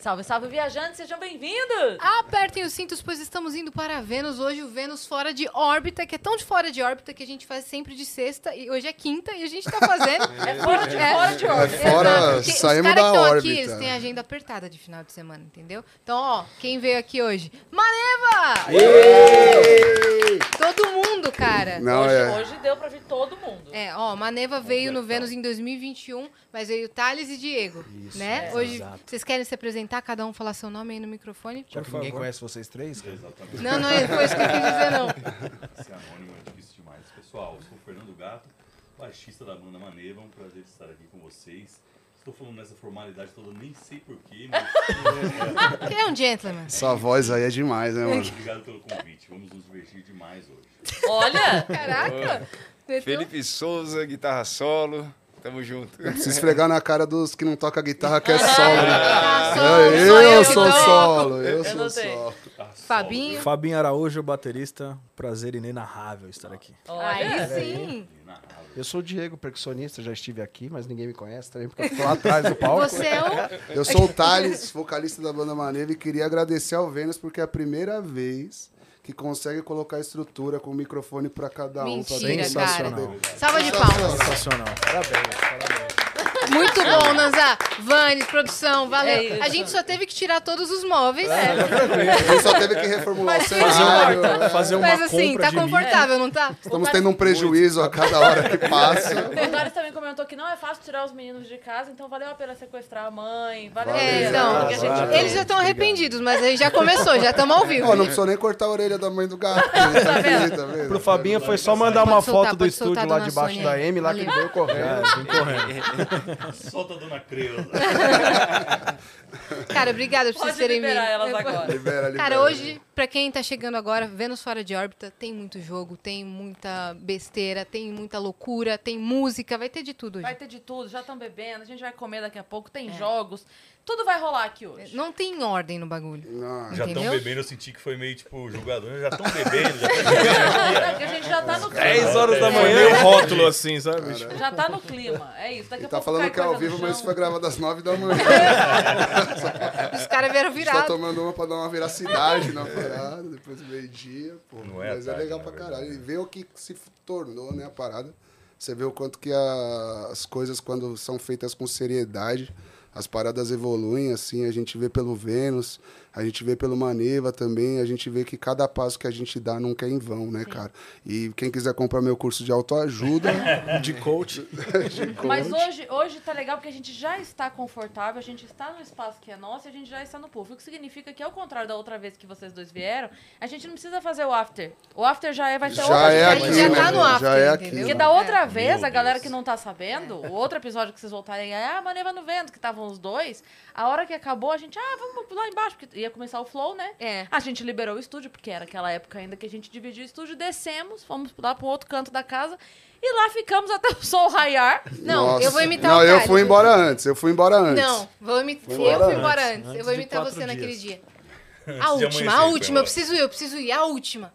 Salve, salve, viajantes, sejam bem-vindos! Apertem os cintos, pois estamos indo para Vênus. Hoje o Vênus fora de órbita, que é tão de fora de órbita que a gente faz sempre de sexta e hoje é quinta e a gente tá fazendo. É fora de, É. fora de órbita. Exato, fora, porque saímos os caras da que tão Aqui, órbita. eles têm agenda apertada de final de semana, entendeu? Então, ó, quem veio aqui hoje? Maneva! Todo mundo, cara. Não, hoje, é. hoje deu pra vir todo mundo. É, ó, Maneva veio no Vênus em 2021, mas veio Thales e Diego, Isso, né? é. Hoje, Exato. vocês querem se apresentar, cada um falar seu nome aí no microfone? Já que ninguém conhece vocês três? Exatamente. Não, não, foi isso que eu quis dizer, não. Esse anônimo é difícil demais. Pessoal, eu sou o Fernando Gato, baixista da banda Maneva. É um prazer estar aqui com vocês. Estou falando nessa formalidade toda, nem sei porquê, mas Porque é um gentleman. Essa voz aí é demais, né, mano? obrigado pelo convite. Vamos nos divertir demais hoje. Olha! É. Caraca! Felipe Souza, guitarra solo. Tamo junto. Se esfregar na cara dos que não toca guitarra que é solo. né? Ah, sou- eu sou eu que sou toco. solo, eu, não sou sei. solo. Tá só, Fabinho. Fabinho Araújo, baterista. Prazer inenarrável estar aqui. Olha! Aí sim. viu? Inarrável. Eu sou o Diego, percussionista, já estive aqui, mas ninguém me conhece também, porque eu tô lá atrás do Tá palco. Você é o. Eu sou o Thales, vocalista da banda Maneva, e queria agradecer ao Vênus porque é a primeira vez que consegue colocar estrutura com o microfone pra cada um. pra Mentira, dançar cara. a sua dele. Salva de palmas. Sensacional. Muito bom, Nanzá. Vanes, produção, É valeu. isso. A gente só teve que tirar todos os móveis. É, Ele só teve que reformular o cenário. Fazer uma Mas assim, compra tá de mim. confortável, não tá? Estamos tendo um prejuízo a cada hora que passa. O Darius também comentou que não é fácil tirar os meninos de casa, então valeu a pena sequestrar a mãe, valeu a É, pena. então. porque a gente Claro. Eles já estão arrependidos, mas aí já começou, já estamos ao vivo. Ó, não precisou nem cortar a orelha da mãe do gato. né? Tá aqui, tá vendo? Pro Fabinho foi só mandar Pode uma soltar, foto do pode soltar, estúdio lá dona debaixo Sônia. da M, lá que ele Valeu. veio correndo. Solta a dona Creuza. Ah, Cara, obrigada por vocês Pode terem vindo. liberar elas agora. Libera, libera. Cara, hoje, pra quem tá chegando agora, Vênus Fora de Órbita, tem muito jogo, tem muita besteira, tem muita loucura, tem música, vai ter de tudo Vai hoje. ter de tudo, já estão bebendo, a gente vai comer daqui a pouco, tem jogos, tudo vai rolar aqui hoje. Não tem ordem no bagulho. Não. Já estão Entendeu? bebendo, eu senti que foi meio tipo jogador. Já estão bebendo, já tão Porque a gente já tá no clima. 10 horas da manhã. É Meio rótulo assim, sabe? Já tá no clima, é isso. Daqui a Ele tá pouco falando cai que é ao coisa no vivo, mas isso chão. foi gravado às 9 da manhã. A Os caras vieram gente tá virados. tomando uma pra dar uma veracidade na parada, depois do meio-dia, pô. Não é mas tarde, é legal na pra verdade, caralho. E vê o que se tornou, né, a parada. Você vê o quanto que a- as coisas, quando são feitas com seriedade, as paradas evoluem, assim, a gente vê pelo Vênus, a gente vê pelo Maneva também, a gente vê que cada passo que a gente dá nunca é em vão, né, cara? E quem quiser comprar meu curso de autoajuda, De coach. de coach, Mas hoje, hoje tá legal porque a gente já está confortável, a gente está no espaço que é nosso e a gente já está no público. O que significa que, ao contrário da outra vez que vocês dois vieieram, a gente não precisa fazer o after. O after já é, vai ser outra já é diferente. aqui, Então, já né? tá no after, já é entendeu? aqui. Porque tá- né? da outra vez, Meu a galera Deus. que não tá sabendo, o outro episódio que vocês voltarem é ah, a Maneva no Vento, que estavam os dois. A hora que acabou, a gente, ah, vamos lá embaixo, porque ia começar o flow, né? É. A gente liberou o estúdio, porque era aquela época ainda que a gente dividia o estúdio, descemos, fomos lá pro outro canto da casa e lá ficamos até o sol raiar. Não, Nossa. eu vou imitar Não, o Thales. eu fui embora antes, eu fui embora antes. Não, vou imitar. embora Eu fui antes, embora antes. Eu antes vou de imitar quatro você naquele dias. dia. Antes A de última, a amanhecer, última. Eu foi preciso ir, eu preciso ir. A última.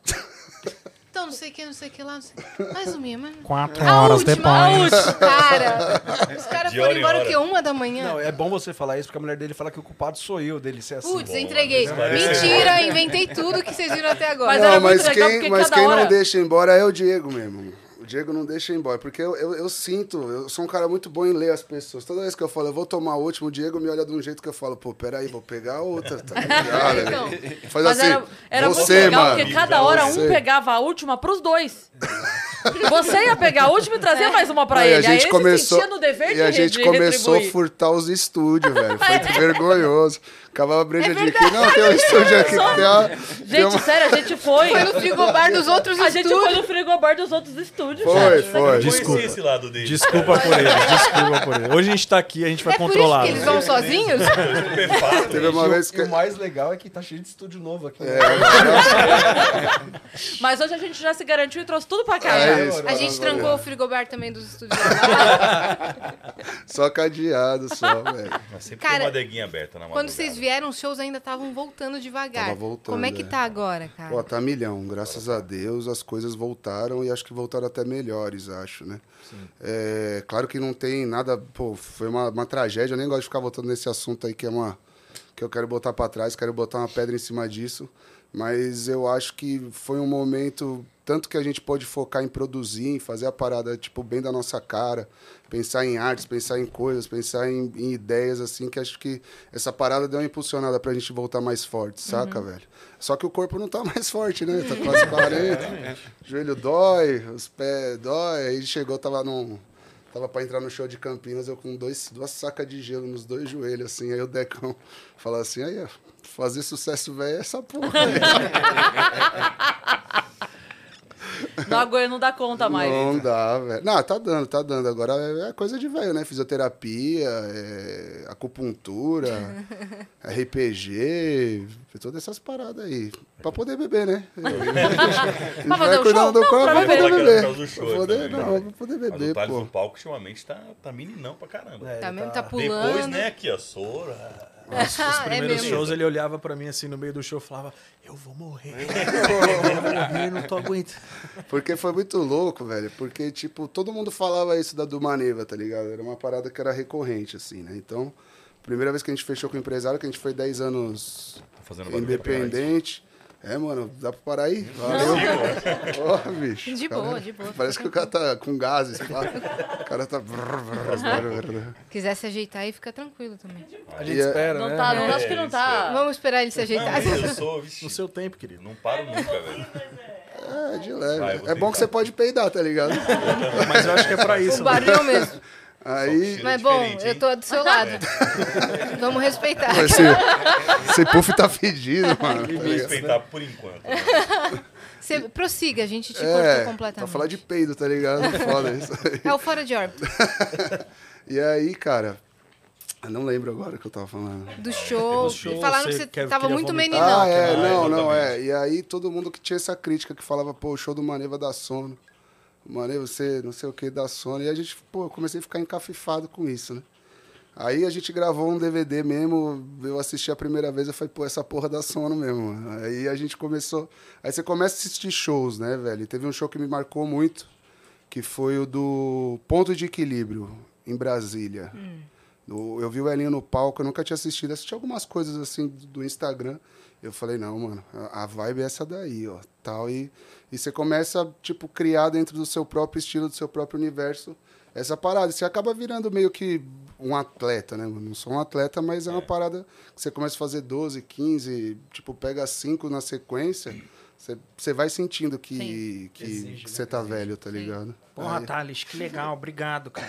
Então, não sei o que, não sei o que lá, não sei o que. Mais um minha, mas... Quatro A última, a última, cara. Os caras De foram hora em embora o hora. quê? Uma da manhã? Não, é bom você falar isso, porque a mulher dele fala que o culpado sou eu dele ser assim. Putz, entreguei. Vai ser Mentira, inventei tudo que vocês viram até agora. Mas Não, era muito mas legal, quem, porque mas cada quem hora- não deixa embora é o Diego mesmo. O Diego não deixa embora, porque eu, eu, eu sinto, eu sou um cara muito bom em ler as pessoas. Toda vez que eu falo, eu vou tomar o último, o Diego me olha de um jeito que eu falo, pô, peraí, vou pegar outra, tá ligado? Então, Faz Mas assim, era, era você, muito legal, mano. porque cada hora um você. pegava a última pros dois. Você ia pegar a última e trazer mais uma pra Não, e ele. a Aí gente ele começou, sentia no dever e de a gente de começou a retribuir. furtar os estúdios, velho. Foi vergonhoso. Acabava É a breja de que não, tem um estúdio aqui que tem uma... tem Gente, uma- sério, a gente foi. Foi no frigobar dos outros A gente foi estúdios. no frigobar dos outros estúdios. Foi, gente. foi. Conheci Desculpa. esse lado dele. Desculpa por ele, desculpa por ele. Hoje a gente tá aqui, a gente vai É por isso controlar. que eles vão sozinhos? É Desculpa. Teve uma vez que... É, mais legal é que tá cheio de estúdio novo aqui. né? Mas hoje a gente já se garantiu e trouxe tudo pra cá. É já. isso, A gente mano, valeu. trancou o frigobar também dos estúdios. Só cadeado, só, velho. Mas sempre Cara, tem uma adeguinha aberta na Quando vocês madrugada. vieram, os shows ainda estavam voltando devagar. Tava voltando, Como é que é. tá agora, cara? Ó, tá milhão. Graças a Deus as coisas voltaram e acho que voltaram até melhores, acho, né? É, claro que não tem nada. Pô, foi uma, uma tragédia. Eu nem gosto de ficar voltando nesse assunto aí que é uma. que eu quero botar para trás, quero botar uma pedra em cima disso. Mas eu acho que foi um momento tanto que a gente pôde focar em produzir, em fazer a parada tipo bem da nossa cara, pensar em artes, pensar em coisas, pensar em, em ideias assim, que acho que essa parada deu uma impulsionada pra gente voltar mais forte, saca, velho? Só que o corpo não tá mais forte, né? Tá quase 40. joelho dói, os pés dói, aí chegou tava num Tava pra entrar no show de Campinas, eu com dois, duas sacas de gelo nos dois joelhos, assim. Aí o Decão falou assim, aí, ó, fazer sucesso, velho, é essa porra. aí." Não aguento, não dá conta mais. Não dá, velho. Não, tá dando, tá dando. Agora é- é coisa de velho, né? Fisioterapia, é acupuntura, RPG, todas essas paradas aí. Pra poder beber, né? Pra fazer o tá um show? cuidando do Não, corpo, pra pra beber. né? poder Pra beber. causa do show Pra poder, também, não, né? pra poder Mas o beber, Thales pô. no palco, ultimamente, tá, tá meninão pra caramba. Tá ele mesmo, tá pulando. Depois, né, aqui, ó, Sora. Ah, Os é primeiros mesmo. shows ele olhava pra mim assim no meio do show e falava: Eu vou morrer. Eu vou morrer, não tô aguentando. Porque foi muito louco, velho. Porque, tipo, todo mundo falava isso da Dumaneva, tá ligado? Era uma parada que era recorrente, assim, né? Então, primeira vez que a gente fechou com o empresário, que a gente foi 10 anos Tá fazendo barulho pra caralho. Independente. É, mano, dá pra parar aí? Valeu. Ó, bicho. De boa, de boa. Parece que o cara tá com gases. claro. O cara tá. brrr, brrr, brrr, brrr. Quiser se ajeitar aí, fica tranquilo também. A gente E é- espera, Não né? tá, não, É, acho que não isso, tá. Vamos esperar ele se ajeitar. Não, eu sou, vixe, No seu tempo, querido. não paro é nunca, velho. É, de leve. Vai, eu vou é bom tentar. que você pode peidar, tá ligado? Mas eu acho que é pra isso. O né? barulho mesmo. Aí. um Cheiro Mas bom, diferente, eu hein? tô do seu lado. Vamos respeitar. pô, Esse, esse puff tá fedido, mano. Vou respeitar por enquanto. né? Você prossiga, a gente te cortou É, pra completamente. falar de peido, tá ligado? Foda isso aí. É o fora de órbita. E aí, cara. Eu não lembro agora o que eu tava falando. Do show. Do show, Falaram que É, você você quer- tava queria muito vomitar. meninão. Ah, é, cara. não, Ah, não, é. E aí todo mundo que tinha essa crítica que falava, pô, o show do Maneva dá sono. Maneva, você não sei o que dá sono. E a gente, pô, eu comecei a ficar encafifado com isso, né? Aí a gente gravou um DVD mesmo, eu assisti a primeira vez, eu falei, pô, essa porra dá sono mesmo. mano. Aí a gente começou. Aí você começa a assistir shows, né, velho? E teve um show que me marcou muito, que foi o do Ponto de Equilíbrio, em Brasília. Do- Eu vi o Elinho no palco, eu nunca tinha assistido. Assisti algumas coisas assim do do Instagram. Eu falei, não, mano, a a vibe é essa daí, ó. Tal, e, e você começa, tipo, criar dentro do seu próprio estilo, do seu próprio universo, essa parada. Você acaba virando meio que um atleta, né? mano? Não sou um atleta, mas é uma parada que você começa a fazer 12, 15, tipo, pega cinco na sequência. Você, você vai sentindo que, que, né? que você tá velho, tá ligado? Porra, Thales, que legal, obrigado, cara.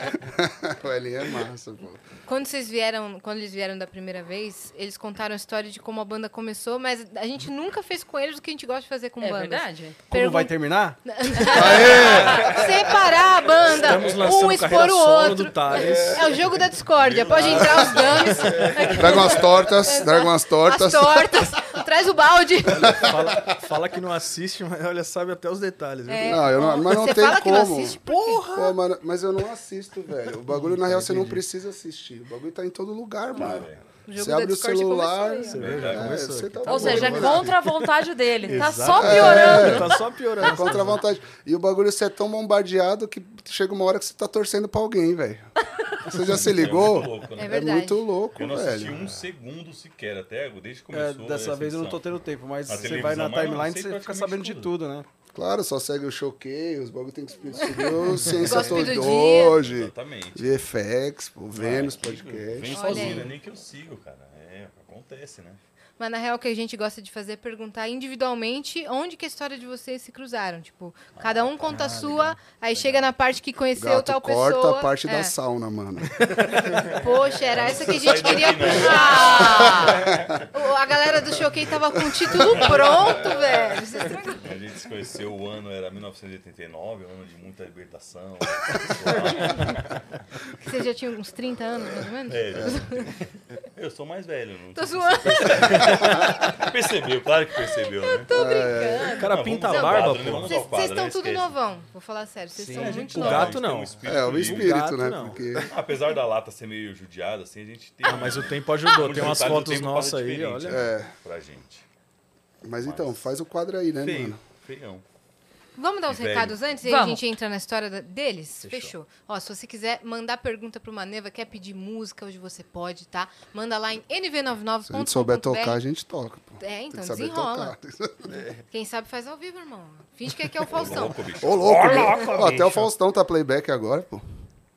o Elinho é massa, pô. Quando vocês vieram, quando eles vieram da primeira vez, eles contaram a história de como a banda começou, mas a gente nunca fez com eles o que a gente gosta de fazer com É bandas. verdade? Como vai terminar? É. Separar a banda, Estamos lançando um expor carreira o solo outro. do Thales. É o jogo da discórdia. Pode entrar os dames, Traga umas tortas, traga umas as tortas. tortas, traz o balde. Fala, fala que não assiste, mas olha, sabe até os detalhes. viu? É. Não, eu não, mas não Você tem fala que como. não assiste, Porra! mano, mas eu não assisto, velho. O bagulho, Tá, na real, você não precisa assistir. O bagulho tá em todo lugar, Ah, mano. é. O jogo Você da abre o discórdia celular. começou você- aí, ó. é, Verdade, começou você aqui. tá Ou bom, seja, é mano. contra a vontade dele. Tá só Exato. piorando. É, Tá só É piorando. contra a vontade. E o bagulho você é tão bombardeado que chega uma hora que você tá torcendo pra alguém, velho. Você já se É muito ligou? louco, É né? verdade. muito louco, Eu não assisti velho. um segundo sequer, até desde que começou. É, né, assim, dessa essa vez eu não tô edição. tendo tempo, mas A você vai televisão, mas eu na não timeline sei é e você fica praticamente sabendo de tudo, né? Claro, só segue o choqueio, os bagulho tem que subir o Ciência Gosto do Todo dia. hoje. Exatamente. VFX, o Vênus Cara, que- Vem Podcast. sozinho, aí. né? Nem que eu sigo, cara. É, acontece, né? Mas na real, o que a gente gosta de fazer é perguntar individualmente onde que a história de vocês se cruzaram. Tipo, cada um conta Ah, a sua, aí chega na parte que conheceu Gato tal corta pessoa. a parte é. da sauna, mano. Poxa, era essa que a gente queria. daqui, né? Ah! O- a galera do Choquei tava com o título pronto, velho. Vocês estão- A gente se conheceu, o ano era 1989, um ano de muita libertação. pessoal. Vocês já tinham uns 30 anos, mais ou menos? É, já- Eu sou mais velho, não Tô sei se zoando. você Percebeu, claro que percebeu, né? Tô brincando. O cara Não, pinta vamos a ao barba, quadro, né? pô. Vamos Vocês ao quadro, vocês estão né? tudo Esquece. novão, vou falar sério. Vocês a estão gente muito não Não, a novos. gente gato tem um não. espírito É, o livre. espírito, gato, né? não. Porque Apesar da lata ser meio judiada, assim, a gente tem. Ah, mas o tempo ajudou. Tem umas Metade do fotos tempo passa nossas aí, diferente, olha. É. né? Pra gente. Mas então, faz o quadro aí, né, Feio, mano? feião. Vamos dar os Velho. recados antes e aí a Vamos. gente entra na história da- deles? Fechou. Fechou. Ó, se você quiser mandar pergunta pro Maneva, quer pedir música, hoje você pode, tá? Manda lá em nv99.com.br. Se a gente souber tocar, a gente toca, pô. É, Tem então que saber desenrola. tocar. Quem sabe faz ao vivo, irmão. Finge que aqui é o Faustão. Tá Louco, bicho. Ô, louco, Ô, meu. louco, Ó, Até bicho. o Faustão tá playback agora, pô.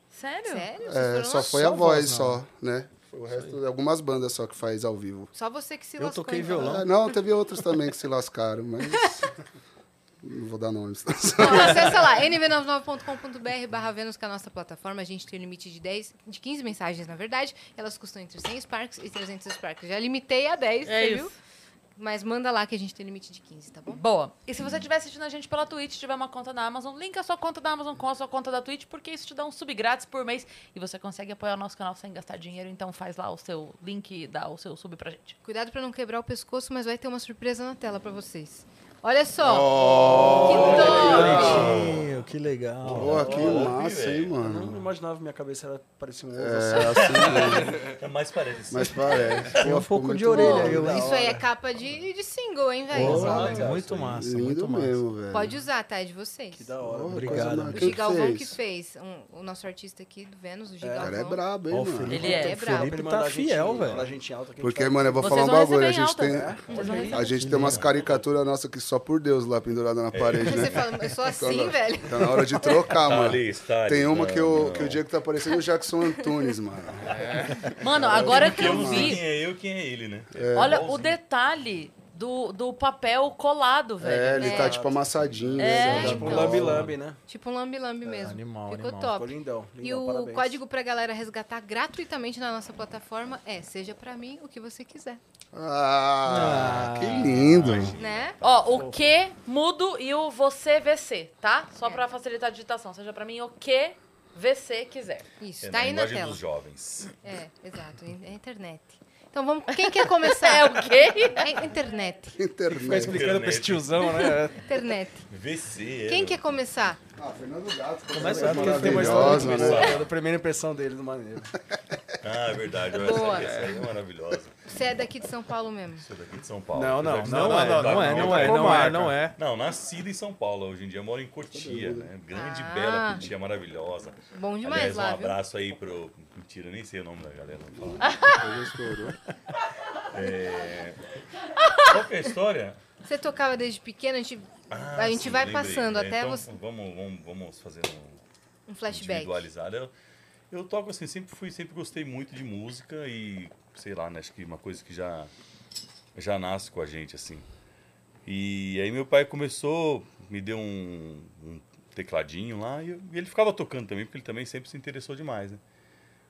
Sério? Sério? Vocês É, foram só lá? foi só a voz, voz, só, né? O resto, algumas bandas só que faz ao vivo. Só você que se Eu lascou. toquei então. violão. É, não, teve outros também que se lascaram, mas. não vou dar nomes. Então, acessa lá, nv99.com.br barra Vênus, que é a nossa plataforma. A gente tem um limite de 10, de 15 mensagens, na verdade. Elas custam entre 100 Sparks e 300 Sparks. Já limitei a 10, É você isso. viu? Mas manda lá que a gente tem limite de 15, tá bom? Boa. E se você estiver assistindo a gente pela Twitch, tiver uma conta na Amazon, linka a sua conta da Amazon com a sua conta da Twitch, porque isso te dá um sub grátis por mês e você consegue apoiar o nosso canal sem gastar dinheiro. Então faz lá o seu link e dá o seu sub pra gente. Cuidado pra não quebrar o pescoço, mas vai ter uma surpresa na tela pra vocês. Olha só! que top! Bonitinho, que legal. Pô, que Ó, massa, hein, velho. Eu não mano. imaginava minha cabeça era parecia um ovo É assim. assim mesmo, É mais parece. mas parece. Pô, Tem ficou um pouco muito de orelha. lindo. Eu, hein? Isso aí é capa de, de single, hein, velho? Pô, Exato. velho, muito massa, é muito Lindo massa. mesmo, velho. Pode usar, tá? É de vocês. Que da hora. Pô, Obrigado. coisa mano. O Quem que Gigalvão que fez? fez, um- o nosso artista aqui do Vênus, o O Gigalvão. cara é brabo, hein, Ó, o mano. Felipe, Ele é. Ele é brabo. Felipe Ele tá manda a gente- fiel, manda velho. a gente tá alta que é Porque, mano, eu vou Vocês falar um vão bagulho. A receber em gente, tem, alta. né? Vocês vão receber. a gente tem umas caricaturas nossas que só por Deus lá pendurada na parede, Você né? fala, eu sou assim, Quando- velho. Tá na hora de trocar, Tá mano. ali, está ali. Tem uma que, eu, Não, que o Diego tá parecendo o Jackson Antunes, mano. Mano, agora que Porque eu eu não sei quem vi, é eu quem é ele, né? olha o detalhe do, do papel colado, É, velho. ele tá tipo amassadinho. É, né? Tipo um então. lambe-lambe, né? Tipo um lambe-lambe mesmo. animal, Ficou animal. Ficou top. lindão. E lindão, o parabéns. código pra galera resgatar gratuitamente na nossa plataforma é Seja Pra Mim o que você quiser. Ah, que lindo. Né? Ó, o que mudo e o você VC, tá? Só É. pra facilitar a digitação. Seja pra mim o que VC quiser. Isso, É tá aí na linguagem tela. dos jovens. É, exato. in- É internet. Então vamos. Quem quer começar? É o quê? É internet. Ficar Internet. explicando pra esse tiozão, né? Internet. VC. é- Quem quer começar? Ah, Fernando Gato. Começa porque ele tem uma história Maravilhosa, muito né? pessoal, da primeira impressão dele do maneiro. Ah, é verdade. Olha, Boa. essa essa aí é maravilhosa. Você é daqui de São Paulo mesmo. Sou daqui de São Paulo. Não, não, Apesar de- não é, não é, não é, não é, não é. Não, nascida em São Paulo. Hoje em dia moro em Tá Cotia, né? Grande, Ah. bela Cotia, maravilhosa. Bom demais Aliás, um lá, viu? abraço aí pro... Mentira, nem sei o nome da galera. não falo. Qual que é a história? Ah, Você tocava desde pequeno, a gente, a gente sim, vai lembrei. passando É, até então, você. Vamos, vamos, vamos fazer um Um flashback. individualizada. Eu, eu toco assim, sempre fui, sempre gostei muito de música e sei lá, né, acho que uma coisa que já já nasce com a gente assim. E aí meu pai começou, me deu um, um tecladinho lá e, eu- e ele ficava tocando também, porque ele também sempre se interessou demais, né?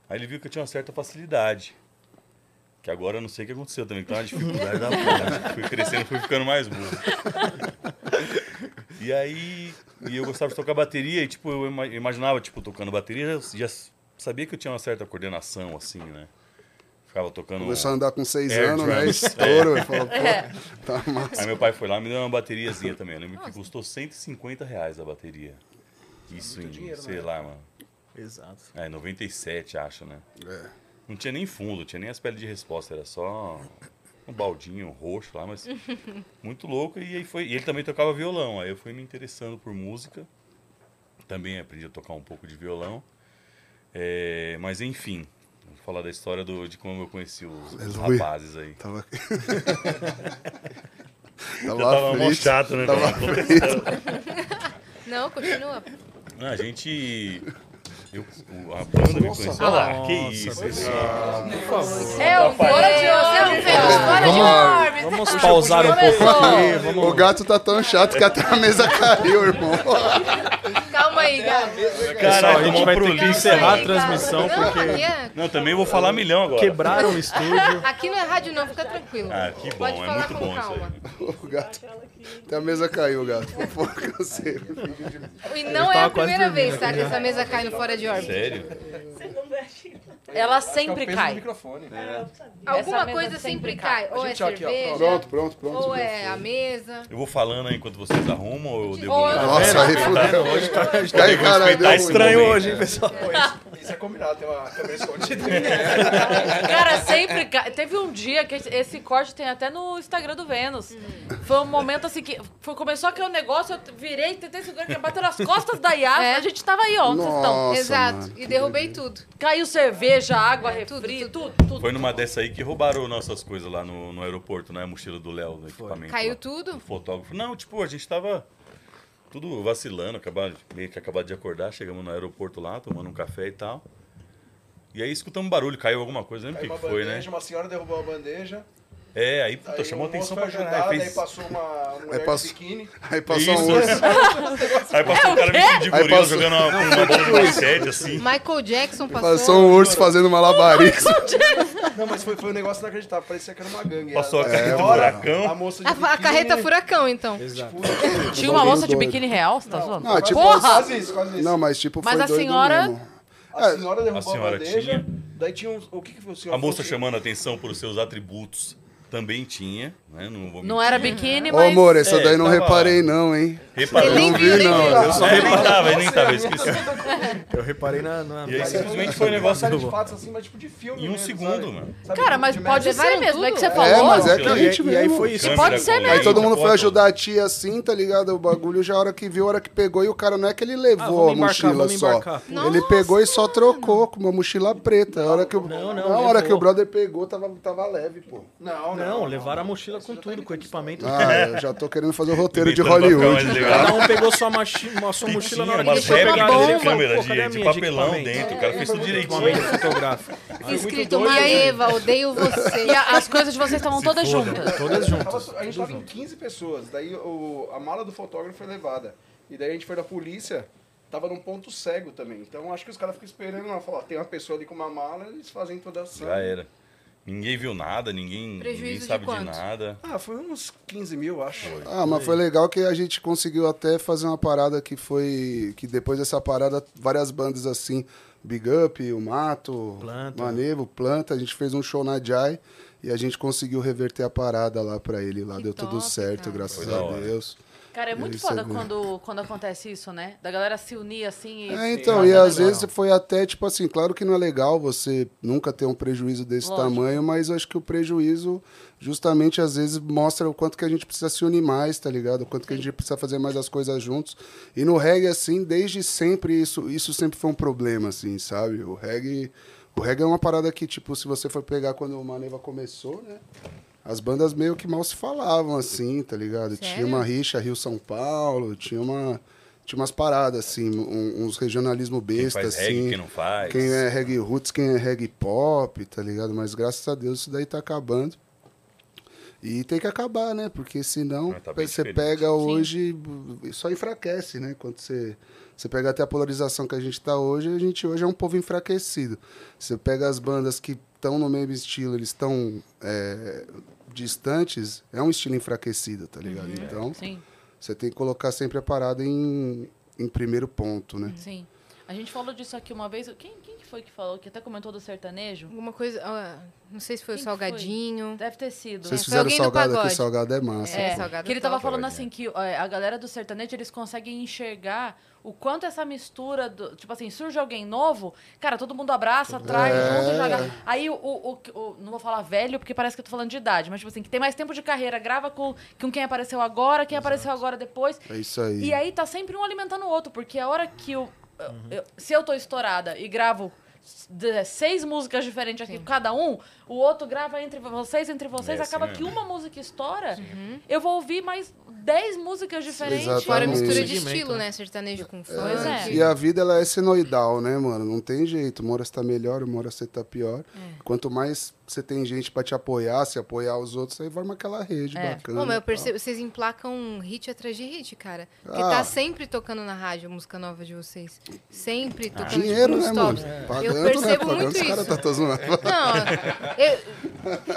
Aí ele viu que eu tinha uma certa facilidade. Que agora eu não sei o que aconteceu também, que tá uma dificuldade da porra. Fui crescendo, fui ficando mais burro. E aí, e eu gostava de tocar bateria e, tipo, eu ima- imaginava, tipo, tocando bateria, já, já sabia que eu tinha uma certa coordenação, assim, né? Ficava tocando... um. Começou a andar com seis Air anos, né? drums. Estouro. Ele falou, pô, É. tá massa. Aí meu pai foi lá e me deu uma bateriazinha também. Eu lembro que custou 150 reais a bateria. Isso em, dinheiro, sei né? lá, mano. Exato. É, 97, acho, né? É. Não tinha nem fundo, tinha nem as peles de resposta, era só um baldinho roxo lá, mas muito louco. E aí foi. E ele também tocava violão. Aí eu fui me interessando por música. Também aprendi a tocar um pouco de violão. É, mas enfim, vou falar da história do, de como eu conheci os, os Aleluia. rapazes aí. Tava... Eu tava tava mó aflito. chato, né? Tava velho? aflito. Não, continua. Ah, A gente. Eu, o- a banda me conheceu. Olha lá, que isso, esse- É o fora de órbita. É o fora de órbita. Vamos pausar um pouco aqui, vamos... O gato tá tão chato que até a mesa caiu, irmão. Calma aí, gato. Caralho, a gente tomou vai ter pro que lixo. encerrar a Ei, transmissão, cara, porque Não, aqui, é- Não, também vou falar milhão agora. quebraram o estúdio. aqui não é rádio não, fica tranquilo. Ah, que bom, Pode é falar muito com bom calma. isso aí. O gato. Até a mesa caiu, gato. Fofoca, eu sei. E não Eu é a tava quase primeira dormindo vez, tá? Que essa mesa cai no fora de órbita. Sério? Ela Acho que é o sempre peso cai. Do microfone. Essa Alguma mesa coisa sempre cai. Ou A é gente, ó, aqui, ó, cerveja, Pronto, pronto, pronto. ou é a mesa. Eu vou falando aí enquanto vocês arrumam ou eu devo. Ou eu- Nossa, aí fudeu. Tá aí, cara, deu Tá ruim. É. estranho hoje, hein, Pô, isso, isso é combinado, tem uma câmera escondida. Cara, sempre. ca- Teve um dia que esse corte tem até no Instagram do Vênus. Foi um momento assim que. foi- começou aquele negócio, eu virei, tentei segurar, que bateu nas costas da Yas. É. A gente tava aí, ó. onde Vocês estão. Nossa, Exato. mano, e derrubei tudo. Caiu cerveja, água, tudo, refri, É, tudo, tudo. Foi numa dessa aí que roubaram nossas coisas lá no, no aeroporto, né? A mochila do Léo, do equipamento. Caiu lá. O tudo. fotógrafo. Não, tipo, a gente tava tudo vacilando, acabado, meio que acabado de acordar. Chegamos no aeroporto lá, tomando um café e tal. E aí escutamos um barulho, caiu alguma coisa, não Aí lembro uma o que que foi, né? bandeja, uma senhora derrubou uma bandeja. É, aí puta, Aí chamou um atenção pra É, moço foi caralho. ajudado, Fez... Aí passou uma mulher passou- de biquíni. Aí passou Isso. um urso. Aí passou um cara vestido de Aí gorila passou- jogando uma, uma bola de basquete, assim. Michael Jackson passou. Passou um urso fazendo malabarismo. Não, mas foi, foi um negócio inacreditável, parecia que era uma gangue. Passou a Ela- carreta do Ora, buracão. A moça de A, fa- a biquíni- carreta furacão, então. Exato. Tinha uma moça de doido. biquíni real, você tá zoando? Ah, Não, tipo, Porra! Quase isso, quase isso. Não, mas tipo, Mas foi a doido senhora- mesmo. A senhora derrubou é, A a, senhora bandeja. tinha. Daí tinha uns... O que que foi o senhor? Então, A moça falou? chamando a atenção por seus atributos também tinha, né? Não vou Não é era biquíni, Ô, mas. amor, essa É, daí não tá tava- reparei não, hein? Reparou. nem não viu, vi nem não. viu. Eu só reparava, ele nem tava tá esquecendo. Eu reparei na. na- E aí simplesmente foi um negócio Série de fatos assim, mas tipo de é filme Em um mesmo, segundo, sabe? mano. Sabe, Cara, de mas merda. pode ser Levaram mesmo, é que tudo. você É, falou. mas é que Não, a e, gente aí- e aí mesmo. foi isso. tá Câmera pode ser com mesmo. Aí todo mundo foi foto. ajudar a tia assim, tá ligado? O bagulho já a hora que viu, a hora que pegou, e o cara não é que ele Ah, levou vamos a embarcar, mochila vamos só. embarcar. ele pegou e só trocou com uma mochila preta. A hora que o, Não, não, na hora levou. que o brother pegou, tava, tava leve, pô. Não, né? não. Não, levaram a mochila com tudo, com equipamento. Ah, eu já tô querendo fazer o roteiro de Imitando pra ficar mais Hollywood. legal. Cada um pegou sua, machi... sua mochila na hora uma que foi série pegar de ele falou, câmera "Pô, cadê a de, de minha papelão equipamento?" É, dentro. O cara fez tudo direitinho. Equipamento fotográfico. Escrito Maeva, odeio você. E a- as coisas de vocês estavam todas juntas. Todas juntas. Tava- a gente tava em 15 pessoas, daí o- a mala do fotógrafo foi levada. E daí a gente foi na polícia, tava num ponto cego também. Então acho que os caras ficam esperando, ó, falar, tem uma pessoa ali com uma mala, eles fazem toda a ação. Já era. Ninguém viu nada, ninguém, Prejuízo ninguém de sabe de, quanto? nada. Ah, foi uns 15 mil, acho. Ah, mas foi legal que a gente conseguiu até fazer uma parada que foi. Que depois dessa parada, várias bandas assim, Big Up, o Mato, Planta. Manevo, Planta, a gente fez um show na Jai e a gente conseguiu reverter a parada lá pra ele. Lá Que deu tudo top, certo, cara. graças Foi da a hora. Deus. Cara, é muito Isso é foda bom. quando, quando acontece isso, né? Da galera se unir assim e. É, então, e às vezes foi até tipo assim, claro que não é legal você nunca ter um prejuízo desse Lógico. tamanho, mas eu acho que o prejuízo justamente às vezes mostra o quanto que a gente precisa se unir mais, tá ligado? O quanto que a gente precisa fazer mais as coisas juntos. E no reggae assim, desde sempre isso, isso sempre foi um problema assim, sabe? O reggae, o reggae é uma parada que tipo, se você for pegar quando o Maneva começou, né? As bandas meio que mal se falavam assim, tá ligado? Tinha Sério? uma rixa Rio São Paulo, tinha uma tinha umas paradas assim, um- uns regionalismo Quem besta faz assim. reggae, quem não faz. Quem é reggae roots, quem é reggae pop, tá ligado? Mas graças a Deus isso daí tá acabando. E tem que acabar, né? Porque senão Ah, tá bem você diferente. pega hoje, b- só enfraquece, né? Quando você, você pega até a polarização que a gente tá hoje, a gente hoje é um povo enfraquecido. Você pega as bandas que estão no mesmo estilo, eles estão é, distantes, é um estilo enfraquecido, tá ligado? Então, Sim, você tem que colocar sempre a parada em, em primeiro ponto, né? sim. A gente falou disso aqui uma vez. Quem, quem que foi que falou? Que até comentou do sertanejo? Alguma coisa. ó, não sei se foi o Quem salgadinho. Deve ter sido. Vocês foi fizeram alguém do salgado aqui, pagode. salgado é massa. É, pô. salgado que ele tava top. falando assim que é, a galera do sertanejo eles conseguem enxergar o quanto essa mistura do, tipo assim, surge alguém novo, cara, todo mundo abraça, atrai, junto, joga. Aí o, o- o- o- não vou falar velho porque parece que eu tô falando de idade, mas tipo assim, que tem mais tempo de carreira, grava com, com quem apareceu agora, quem apareceu agora depois. É isso aí. E aí tá sempre um alimentando o outro, porque a hora que eu, eu- se eu tô estourada e gravo de- seis músicas diferentes aqui, cada um, o outro grava entre vocês, entre vocês, É assim acaba que mesmo. uma música estoura, eu vou ouvir mais dez músicas diferentes. Exatamente. Fora mistura de Segmento, estilo, né? né? Sertanejo com funk. Pois é. E a vida ela é senoidal, né, mano? Não tem jeito. Uma hora você tá melhor, uma hora você tá É. pior. Quanto mais você tem gente pra te apoiar, se apoiar os outros, aí forma aquela rede É. bacana. Bom, mas eu e percebo, vocês emplacam hit atrás de hit, cara. Porque Ah. tá sempre tocando na rádio a música nova de vocês. Sempre tal. tocando Dinheiro, tipo, né, nos mano? tops. Pagando, Eu percebo né? Pagando muito os caras, isso. tá tô zoando. Não, eu-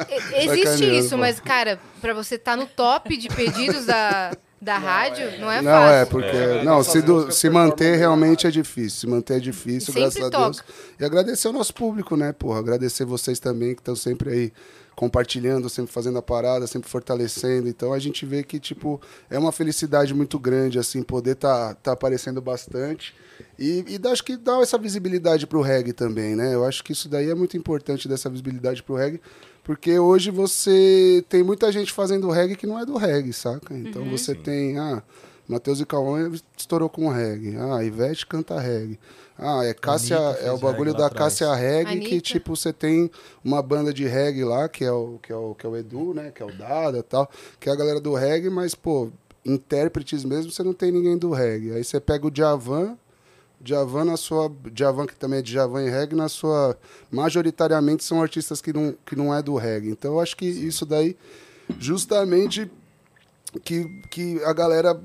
e- existe Sacaneando, isso, tá pô. mas, cara, pra você estar no top de pedidos da, Da rádio, não é fácil. Não, é, porque. É. Não, se, do- Fazer se performance manter na realmente rádio. é difícil. Se manter é difícil, E graças a sempre Deus. toca. E agradecer ao nosso público, né, porra? Agradecer vocês também que estão sempre aí compartilhando, sempre fazendo a parada, sempre fortalecendo. Então a gente vê que, tipo, é uma felicidade muito grande, assim, poder tá, tá aparecendo bastante. E, e dá- acho que dá essa visibilidade pro reggae também, né? Eu acho que isso daí é muito importante, dessa visibilidade pro reggae. Porque hoje você tem muita gente fazendo reggae que não é do reggae, saca? Então você tem, ah, Matheus e Cauã estourou com reggae. Ah, Ivete canta reggae. Ah, é Cássia, Anitta fez é o reggae bagulho lá da atrás. Cássia reggae que Anitta. tipo você tem uma banda de reggae lá, que é o que é o, que é o Edu, né, que é o Dada, e tal, que é a galera do reggae, mas pô, intérpretes mesmo você não tem ninguém do reggae. Aí você pega o Djavan, Djavan na sua. Djavan, que também é Djavan e reggae, na sua. Majoritariamente são artistas que não, que não é do reggae. Então eu acho que isso daí, justamente, que, que a galera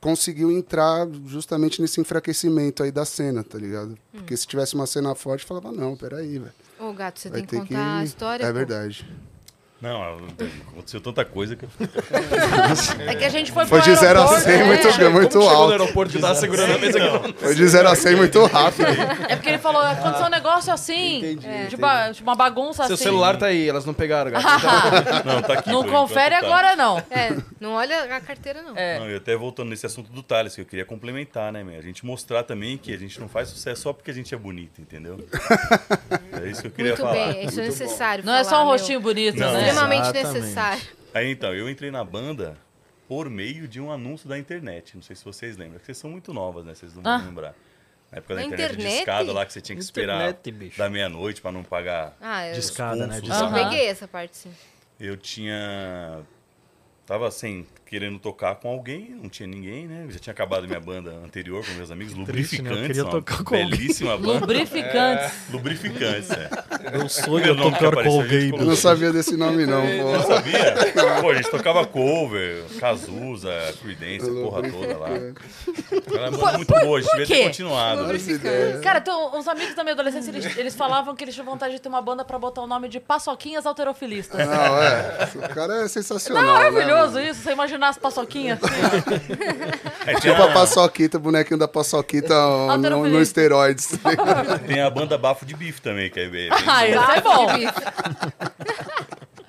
conseguiu entrar justamente nesse enfraquecimento aí da cena, tá ligado? Porque se tivesse uma cena forte, falava, não, peraí, velho. Ô, gato, Hum. você Vai tem que ter contar que. a história. é pô. verdade. Não, aconteceu tanta coisa que eu É que a gente foi, Foi pro de 0 a aeroporto, 100 é. muito, muito alto. aeroporto que tava segurando a mesa aqui. Foi de 0 a 100 muito rápido. É porque ele falou, aconteceu um negócio assim, de, ba- de uma bagunça Seu assim. celular tá aí, elas não pegaram, gato. Não, tá aqui. Não por enquanto confere tá. agora, não. É, não olha a carteira, não. É. Não, e até voltando nesse assunto do Thales, que eu queria complementar, né, meu? A gente mostrar também que a gente não faz sucesso só porque a gente é bonito, entendeu? É isso que eu queria Muito falar. bem, isso é necessário. Não é falar, só um meu. rostinho bonito, é Não. né? Extremamente Exatamente. necessário. Aí então, eu entrei na banda por meio de um anúncio da internet. Não sei se vocês lembram. Vocês são muito novas, né? Vocês não Ah. vão lembrar. Na época da Na internet, internet? de escada lá que você tinha que esperar Internet, bicho. da meia-noite pra não pagar. Ah, eu, os Discada, né? pulsos Discada. lá. eu Aham. peguei essa parte, sim. Eu tinha. Tava assim, querendo tocar com alguém, não tinha ninguém, né? Eu já tinha acabado minha banda anterior com meus amigos, Triste, né? Eu Lubrificantes. queria uma tocar com alguém. belíssima banda. Lubrificantes. Lubrificantes, é. Meu sonho Meu é nome que tocar com apareceu, a gente alguém. colocou. Eu não sabia desse nome, não, Não pô. sabia? Pô, a gente tocava cover, Cazuza, Creedence, a porra toda lá. Era uma banda muito boa, a gente devia quê? ter continuado. Cara, tem um, uns amigos da minha adolescência, eles, eles falavam que eles tinham vontade de ter uma banda pra botar o nome de Paçoquinhas Alterofilistas. Não, é. O cara é sensacional. Não, né, maravilhoso mano? isso, você imaginar as paçoquinhas assim. É, tinha- Tipo a paçoquita, o bonequinho da paçoquita no, no, no Alterofilista. esteroides. tem a banda Bafo de Bife também, que é bem... Ah, esse é bom.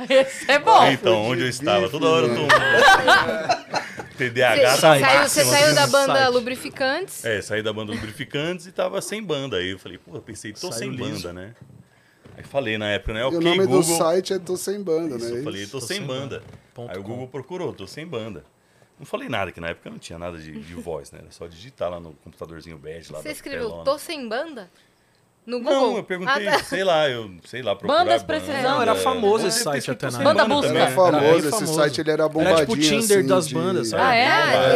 Esse é bom. Então, onde eu estava, toda hora eu tô... TDAH Você tá saiu, você máximo, saiu da assim. banda site. Lubrificantes. É, saí da banda Lubrificantes e tava sem banda. Aí eu falei, pô, eu pensei, tô Saiu sem liso. banda, né? Aí falei na época, né? E Ok, o nome Google. do site é Tô Sem Banda, Isso, né? eu falei, tô, sem, sem banda. Ponto Aí o Google procurou, tô sem banda. Não falei nada, que na época não tinha nada de, de voz, né? Era só digitar lá no computadorzinho bege lá. Você da escreveu telona. Tô Sem Banda? No Google? Não, eu perguntei, Ah, tá. sei lá, eu sei lá, procurar Bandas banda. É, precisando. Não, era famoso Deve esse ter site escrito até na sem Banda banda busca. também. né? Era famoso, Era bem esse famoso. site ele era bombadinho. Era tipo o Tinder assim, das de- bandas, sabe? Ah, é? É,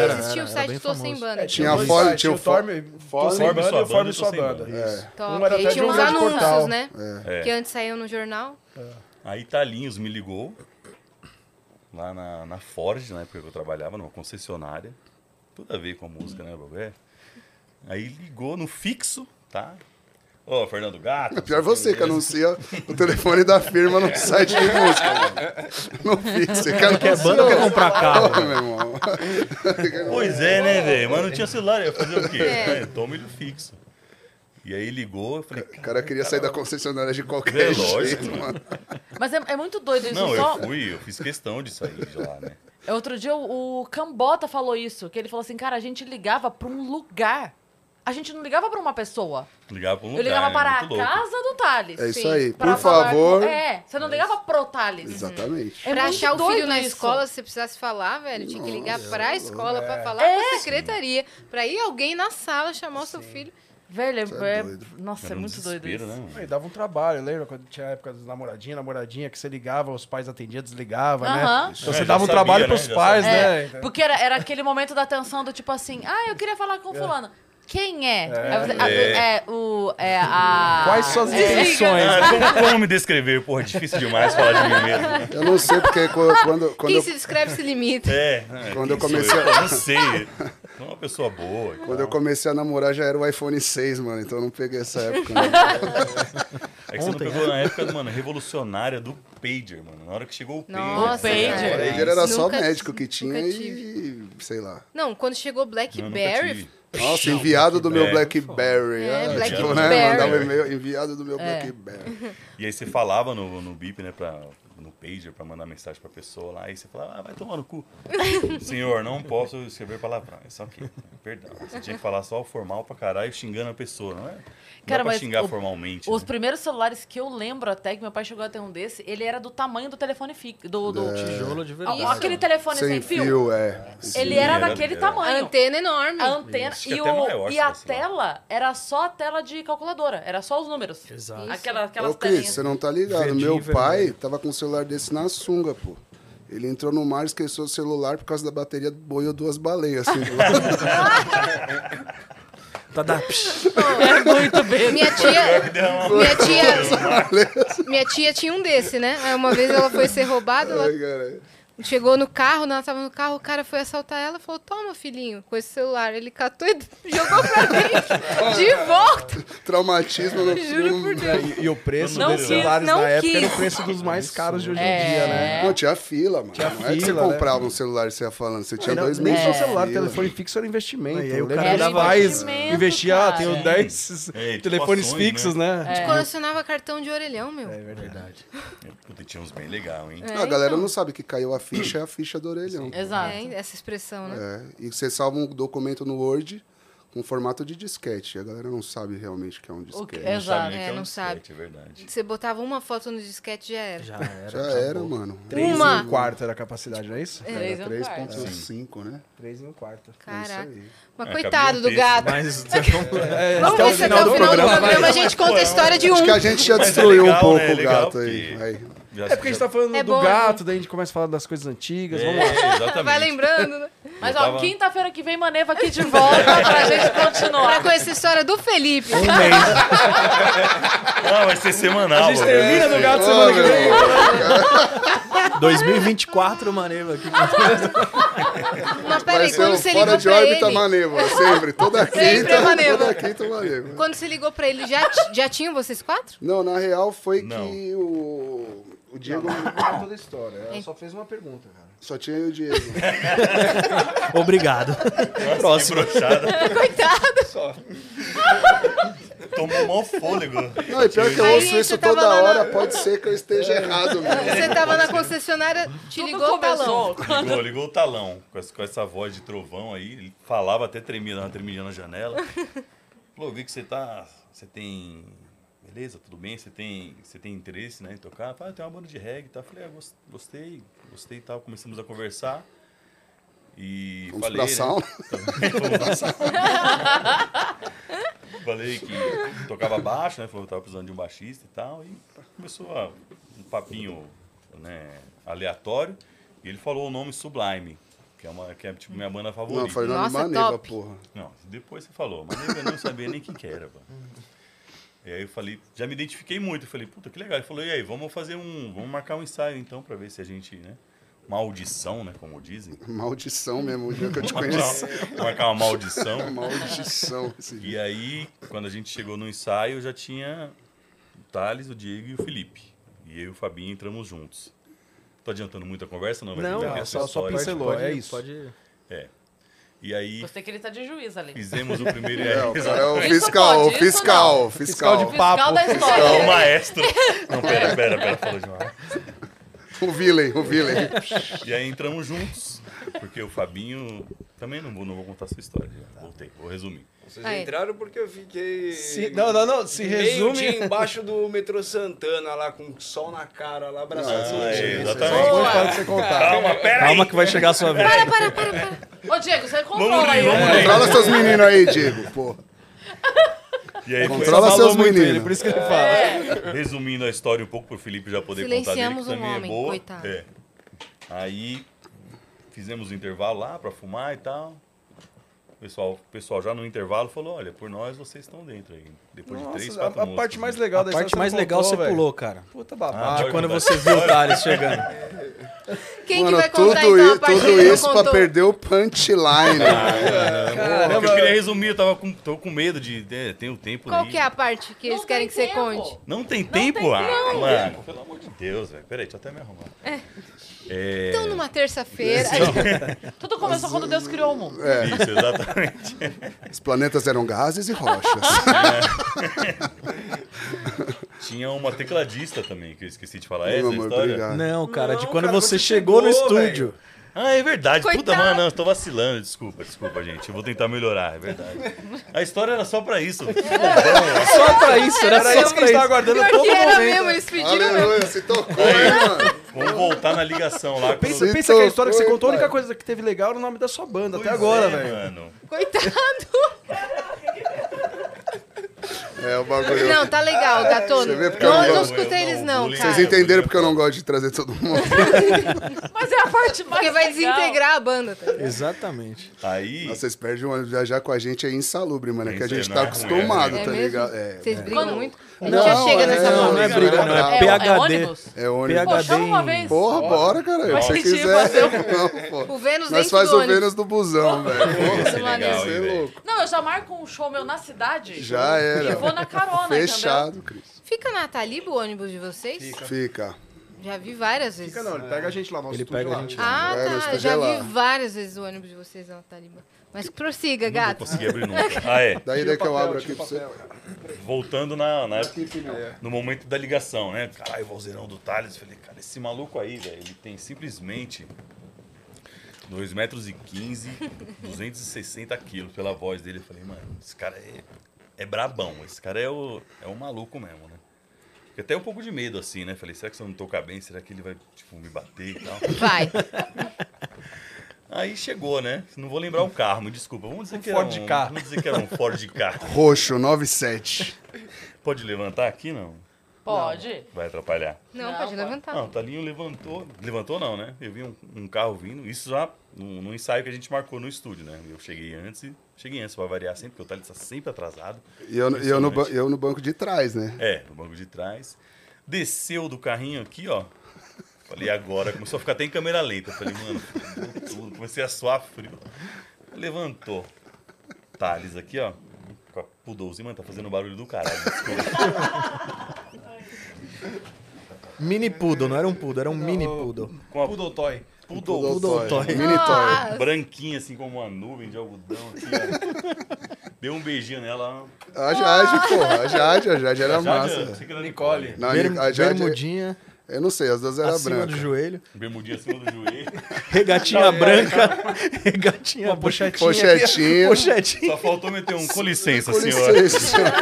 era, existia o era site bem Tô Sem famoso. Banda. É, É, Tinha a Fole, tinha o Fole. Forme, Fole- sem Forme banda, sua banda, forme eu sua tô sem banda. banda. É. Top. Um era E até tinha uns jornal de anúncios, portal. né? É. Que antes saíam no jornal. Aí Talinhos me ligou lá na, na Ford, na época que eu trabalhava, numa concessionária. Tudo a ver com a música, né, Bobé? Aí ligou no fixo, tá? Ô, Fernando Gato. É Pior você que anuncia o telefone da firma no site de música. Não fica, você quer Quer banda ou quer comprar carro? meu irmão. Pois é, né, velho? Mas não tinha celular, ia fazer o quê? É. Tome do fixo. E aí ligou, eu falei, O cara queria sair da concessionária de É qualquer lógico, jeito, mano. Mas é, é muito doido isso. não, só... eu fui, eu fiz questão de sair de lá, né? Outro dia o o Cambota falou isso, que ele falou assim, cara, a gente ligava pra um lugar. A gente não ligava pra uma pessoa. Ligava pra um eu lugar, ligava né? para a Muito louco. casa do Thales. É isso Sim, aí. Pra Por falar favor. com- É, você não ligava pro Thales. Exatamente. É pra muito achar o filho doido na isso. escola, se você precisasse falar, velho, tinha que ligar pra escola pra falar com a secretaria. Pra ir alguém na sala chamar o seu filho. Velho, Isso é, é é- doido. nossa, é Era um muito doido desespero, isso. né, mano? Aí dava um trabalho, lembra? Quando tinha a época dos namoradinhos, namoradinha, que você ligava, os pais atendiam, desligava, Aham. né? Então É, você já dava um sabia, trabalho né? pros Já pais, É, Então, né? porque era, era aquele momento da tensão do tipo assim, ah, eu queria falar com fulano. Quem é? Aí você- a- É. é, o, é a... É. Quais suas intenções? Ah, como, como me descrever? Porra, difícil demais falar de mim mesmo. Eu não sei porque co- quando, quando, Quem eu, se descreve se limita. É. ah, Quando eu quem sou comecei a- Eu não sei. Não é uma pessoa boa. e quando tal. eu comecei a namorar já era o iPhone 6, mano. Então eu não peguei essa época. né? É que você não Ontem. pegou na época, mano, revolucionária do pager, mano. Na hora que chegou o pager. Nossa, cara, cara. olha Ele era só Nunca- médico que tinha nunca e sei lá. Não, quando chegou Eu nunca Blackberry, tive. Nossa, enviado do meu É, Blackberry. É, ah, Blackberry. É. tipo, né? Mandava e-mail, enviado do meu Blackberry. E aí você falava no, no bip, né, pra, no pager, pra mandar mensagem pra pessoa lá, e você falava, ah, vai tomar no cu. Senhor, não posso escrever palavrão, é só que, perdão. Você tinha que falar só o formal pra caralho, xingando a pessoa, não é? Não Cara, dá pra mas xingar o- formalmente. Os né? primeiros celulares que eu lembro até, que meu pai chegou a ter um desse, ele era do tamanho do telefone fixo. Do, do... Tijolo de Ah, verdade. Aquele telefone sem, Sem fio. fio, é. Ele Sim, era era- daquele era. a tamanho. antena enorme. A antena Acho que e, até o- maior, e se a fosse lá. tela era só a tela de calculadora, era só os números. Exato. Aquela, aquelas Ô, Cris, telinhas. você não tá ligado. Verdinho, meu pai vermelho. tava com um celular desse na sunga, pô. Ele entrou no mar, esqueceu o celular por causa da bateria, boiou duas baleias. Assim, do lado. Tá da... É muito bem. Minha tia. é Minha tia, minha tia tinha um desse, né? Aí uma vez ela foi ser roubada, ela Ai, caralho. chegou no carro, né? ela tava no carro, o cara foi assaltar ela falou: Toma, filhinho, com esse celular. Ele catou e jogou pra mim de volta. Traumatismo no Juro por Deus. E, e o preço Não dos quis, celulares não na época era quis. o preço dos mais caros de hoje em É. dia, né? Não, tinha fila, mano. Tinha não é que você fila, né? comprava um celular e você ia falando. Você tinha Era- dois nem meses só de celular, fila. telefone fixo era investimento. E aí o Eu lembro cara que era os pais investimento, investiam, ah, tenho cara. 10 É, tipo telefones ações, fixos, né? Eu Colecionava cartão de orelhão, meu. É verdade. né? Puta, tinha uns bem legal, hein? Ah, a galera Então. não sabe que caiu a ficha, é a ficha do orelhão. Exato. É, essa expressão, né? É, e você salva um documento no Word com formato de disquete. A galera não sabe realmente o que é um O que- disquete. Não sabe Exato. nem É, que um não sabe. disquete, É verdade. Você botava uma foto no disquete já era. Já era. Já era, mano. Uma. Um quarto era a capacidade, não é isso? Três e um Era 3.5, né? 3 e um quarto. Caraca. Mas É, coitado cabia um do texto, gato. Mas você não É, Vamos ver se até o final do programa a gente conta a história de um. Acho que a gente já Mas é destruiu legal, um pouco né? É o legal gato aí. porque- Aí. Já- É porque a gente tá falando É do bom, né? gato, daí a gente começa a falar das coisas antigas. Vamos lá. É, exatamente. Vai lembrando, né? Mas Eu ó, tava- quinta-feira que vem Maneva aqui de volta pra gente Pra continuar. conhecer a história do Felipe. um Ah, vai ser semanal. A gente velho. termina do gato semana Ah, que vem. 2024, maneiro aqui. Mas Vai peraí, ser quando um você fora ligou de pra órbita ele. maneiro, né? sempre. Toda Sempre é quinta, maneiro. toda quinta um maneiro. Quando você ligou pra ele, já, ti- já tinham vocês quatro? Não, na real foi Não. que o, o Diego... contou toda a história. né? É. Ela só fez uma pergunta, cara. Só tinha eu e o Diego. Obrigado. Nossa, que broxada. Coitado. Tomou mó fôlego. Não, e pior que eu Aí ouço você isso tava toda lá na- É. hora, pode ser que eu esteja errado mesmo. Você tava na concessionária, te Tudo ligou tá o balão. começou. Ligou, ligou o talão com essa, com essa voz de trovão aí. Ele falava até tremia, dava uma tremidinha na janela. Falou, eu vi que você tá. Você tem. Beleza, tudo bem? Você tem, você tem interesse né, em tocar? Falei, ah, tem uma banda de reggae e tal. Falei, ah, gos- gostei, gostei e tal. Começamos a conversar. E Vamos falei. pra né, sauna. um Falei que tocava baixo, né? Falou que tava precisando de um baixista e tal. E começou a- um papinho né, aleatório. E ele falou o nome Sublime, que é, uma, que é tipo minha banda favorita. Não, eu falei, não, Nossa, maneva, top. porra. Não, depois você falou, mas eu não sabia nem quem que era, pô. E aí eu falei, já me identifiquei muito, eu falei, puta, que legal. Ele falou, e aí, vamos fazer um, vamos marcar um ensaio então, pra ver se a gente, né, uma audição, né, como dizem. Maldição mesmo, o dia que eu te conheci. Marcar, marcar uma maldição. Maldição esse dia. E aí, quando a gente chegou no ensaio, já tinha o Thales, o Diego e o Felipe. E eu e o Fabinho entramos juntos. Tô adiantando muito a conversa, não? Vai Não, terminar é essa só- só história. pincelou. né? Pode, é isso. Pode... É. E aí, Gostei que ele tá de juiz ali. fizemos o primeiro... É, o cara é o Isso fiscal, pode, o isso fiscal, fiscal. Fiscal Fiscal Papo. da É o história. maestro. Não, pera, pera, pera, falou de uma... O Villain, o Villain. E aí entramos juntos, porque o Fabinho. Também não vou, não vou contar a sua história. já Voltei, vou resumir. Vocês Aí. entraram porque eu fiquei. Se- não, não, não. Se Meio resume. dia embaixo do metrô Santana, lá com sol na cara, lá abraçadinho. Ah, é, Só exatamente. vou para você contar. Calma, pera aí. Calma que vai chegar a sua vez. Para, para, para, para. Ô, Diego, você Vamos controla rir, aí. vamos rir. Controla essas meninas aí, Diego, porra. E aí, foi- Controla Falou seus muito meninos. ele, por isso que ele fala. resumindo a história um pouco pro Felipe já poder contar dele, que Silenciamos um também é homem, boa. coitado. É. Aí fizemos o intervalo lá pra fumar e tal. O pessoal, o pessoal já no intervalo falou, olha, por nós vocês estão dentro aí. Depois é de três, Nossa, quatro a, a músicas, parte mais né? legal A da parte história mais você não legal contou, você velho. pulou, cara. Puta Ah, babaca. pode Quando contar você essa viu o história? Thales chegando. Quem Mano, que vai tudo, contar então a i- parte tudo que ele não isso pra contou? perder o punchline. Porque é eu queria resumir, eu tava com, tô com medo de. É, tem o tempo Qual aí. que é a parte que eles Não tem querem que você tempo. É. conte? Não tem tempo? tem ah, tempo. mano. Pelo amor de Deus, velho. Peraí, deixa eu até me arrumar. É. Então, numa terça-feira. é Tudo começou quando Deus criou o mundo. É. Isso, exatamente. É. Os planetas eram gases e rochas. Tinha uma tecladista também, que eu esqueci de falar. Essa Meu é a amor, história? obrigado. Não, cara, de Não, quando cara, você você chegou no chegou, estúdio. Ah, é verdade. Puta, Coitado. mano, não, eu tô vacilando. Desculpa, desculpa, gente. Eu vou tentar melhorar, é verdade. A história era só pra isso. Tipo, Só pra isso, era Era só isso que pra a gente tava isso. aguardando Pior todo que era momento. mesmo, eles pediram mesmo. Aleluia, se tocou, É. hein, mano? Vamos voltar na ligação lá. Pensa, Se é pensa que a história que você tocou, contou, é a única pai. coisa que teve legal era o nome da sua banda, Pois até agora, é, velho. mano. Coitado. É o bagulho. Não, tá legal, Gatono. Você vê porque eu Não, não não gosto. escutei Eu eles, não, não, bullying. cara. Vocês entenderam porque eu não gosto de trazer todo mundo. Mas é a parte mais Porque vai legal. desintegrar a banda. Tá? ligado? Exatamente. Tá Aí. Nossa, vocês perdem um viajar com a gente é insalubre, mano. É que a Isso gente aí tá não é ruim, acostumado, é tá mesmo? ligado? É, Vocês brigam Quando- muito? A gente já Não, chega nessa Não, não é Não, parte. briga, não. É, É é PHD. ônibus? é ônibus. PHD. Pô, chama uma vez. Porra, bora, cara. Se você Vai sentir, quiser. fazer Não, pô. O Vênus Nós dentro faz do o ônibus. Vênus do busão, velho. Ia ser Porra, legal, Você hein, é velho. louco. Não, eu já marco um show meu na cidade. Já era. E vou na então, carona, Fechado, Cris. Fica na Taliba o ônibus de vocês? Fica. Já vi várias vezes. Fica não, ele pega a gente lá, nosso Ele estúdio pega a lá. gente Ah, É, nós tá. tá Já gelado. vi várias vezes o ônibus de vocês na Taliba. Mas prossiga, Não vou gato. conseguir abrir nunca. Ah, Daí, é. Tira daí o que eu papel, abro tira aqui o pra você. papel. Voltando na, na época, Aqui, filhão. no momento da ligação, né? Caralho, Valzeirão do Thales. Eu Falei, cara, esse maluco aí, velho, ele tem simplesmente 2 metros e 15, 260 quilos pela voz dele. Eu falei, mano, esse cara é, é brabão. Esse cara é, o, é um maluco mesmo, né? Fiquei até um pouco de medo, assim, né? Falei, será que se eu não tocar bem, será que ele vai, tipo, me bater e tal? Vai. Aí chegou, né? Não vou lembrar o carro, me desculpa. Vamos dizer que era Ford um, Ka. Vamos dizer que era um Ford K. Roxo, 97. Pode levantar aqui, não? Pode. Vai atrapalhar. Não, Não, pode pô. levantar. Não, o Talinho levantou. Levantou não, né? Eu vi um, um carro vindo. Isso já no, no ensaio que a gente marcou no estúdio, né? Eu cheguei antes e cheguei antes pra variar sempre, porque o Talinho tá sempre atrasado. E eu, e eu, no, ba- eu no banco de trás, né? É, no banco de trás. Desceu do carrinho aqui, ó. Falei, agora. Começou a ficar até em câmera lenta. Falei, mano, fudeu tudo. Comecei a suar frio. Levantou. Thales aqui, ó. Com a P12, mano, tá fazendo barulho do caralho. Desculpa. Mini poodle, não era um poodle, era um mini poodle. Com a Poodle toy. P12 Poodle toy. Mini toy. branquinha, assim, como uma nuvem de algodão. Assim, ó. Deu um beijinho nela. A Jade, porra. A Jade, a Jade era eu massa. sei que era Nicole. Não, Berm- a Jade, bermudinha, eu não sei, as duas eram acima do brancas. joelho. Bermudinha acima do joelho. Regatinha branca. Regatinha branca. Pochetinha. Pochetinha. Só faltou meter um com licença, Com senhora. licença, senhora.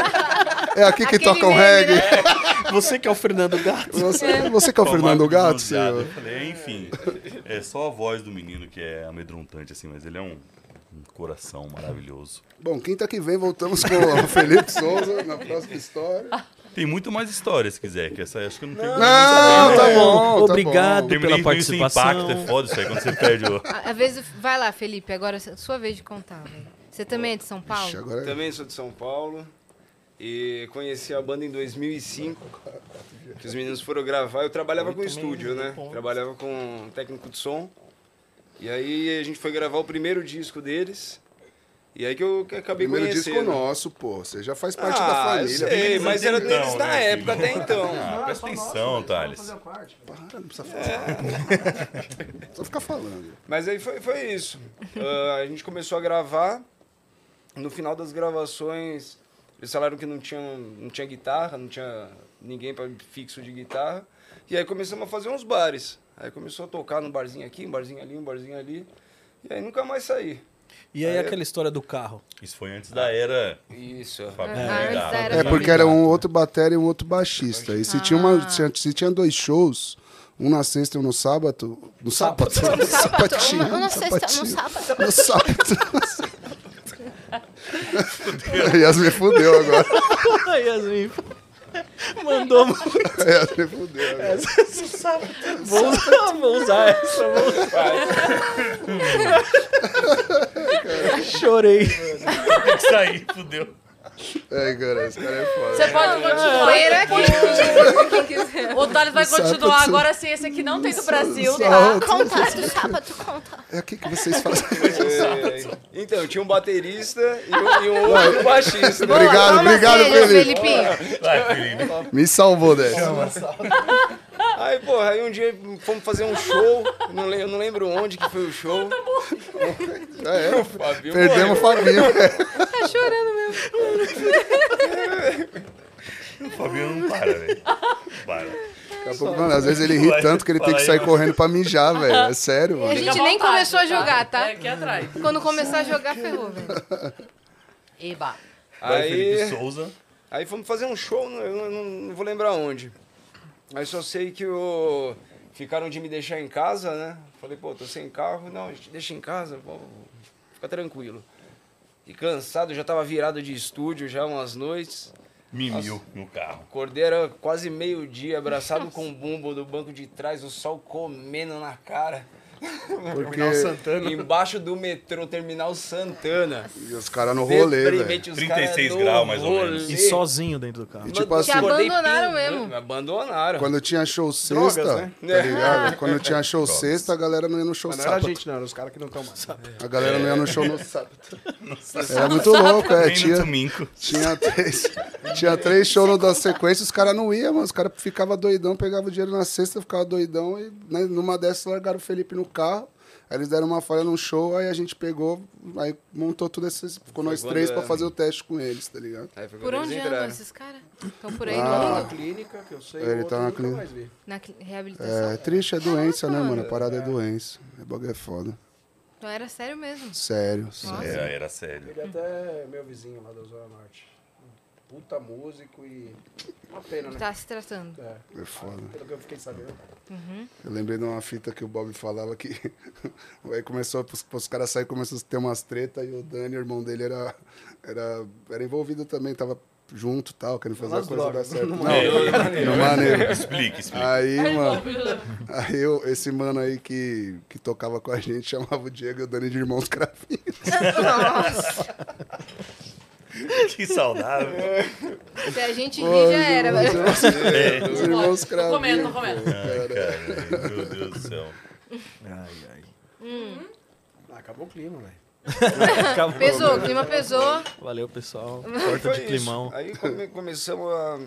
É aqui que Aquele toca o meme, reggae. né? Você que é o Fernando Gato. Você, você que é o Tomar Fernando tudo um Gato, bronzeado. senhor? Eu falei, enfim, é só a voz do menino que é amedrontante, assim, mas ele é um, um coração maravilhoso. Bom, quinta que vem voltamos com o Felipe Souza na próxima história. Tem muito mais história, se quiser, que essa acho que eu não Ah, tenho... Não, tá bom. Obrigado. Terminei pela com isso, participação. impacto, é foda isso aí, quando você perde o... A- Às vezes, vai lá, Felipe, agora é a sua vez de contar, velho. Você também é de São Tá bom. Paulo? Ixi, agora Também sou de São Paulo e conheci a banda em 2005, que os meninos foram gravar. Eu trabalhava com estúdio, um né? Trabalhava com um técnico de som. E aí a gente foi gravar o primeiro disco deles. E aí que eu que acabei primeiro disco né? conhecendo. nosso, pô. Você já faz parte ah, da eu família. sei, mas era Então, deles na né, época filho? até então. Ah, presta atenção, Thales. Para, não precisa falar. É. Só ficar falando. Mas aí foi, foi isso. Ah, a gente começou a gravar. No final das gravações, eles falaram que não tinha, não tinha guitarra, não tinha ninguém para fixo de guitarra. E aí começamos a fazer uns bares. Aí começou a tocar num barzinho aqui, um barzinho ali, um barzinho ali. E aí nunca mais saí. E aí aquela história do carro. Isso foi antes da era Isso. Fábio Ah, Fábio antes da era É Fábio porque Fábio. era um outro batera e um outro baixista. E se tinha, uma, se se tinha dois shows, um na sexta e um no sábado. No sábado? No sapatinho. Uma- uma sexta, sapatinho. no sábado. No sábado. A Yasmin fudeu agora. Ai, Yasmin. Mandou. A Yasmin fudeu né? agora. Vou usar, vou usar essa. Vou usar. Chorei. Tem que sair, fudeu. Ai, cara, esse cara é foda. Você pode continuar. Poeira aqui. Quem quiser. O Thales vai Sapato continuar só- agora sem esse aqui não tem do Brasil. tá? só- Ah, Contato, sábado, contato. É aqui que vocês fazem. É, então, tinha um baterista e um, e um outro baixista. obrigado, obrigado, Sério, Felipe. Felipinho. Me salvou dessa. Aí, porra, aí um dia fomos fazer um show, não le- eu não lembro onde que foi o show. Ah, é? O Fabinho Perdemos o Fabinho. O Fabiano não para, velho. Para. Daqui a pouco, mano, às vezes ele ri tanto que ele tem que sair correndo pra mijar, velho. É sério, A mano. Fica à gente nem vontade, começou a tá? jogar, tá? É aqui atrás. Quando começar a jogar, ferrou, velho. Eba. Agora o Felipe Aí, Souza. aí fomos fazer um show, eu não, não- não vou lembrar onde. Aí só sei que o... ficaram de me deixar em casa, né? Falei, pô, tô sem carro. Não, a gente deixa em casa, pô, fica tranquilo. E cansado, já tava virado de estúdio já umas noites. Mimiu no carro. Acordei era quase meio-dia, abraçado com o bumbo do banco de trás, o sol comendo na cara. Porque Embaixo do metrô, Terminal Santana. e os caras no um rolê, velho. Deprimente, os 36 cara no graus, mais ou rolê. menos. E sozinho dentro do carro. E tipo Mano, assim, te acordei abandonaram pingando. mesmo. Abandonaram. Quando tinha show sexta, tá ligado? Quando tinha show sexta, a galera não ia no show né? Mas não era a sábado. gente, não, era os caras que não estão mais. É. A galera não ia no show no sábado. Era muito louco, é. Bem no Tinha, domingo. tinha três, tinha três shows da sequência, os caras não iam, mano. Os caras ficavam doidão, pegavam dinheiro na sexta, ficavam doidão e né, numa dessas largaram o Felipe no carro. Aí eles deram uma falha num show, aí a gente pegou, aí montou tudo esse. Ficou nós quando três pra é- fazer o teste com eles, tá ligado? Aí foi Por quando eles onde andam é. entraram. esses caras? Estão por aí Ah. Tá no na clínica, que eu sei, Ele o outro tá na nunca clínica. mais vi. na cli- reabilitação? É triste, é doença, né, mano? A parada é doença. É bagulho é foda. Não Então era sério mesmo. Sério, sério. Era, É, era sério. Ele até é meu vizinho lá da Zona Norte. Um Puta músico e. Uma pena, né? Tá se tratando. É, É foda. pelo que eu fiquei sabendo. Eu lembrei de uma fita que o Bob falava que aí começou, os, os caras saíram começou a ter umas tretas e o Dani, irmão dele, era, era, era envolvido também, tava junto e tal, querendo fazer a Nas coisa drogas, dar certo. Não, É. no maneiro. Explique, explique. Aí, mano, aí eu, esse mano aí que, que tocava com a gente chamava o Diego e o Dani de irmãos cravinhos. Que saudável. É, Se a gente rir, já era. velho. Os irmãos Tô comendo, tô cravinhos. comendo. Ai, cara, meu Deus do céu. Ai, ai. Ah, acabou o clima, velho. Acabou. né? Pesou, o clima pesou. Valeu, pessoal. Aí Porta foi de isso. climão. Aí come- começamos a,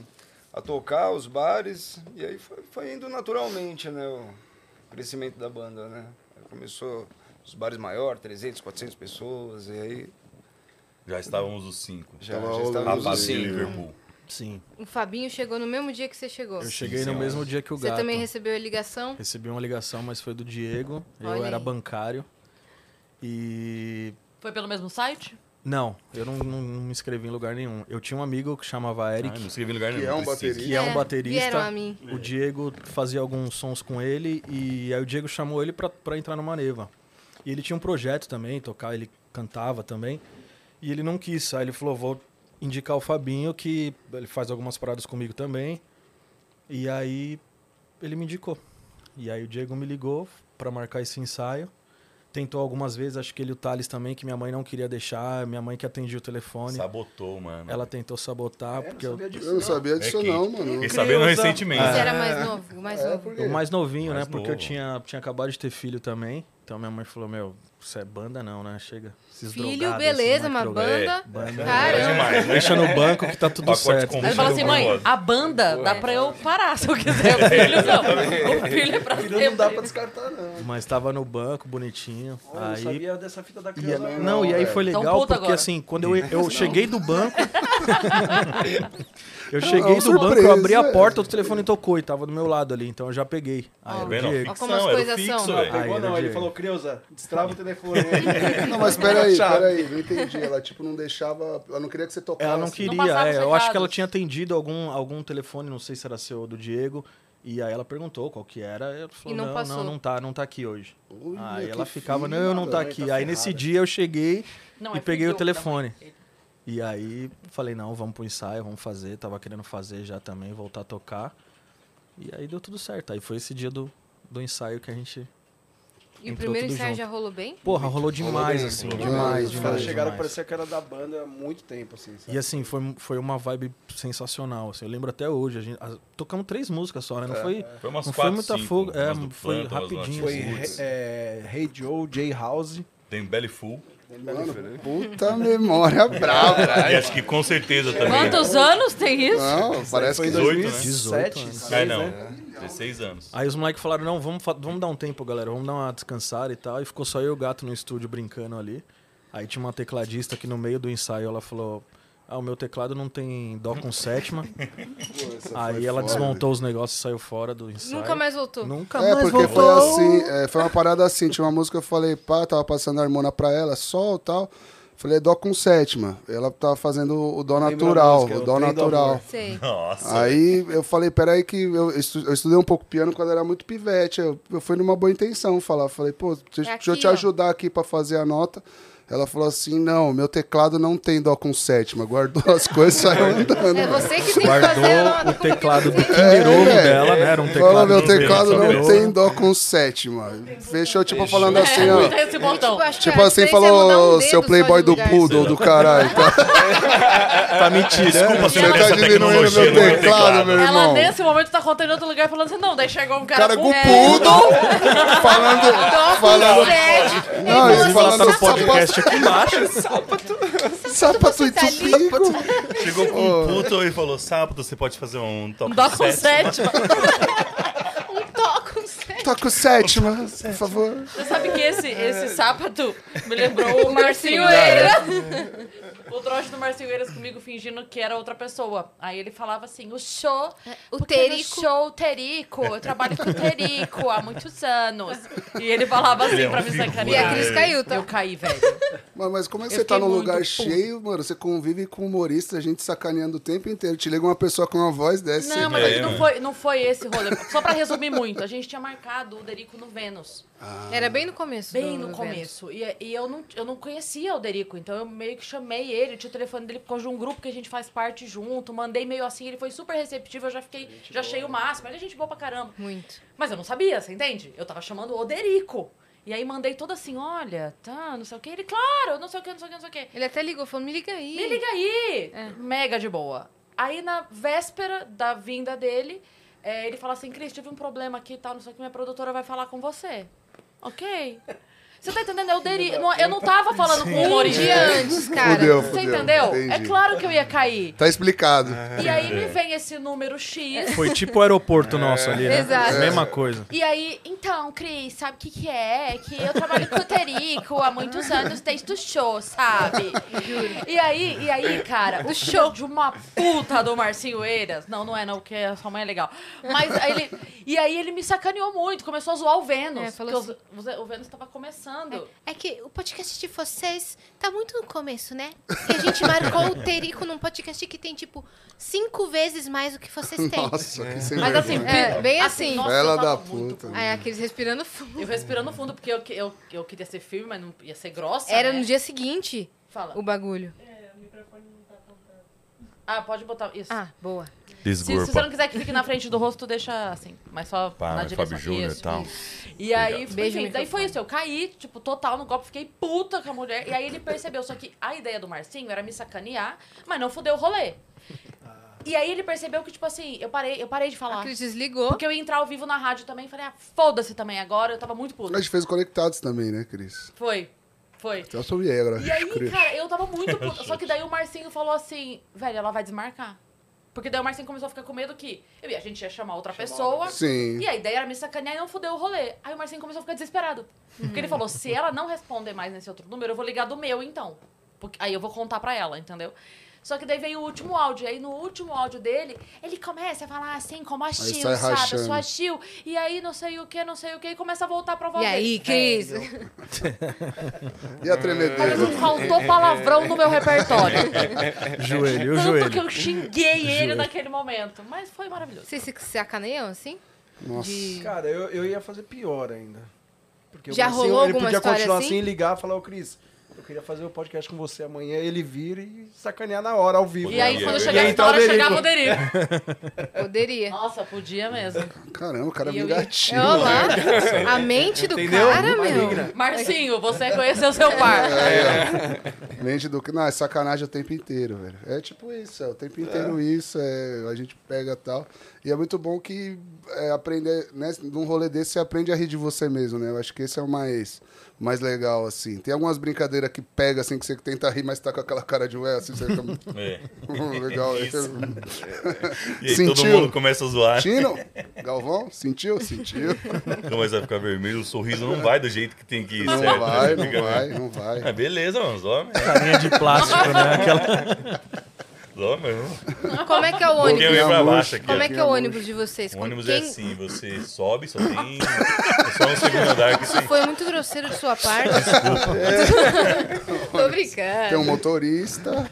a tocar os bares e aí foi, foi indo naturalmente, né? O crescimento da banda, né? Aí começou os bares maiores, 300, 400 pessoas e aí Já estávamos os cinco. já, Tava já rolando estávamos Rapaz de assim. Liverpool. Sim. O Fabinho chegou no mesmo dia que você chegou. Eu cheguei no mesmo dia que o Você gato. também recebeu a ligação? Recebi uma ligação, mas foi do Diego. Olha eu era aí. bancário. E. Foi pelo mesmo site? Não, eu não, não- não me inscrevi em lugar nenhum. Eu tinha um amigo que chamava Ah, Eric, não escrevi em lugar Que nenhum. é um preciso. baterista. que é um Vieram baterista. a mim. O Diego fazia alguns sons com ele e aí o Diego chamou ele pra, pra entrar numa neva. E ele tinha um projeto também, tocar, ele cantava também. E ele não quis. Aí ele falou, vou indicar o Fabinho que ele faz algumas paradas comigo também. E aí ele me indicou. E aí o Diego me ligou pra marcar esse ensaio. Tentou algumas vezes, acho que ele e o Thales também, que minha mãe não queria deixar, minha mãe que atendia o telefone. Sabotou, mano. é um Ela tá tentou sabotar, né? É, não porque eu, sabia disso. Eu não sabia disso não, mano. Fiquei sabendo Criança. recentemente. Você era mais novo? Mais É, novo. por quê? O mais novinho, Mais né? Porque eu novo. tinha, tinha acabado de ter filho também. Então minha mãe falou, meu, isso é banda não, né? Chega. Esses é, Filho, drogados, beleza, esse uma moleque banda. drogado. Caramba. demais, né? Deixa no banco que tá tudo Pacote certo. completo. Aí ele fala assim, mãe, a banda dá pra eu parar se eu quiser. O filho não. O filho é pra Filho, ter. não dá pra descartar, não. Mas tava no banco, bonitinho. Eu não aí... sabia dessa fita da E, criança. não, não, e aí velho. foi Tão legal puto porque agora. assim, quando eu, eu cheguei do banco. eu cheguei é do uma banco, eu abri surpresa, a é. porta, o telefone tocou e tava do meu lado ali, então eu já peguei. Tá Aí era o vendo? Ó, Diego. Olha como as ficção, era o coisas fixo, são. Não, velho. pegou Aí, não. era Ele jeito. falou, Creuza, destrava o telefone. Não, mas peraí, Chato. peraí, não entendi. Ela, tipo, não deixava. Ela assim, não queria que você tocasse. Ela não Não queria, passava os é, eu acho que ela recados. tinha atendido algum, algum telefone, não sei se era seu ou do Diego, e aí ela perguntou qual que era, e ela falou, E não não, não, passou. não, tá, não tá aqui hoje. Olha, aí que Ah, ela ficava, filha não, não da tá mãe, aqui. tá aí nesse ferrada. dia eu cheguei Não, e é peguei o filho da mãe. telefone. E aí falei, não, vamos pro ensaio, vamos fazer, tava querendo fazer já também, voltar a tocar. E aí deu tudo certo. Aí foi esse dia do, do ensaio que a gente E o Entrou primeiro tudo ensaio junto. já rolou bem? Porra, rolou demais, bem, assim. rolou bem. demais, Os caras demais. chegaram a demais. parecer que era da banda há muito tempo, assim. sabe? E assim, foi, foi uma vibe sensacional. assim, eu lembro até hoje. A gente, as- tocamos três músicas só, né? É, Não foi, Foi umas não foi quatro, muita cinco, fogo. É, umas do foi Planta, umas do rapidinho. Norte assim. Sul. Putz. Foi é, Hey Joe, Jay House. Tem Belly Full. Mano, puta memória brava. E acho que com certeza também. Quantos anos tem isso? Não, parece Foi em que... 18, né? 18, 2007, Ai, 16, não. né? 16 anos. Aí os moleques falaram, não, vamos, fa- vamos dar um tempo, galera. Vamos dar uma descansada e tal. E ficou só eu e o gato no estúdio brincando ali. Aí tinha uma tecladista que no meio do ensaio ela falou... Ah, o meu teclado não tem dó com sétima. Aí ela desmontou os negócios e saiu fora do ensaio. Nunca mais voltou. Nunca É, mais porque voltou. foi assim, é, foi uma parada assim, tinha uma música, eu falei, pá, tava passando a harmona pra ela, sol e tal. Falei, "É dó com sétima. Ela tava fazendo o dó Lembra a natural, música, o o dó Trem do natural. Amor. Sei. Nossa. Aí eu falei, peraí que eu, estu- eu estudei um pouco piano quando era muito pivete. Eu, eu fui numa boa intenção falar. Falei, pô, deixa, É deixa eu aqui, te ó. ajudar aqui pra fazer a nota. Ela falou assim, não, meu teclado não tem dó com sétima. Guardou as coisas e saiu andando. É você que tem que fazer Tipo, a nota. Guardou o como que teclado do você- Kinder Ovo É, dela, né? Era um teclado Falou, meu do Kinder teclado Ovo. não tem dó com sétima. Fechou, tipo, falando assim, ó. Tem É esse botão. Eu acho que Tipo a assim, diferença é mudar um falou, dedo seu só playboy de do lugar. poodle, do caralho. Tá, Tá mentindo. Desculpa se você não tem tá essa diminuindo tecnologia meu no meu teclado, meu teclado. Ela, irmão. nesse momento, tá contando em outro lugar falando assim, não, daí chegou um cara, Cara com É, poodle, falando, falando, Sete. não, ele Inclusive, ela tá falando no sapato, podcast aqui embaixo. sapato e tá ali. tupico. Chegou com um puto e falou: Sábado, você pode fazer um um top dó com set. sétima. Um toco, sério. Toca o sétima, por favor. Você sabe que esse, esse sapato me lembrou o Marcinho né? né? Eiras. o trote do Marcinho Eiras comigo fingindo que era outra pessoa. Aí ele falava assim, o show... O porque no terico. show, o terico. Eu trabalho com terico há muitos anos. E ele falava assim Ele é pra um me figura. E a sacanear. Cris caiu, tá? Eu caí, velho. Mano, mas como é que Eu você tá fiquei num muito lugar puta. cheio, mano? Você convive com humorista, a gente sacaneando o tempo inteiro. Te liga uma pessoa com uma voz dessa. Não, mas É, é que não mano. foi, não foi esse rolê. Só pra resumir muito, a gente tinha marcado o Derico no Vênus. Era bem no começo. Bem no do evento. começo. E, e eu, não, eu não conhecia o Derico, então eu meio que chamei ele, tinha o telefone dele por causa de um grupo que a gente faz parte junto, mandei meio assim, ele foi super receptivo, eu já fiquei, já achei o máximo, ele é gente boa pra caramba. Muito. Mas eu não sabia, você entende? Eu tava chamando o Derico. E aí mandei toda assim, olha, tá, não sei o quê. Ele, claro, não sei o quê, não sei o quê, não sei o quê. Ele até ligou, falou, me liga aí. Me liga aí! Mega de boa. Aí na véspera da vinda dele, é, ele fala assim, Cris, tive um problema aqui e tal, não sei o que, minha produtora vai falar com você. Ok. Você tá entendendo? Eu, deri... não, eu não tava falando com o Um dia humorista. antes, cara. Fudeu, Você fudeu. entendeu? É Entendi. É. claro que eu ia cair. Tá explicado. É. E aí me vem esse número X. Foi tipo o aeroporto É. nosso ali, né? Exato. Mesma coisa. E aí, então, Cris, sabe o que, que é? É Que eu trabalho com o Terico há muitos anos desde o show, sabe? E aí, e aí, cara, o show de uma puta do Marcinho Eiras. Não, não é, não, porque a sua mãe é legal. Mas aí ele. E aí ele me sacaneou muito, começou a zoar o Vênus. É, falou porque o Zé- o Vênus tava começando. É que o podcast de vocês tá muito no começo, né? E a gente marcou o Terico num podcast que tem, tipo, cinco vezes mais do que vocês têm. Nossa, que sem Mas assim, vergonha. É, bem assim. nossa, Ela eu tava da muito puta. Aí a Cris respirando fundo. Eu respirando fundo, porque eu, que- eu, eu queria ser firme, mas não ia ser grossa. Era né? no dia seguinte Fala. o bagulho. Ah, pode botar. Isso. Ah, boa. Se, se você não Desgurpa. quiser que fique na frente do rosto, deixa assim, mas só na Pá, né? direção. Fábio Júnior e Isso, tal. E aí, Obrigado. enfim, Beijo no daí foi microfone. isso. Eu caí, tipo, total no golpe, fiquei puta com a mulher. E aí ele percebeu. Só que a ideia do Marcinho era me sacanear, mas não fudeu o rolê. E aí ele percebeu que, tipo assim, eu parei, eu parei de A falar. Cris desligou. Porque eu ia entrar ao vivo na rádio também falei, ah, foda-se também agora. Eu tava muito A puta. gente fez o Conectados também, né, Cris? Então, Foi. Foi. Eu sou Viegra. E aí, Cris. cara, eu tava muito puta. Só que daí o Marcinho falou assim, velho, ela vai desmarcar. Porque daí o Marcinho começou a ficar com medo que eu ia- a gente ia chamar outra pessoa. Sim. E a ideia era me sacanear e não fudeu o rolê. Aí o Marcinho começou a ficar desesperado. Porque ele falou: se ela não responder mais nesse outro número, eu vou ligar do meu então. Porque, aí eu vou contar pra ela, entendeu? Só que daí veio o último áudio. Aí no último áudio dele, ele começa a falar assim, como a Chil, sai sabe? Eu rachando. sou a Chil. E aí não sei o que, não sei o que, e começa a voltar pra voz E dele. aí, Cris? É. E a Olha, não tremedeira? faltou palavrão no meu repertório. Joelho, o Tanto que joelho. eu xinguei ele naquele momento. Mas foi maravilhoso. Vocês se sacaneiam assim? Nossa. De... Cara, eu, eu ia fazer pior ainda. Porque o Já Marcinho, rolou ele alguma podia história continuar assim? assim, ligar e falar, ô Cris, eu queria fazer o podcast com você amanhã, ele vira e sacanear na hora, ao vivo. E aí, né? quando é. E chegasse tá então, entrar na hora, chegava o o Derico. Derico. Poderia. Nossa, podia mesmo. Caramba, o cara é E eu- vingativo. Olha lá, né? a mente do Entendeu? cara, meu. Maligna. Marcinho, você conheceu seu par. É, mente do que. Não, é sacanagem o tempo inteiro, velho. É tipo isso, é o tempo inteiro isso, é, a gente pega tal. E é muito bom que é, aprender, né, num rolê desse, você aprende a rir de você mesmo, né? Eu acho que esse é o mais, mais legal, assim. Tem algumas brincadeiras que pega, assim, que você tenta rir, mas tá com aquela cara de ué, assim, você fica. É. legal, Isso. esse- E aí todo mundo começa a zoar. Tino? Galvão? Sentiu? Sentiu. Começa a ficar vermelho, o sorriso não vai do jeito que tem que ir. Não certo? vai, não Fica- vai, não vai. Ah, beleza, mano. Zó, mano. Carinha de plástico, né? Aquela- Zó, mano. Como é que é o Pouquinho ônibus? aí pra baixo aqui, Como ó. é que é o ônibus de vocês? O Com ônibus é quem- assim, você sobe, só tem. é só um segundo andar que Isso tem. foi muito grosseiro de sua parte. Desculpa. Tô brincando. Tem um motorista.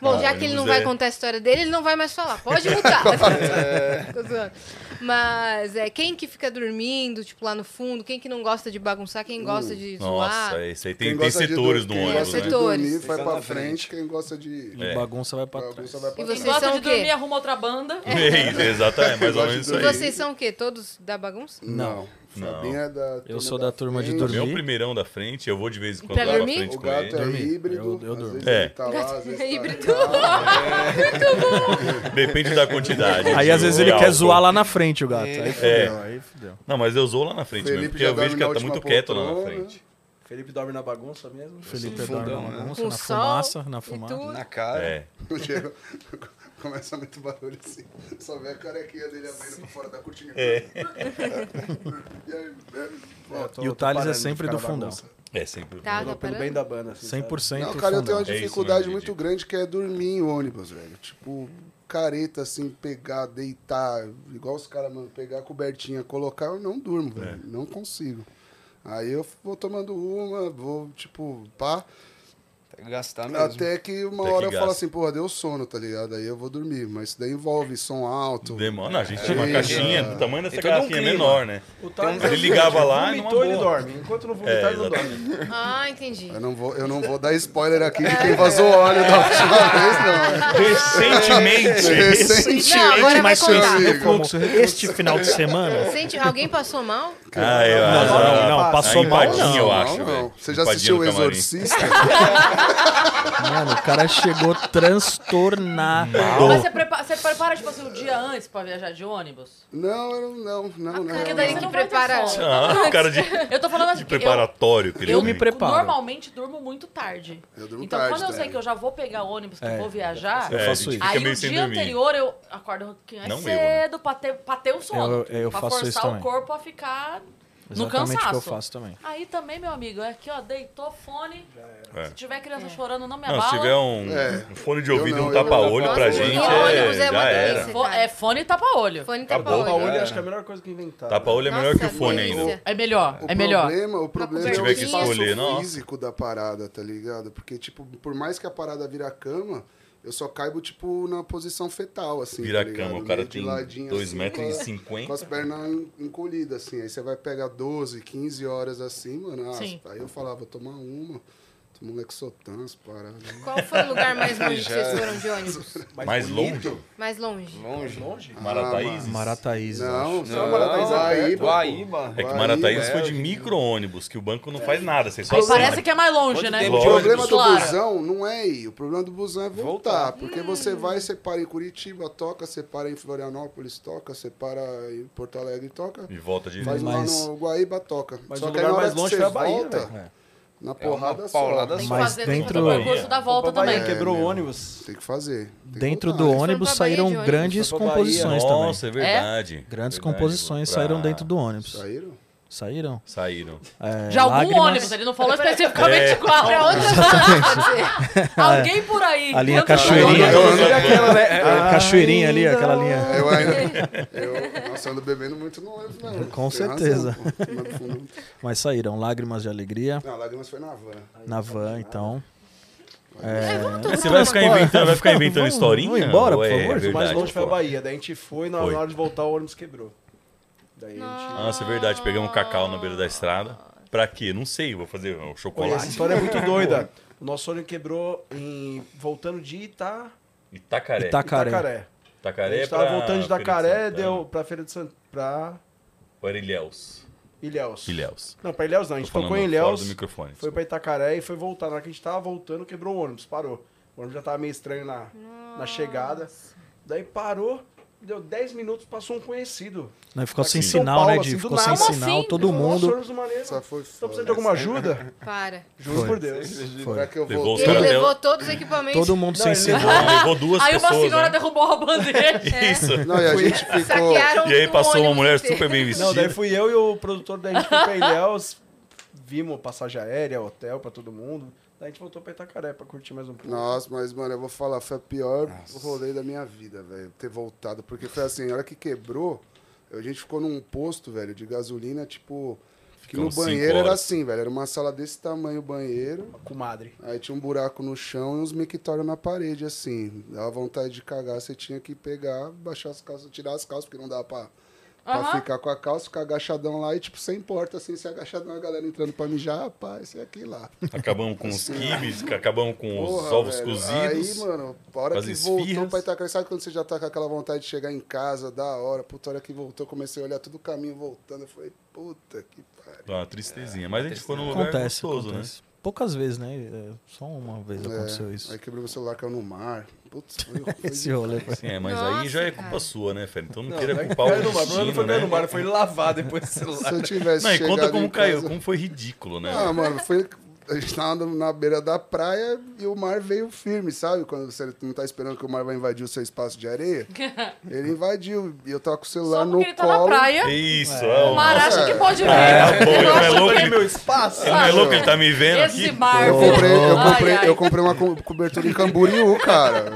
Bom, já que ele não vai contar a história dele, ele não vai mais falar. Pode mudar. É. Tô zoando. Mas é, quem que fica dormindo, tipo, lá no fundo? Quem que não gosta de bagunçar? Quem gosta de zoar? Hum, Nossa, é esse aí tem, tem setores no quem ônibus. gosta né? de dormir vai pra frente, quem gosta de... É. Bagunça vai pra bagunça vai pra E Quem vocês gosta são de o quê? dormir, arruma outra banda. É isso, exatamente, mais ou menos isso E aí. vocês são o quê? Todos da bagunça? Não. Fabinho é da turma Eu sou da da turma de Meu dormir. É primeirão da frente, eu vou de vez em quando Pra lá dormir? pra frente O com gato ele. é Dormir. híbrido, Eu- eu às durmo. vezes É. ele tá lá, às vezes tá Híbrido. é. Depende da quantidade. Aí às vezes de ele quer álcool. zoar lá na frente o gato. Aí fudeu, É. aí fudeu. Não, mas eu zoo lá na frente mesmo, Felipe porque já eu vejo dorme que na ela tá muito última quieto lá na poltrona. frente. Felipe dorme na bagunça mesmo? Felipe Sim, dorme fundão, na né? bagunça, Com na sol fumaça, na e fumaça. tudo. Na Ah, cara. É. O Diego começa muito barulho assim. Só vê a carequinha dele abrindo pra fora da cortina. É. E aí, é, ó, E o Thales é sempre do fundão. É sempre. Tá, tá Pelo bem da banda. assim, sabe? 100% Não, cara, eu tenho uma fundão. É isso dificuldade mesmo, muito grande que é dormir em ônibus, velho. Tipo, careta, assim, pegar, deitar, igual os caras, mano, pegar a cobertinha, colocar, eu não durmo, velho. Não consigo. Aí eu vou tomando uma, vou, tipo, pá. Tá Gastar mesmo. Até que uma Até que hora eu gasta. falo assim, porra, deu sono, tá ligado? Aí eu vou dormir. Mas isso daí envolve som alto. Demora, não, a gente tinha uma caixinha do tamanho Tem dessa todo um garrafinha clima. menor, né? O Thales é ele o ligava seguinte, lá e vomitou, numa ele boa. dorme. Enquanto não É, vomitar, ele não exatamente. dorme. Ah, entendi. Eu não, vou, eu não vou dar spoiler aqui de É. quem vazou óleo da última vez, não. Recentemente. Recentemente. Não, agora vai mas contar. seu amigo. Refluxo, este final de semana. Sente, alguém passou mal? Ah, eu, Não, acho- não, não, a passou mal, empadinha, não. eu Não, acho, não. velho. Você já Empadinha assistiu no O camarim. Exorcista? Mano, o cara chegou transtornado. Mas é Então, você, prepa- você prepara, tipo assim, o dia antes pra viajar de ônibus? Não, eu não, não, não. Porque não. daí que prepara. sono. Ah, o cara de- Eu tô falando assim. de preparatório que Eu, ele eu tem. me preparo. Normalmente durmo muito tarde. Eu durmo então, tarde quando eu sei também. que eu já vou pegar ônibus, que É, eu vou viajar, eu faço isso. aí Fica meio o sem dia dormir. anterior eu acordo um pouquinho mais Não eu, né? cedo pra, ter, pra ter o sono. Eu- eu pra faço forçar isso o também. corpo a ficar no Exatamente o que cansaço. eu faço também. Aí também, meu amigo, é aqui, ó, deitou fone. É. Se tiver criança chorando, não me Não, abala. se tiver um, É. um fone de Eu ouvido e não, um eu não tapa-olho faço pra isso. gente, E ônibus é, é uma já era. Fo- é fone e tapa-olho. Fone tá né? e Acabou. Tapa olho É. acho que é a melhor coisa que inventaram. Tapa-olho é melhor que o fone ainda. É melhor, O é melhor. Problema, o problema Se é o tiver que espaço escolher, não. físico da parada, tá ligado? Porque, tipo, por mais que a parada vira a cama, eu só caibo, tipo, na posição fetal, assim. Vira tá a ligado? cama, o cara Meio de tem ladinho, dois assim, metros com e a- cinquenta. Com as pernas en- encolhidas, assim. Aí você vai pegar 12, 15 horas assim, mano. ah, Sim. Aí eu falava, vou tomar uma. Tomo um Lexotan, as paradas. Qual foi o lugar mais longe que vocês foram de ônibus? Mais bonito? longe? Mais longe. Longe. Longe? Marataízes? Marataízes, Não, acho. só Marataízes é perto, pô. É que Guaíba, Marataízes foi de é. micro-ônibus, que o banco não faz nada, você só Aí senta. parece que é mais longe, né? tempo de O problema do Claro. busão não é ir, o problema do busão é voltar. Porque você vai, você para em Curitiba, toca, você para em Florianópolis, toca, você para em Porto Alegre, toca. E volta de Faz novo. lá Mas- no Guaíba, toca. Hum. mas Só o que aí lugar na hora mais que longe você foi a Bahia, volta, velho. É. Na É uma porrada paulada só. Tem que só. fazer dentro do É. percurso da volta Bahia, também. quebrou o ônibus. Tem que fazer. Dentro do ônibus saíram grandes composições também. Nossa, é verdade. Grandes Verdade, composições pra- saíram dentro do ônibus. Saíram? Saíram. Saíram. É, De algum Lágrimas- ônibus, ele não falou especificamente É. qual. Pra outra Exatamente. Alguém por aí. É. A linha Tanto- Cachoeirinha. Eu ando- eu ando- Aquela, né? É, Cachoeirinha ali, Ainda aquela linha. Eu ainda. Eu, nossa, eu ando bebendo muito no ônibus, não. Com Tem razão, certeza. pô. Tomar no fundo. Mas saíram Lágrimas de Alegria Não, Lágrimas foi na van. na van, então. É, vamos tomar Você vai ficar inventando- vai ficar inventando Vamos- historinha? Vamos embora, Ou por é favor. verdade? O mais longe foi a vou falar. Bahia. Daí a gente foi e na Foi. hora de voltar o ônibus quebrou. Daí a gente... Nossa, é verdade. Pegamos um cacau na beira da estrada. Pra quê? Não sei, vou fazer um chocolate. Olha, essa história é muito doida. O nosso sonho quebrou em voltando de Ita... Itacaré. Itacaré. Itacaré. Itacaré a gente tava pra voltando de Feira de Itacaré, Santana. deu pra Feira de Santana, pra Ou era Ilhéus? Ilhéus. Ilhéus. Não, pra Ilhéus não, a gente Tô falando tocou em fora Ilhéus, do microfone, foi pra Itacaré e foi voltar. Na hora que a gente tava voltando, quebrou o ônibus, parou. O ônibus já tava meio estranho na, na chegada. Daí parou, deu 10 minutos, passou um conhecido. Né, ficou Aqui sem em São sinal, Paulo, né, Di? assim, do Ficou nada. sem sinal, todo Ele falou, mundo- "Nossa, ônibus maneiro. Só foi é Tô precisando de alguma ajuda? Para. Juro Foi. por Deus. Foi. Será que eu Levou voltei? os caras Ele até- levou todos os equipamentos. Todo mundo sem Não, sinal. levou duas Aí pessoas. uma senhora né? derrubou a bandeira. Isso. Não, e a gente ficou. Saquearam E aí um o passou uma um ônibus mulher inteiro. super bem vestida. Não, daí fui eu e o produtor da gente foi pra Ilhéus, vimos passagem aérea, hotel pra todo mundo. Daí a gente voltou pra Itacaré pra curtir mais um pouco. Nossa, mas, mano, eu vou falar, foi o pior rolê da minha vida, velho, ter voltado. Porque foi assim, a hora que quebrou, a gente ficou num posto, velho, de gasolina, tipo. Que no Ficamos cinco banheiro era horas. assim, velho. Era uma sala desse tamanho o banheiro. Comadre. Aí tinha um buraco no chão e uns mictórios na parede, assim. Dava vontade de cagar, você tinha que pegar, baixar as calças, tirar as calças, porque não dava pra, pra Aham. ficar com a calça, ficar agachadão lá e, tipo, sem porta, assim, se agachadão, a galera entrando pra mijar, rapaz, e aqui lá. Acabamos com os quibes, acabamos com os Porra, ovos velho. cozidos. Aí, mano, a hora as que voltou esfirras. pra Itacaré, sabe quando você já tá com aquela vontade de chegar em casa, da hora, puta, a hora que voltou, comecei a olhar todo o caminho voltando, eu falei, puta que pariu. Dá uma tristezinha. Mas a gente ficou num lugar Acontece, né, é gostoso, acontece. Poucas vezes, né? É, Só uma vez aconteceu É, isso. Aí quebrou meu celular, caiu no mar. Putz, foi, foi Esse rolê foi... né? Sim, é, mas aí Nossa, já é cara. culpa sua, né, Félix? Então não, Não, queira não é culpar o caiu no mar, destino, não foi né? caiu no mar, foi lavar depois do celular. Se eu tivesse Não, e chegado conta em como caiu, casa- como foi ridículo, né? Ah, mano, foi. A gente tava andando na beira da praia e o mar veio firme, sabe? Quando você não tá esperando que o mar vai invadir o seu espaço de areia. Ele invadiu. E eu tava com o celular Só no porque ele tá colo. na praia. Isso, O mar é, acha que pode ver. é, pô, ele não é louco, Olha ele, meu espaço. ele não é louco, ele tá me vendo Esse aqui. mar. Eu comprei, eu Ai, comprei, ai. eu comprei uma co- cobertura em Camboriú, cara.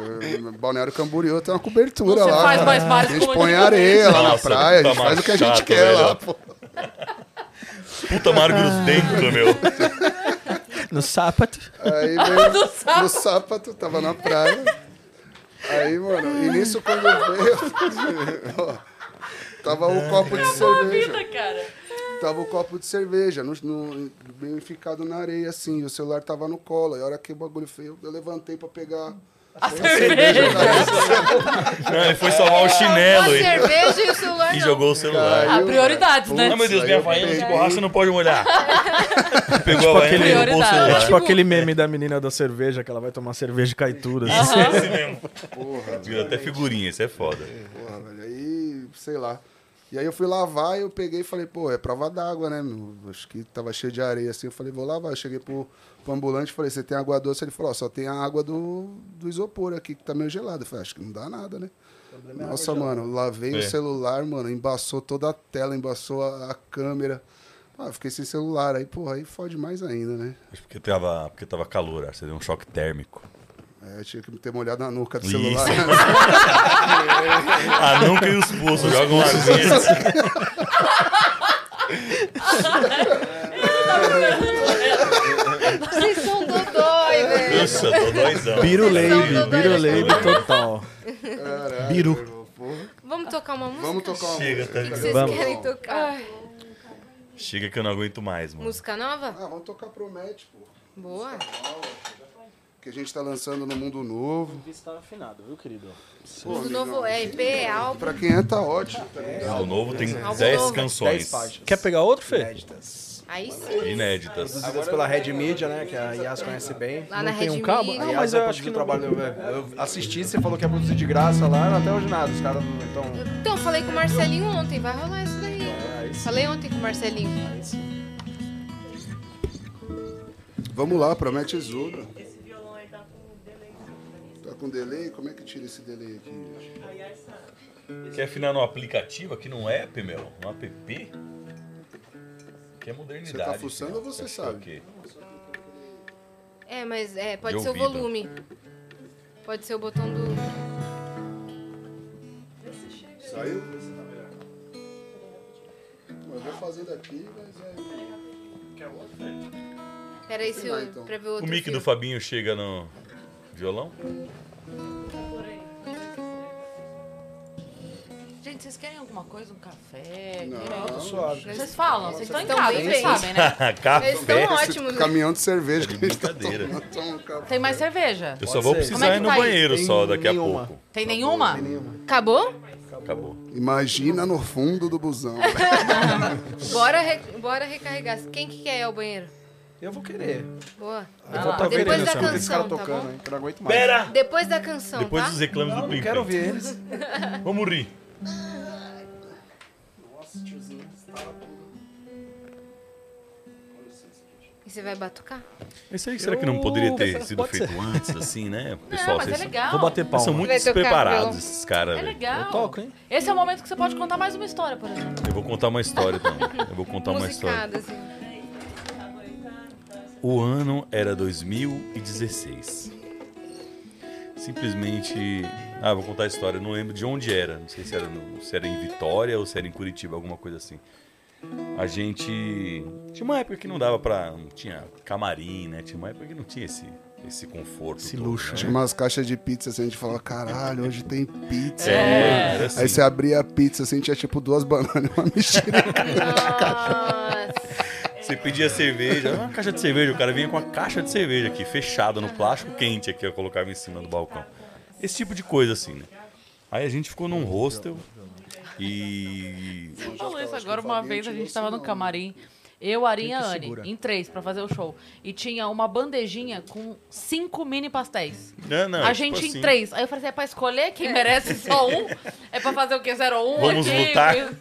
Balneário Camboriú tem uma cobertura Você lá. faz mais a vários gente como põe ele não areia lá na Nossa, praia, a puta gente faz o que a gente machato, quer lá, velho. pô. Puta mar Ah. grudento, meu. No sapato. Aí veio Do sapo. no sábado, tava na praia. Aí, mano, e nisso quando veio. ó, tava o copo de cerveja. Vida, cara. Tava o copo de cerveja, no, no, meio ficado na areia, assim, e o celular tava no colo. E a hora que o bagulho feio, eu levantei pra pegar. A cerveja. Não, ele foi É, salvar o Uma chinelo e, cerveja e o celular e não. jogou o celular. A prioridades, né? Ah, meu Deus, Ah, Aí minha eu Havaiana de peguei. borracha não pode molhar. Pegou a Havaiana e aquele- derrubou o É celular. tipo aquele meme da menina da cerveja, que ela vai tomar cerveja e cai tudo. assim. Esse mesmo. Vira até figurinha, isso é foda. Porra, velho, aí, sei lá. E aí eu fui lavar e eu peguei e falei, pô, é prova d'água, né, meu? Acho que tava cheio de areia, assim. Eu falei, vou lavar. Eu cheguei pro, pro ambulante e falei, você tem água doce? Ele falou, ó, só tem a água do, do isopor aqui, que tá meio gelada. Eu falei, acho que não dá nada, né? Nossa, mano, lavei É. o celular, mano, embaçou toda a tela, embaçou a, a câmera. Ah, eu fiquei sem celular. Aí, porra, aí fode mais ainda, né? Acho porque tava, porque tava calor, acho que você deu um choque térmico. Aí É, eu tinha que ter molhado na nuca do Isso. celular. Ah, não que os pulsos um jogam uma aguinha. Vocês são dodói, velho. Nossa, tô doisão. Biruleibe, biruleibe total. Biru. Meu, porra. Vamos tocar uma música? Vamos tocar uma Chega, música. tá ligado? Vocês Vamos. querem tocar Chega que eu não aguento mais, mano. música nova? Ah, vamos tocar Promete, pô. Boa. que a gente tá lançando no Mundo Novo. Está afinado, viu, querido? Mundo novo EP, álbum. Pra quem é, tá ótimo também. O novo tem Álbum 10 novo. canções Quer pegar outro, Fê? Inéditas. Aí sim. inéditas. Produzidas pela Red Media, né? Que a Yas conhece bem. Lá na tem Red um cabo? Media. A Yas é mas vai eu produzir acho que o trabalho. Eu assisti, você falou que ia produzir de graça lá, até hoje nada. Os caras não estão. Então, falei com o Marcelinho ontem, vai rolar isso daí. É, Falei ontem com o Marcelinho. Vamos lá, Promete Exuda. Esse violão aí tá com delay. Tá com delay? Como é que tira esse delay aqui? gente? Quer afinar no aplicativo aqui, num app, meu? Um app? Que é modernidade. Você tá fuçando filho. ou você Acho que é o sabe? quê? É, mas é, pode De ser o ouvido. volume. Pode ser o botão do. Saiu? Eu vou fazendo aqui, mas é. Peraí, se eu. Vai, então. Pra ver o outro. O mic fio. do Fabinho chega no violão? Gente, vocês querem alguma coisa? Um café? Não, Querem- tá tô suave. Vocês falam, vocês estão em Vocês casa, estão vocês bem, sabem, né? Café. Eles estão Esse ótimos, né? Caminhão de cerveja que a gente tá É Brincadeira. tomando. Tem mais cerveja? Eu só vou precisar ir no banheiro só daqui a pouco. Tem nenhuma? Acabou? Acabou. Imagina no fundo do busão. Bora, re- bora recarregar. Quem que quer ir ao banheiro? Eu vou querer. Boa. Eu vou tá Depois querendo, da Luciano. Esse cara canção, tá tocando, bom? hein, que eu não aguento mais. Depois da Então, canção, Depois tá? dos reclames do Não, não Pimpa. quero ver eles. Vamos rir. Nossa, tiozinho, estava tudo. E você vai batucar? Isso aí, será que não poderia ter sido feito antes, assim, né? Pessoal, mas é vocês legal. Vou bater São palma. muito Vai tocar despreparados violão. esses caras, É velho. legal. Esse é o momento que você pode contar mais uma história, por exemplo. Eu vou contar uma história também. Eu vou contar uma história. Musicada, assim. O ano era 2016. Simplesmente. Ah, vou contar a história. Não lembro de onde era. Não sei se era, no- se era em Vitória ou se era em Curitiba, alguma coisa assim. A gente. Tinha uma época que não dava pra. Não tinha camarim, né? Tinha uma época que não tinha esse, esse conforto. né? Esse luxo. Tinha umas caixas de pizza assim, a gente falava, caralho, hoje tem pizza. É, mano." era assim. Aí você abria a pizza assim, tinha tipo duas bananas e uma mexerica. Você pedia cerveja, uma caixa de cerveja, o cara vinha com a caixa de cerveja aqui, fechada no plástico quente aqui, eu colocava em cima do balcão. Esse tipo de coisa, assim, né? Aí a gente ficou nnum hostel e. Você falou isso agora uma vez, a gente tava no camarim. Eu, Arinha Quem que Anne, segura? em três, pra fazer o show. E tinha uma bandejinha com cinco mini pastéis. Não, não, a tipo gente assim. em três. Aí eu falei assim, é pra escolher quem merece só um? É pra fazer o quê? Zero um? Vamos aqui, lutar. E,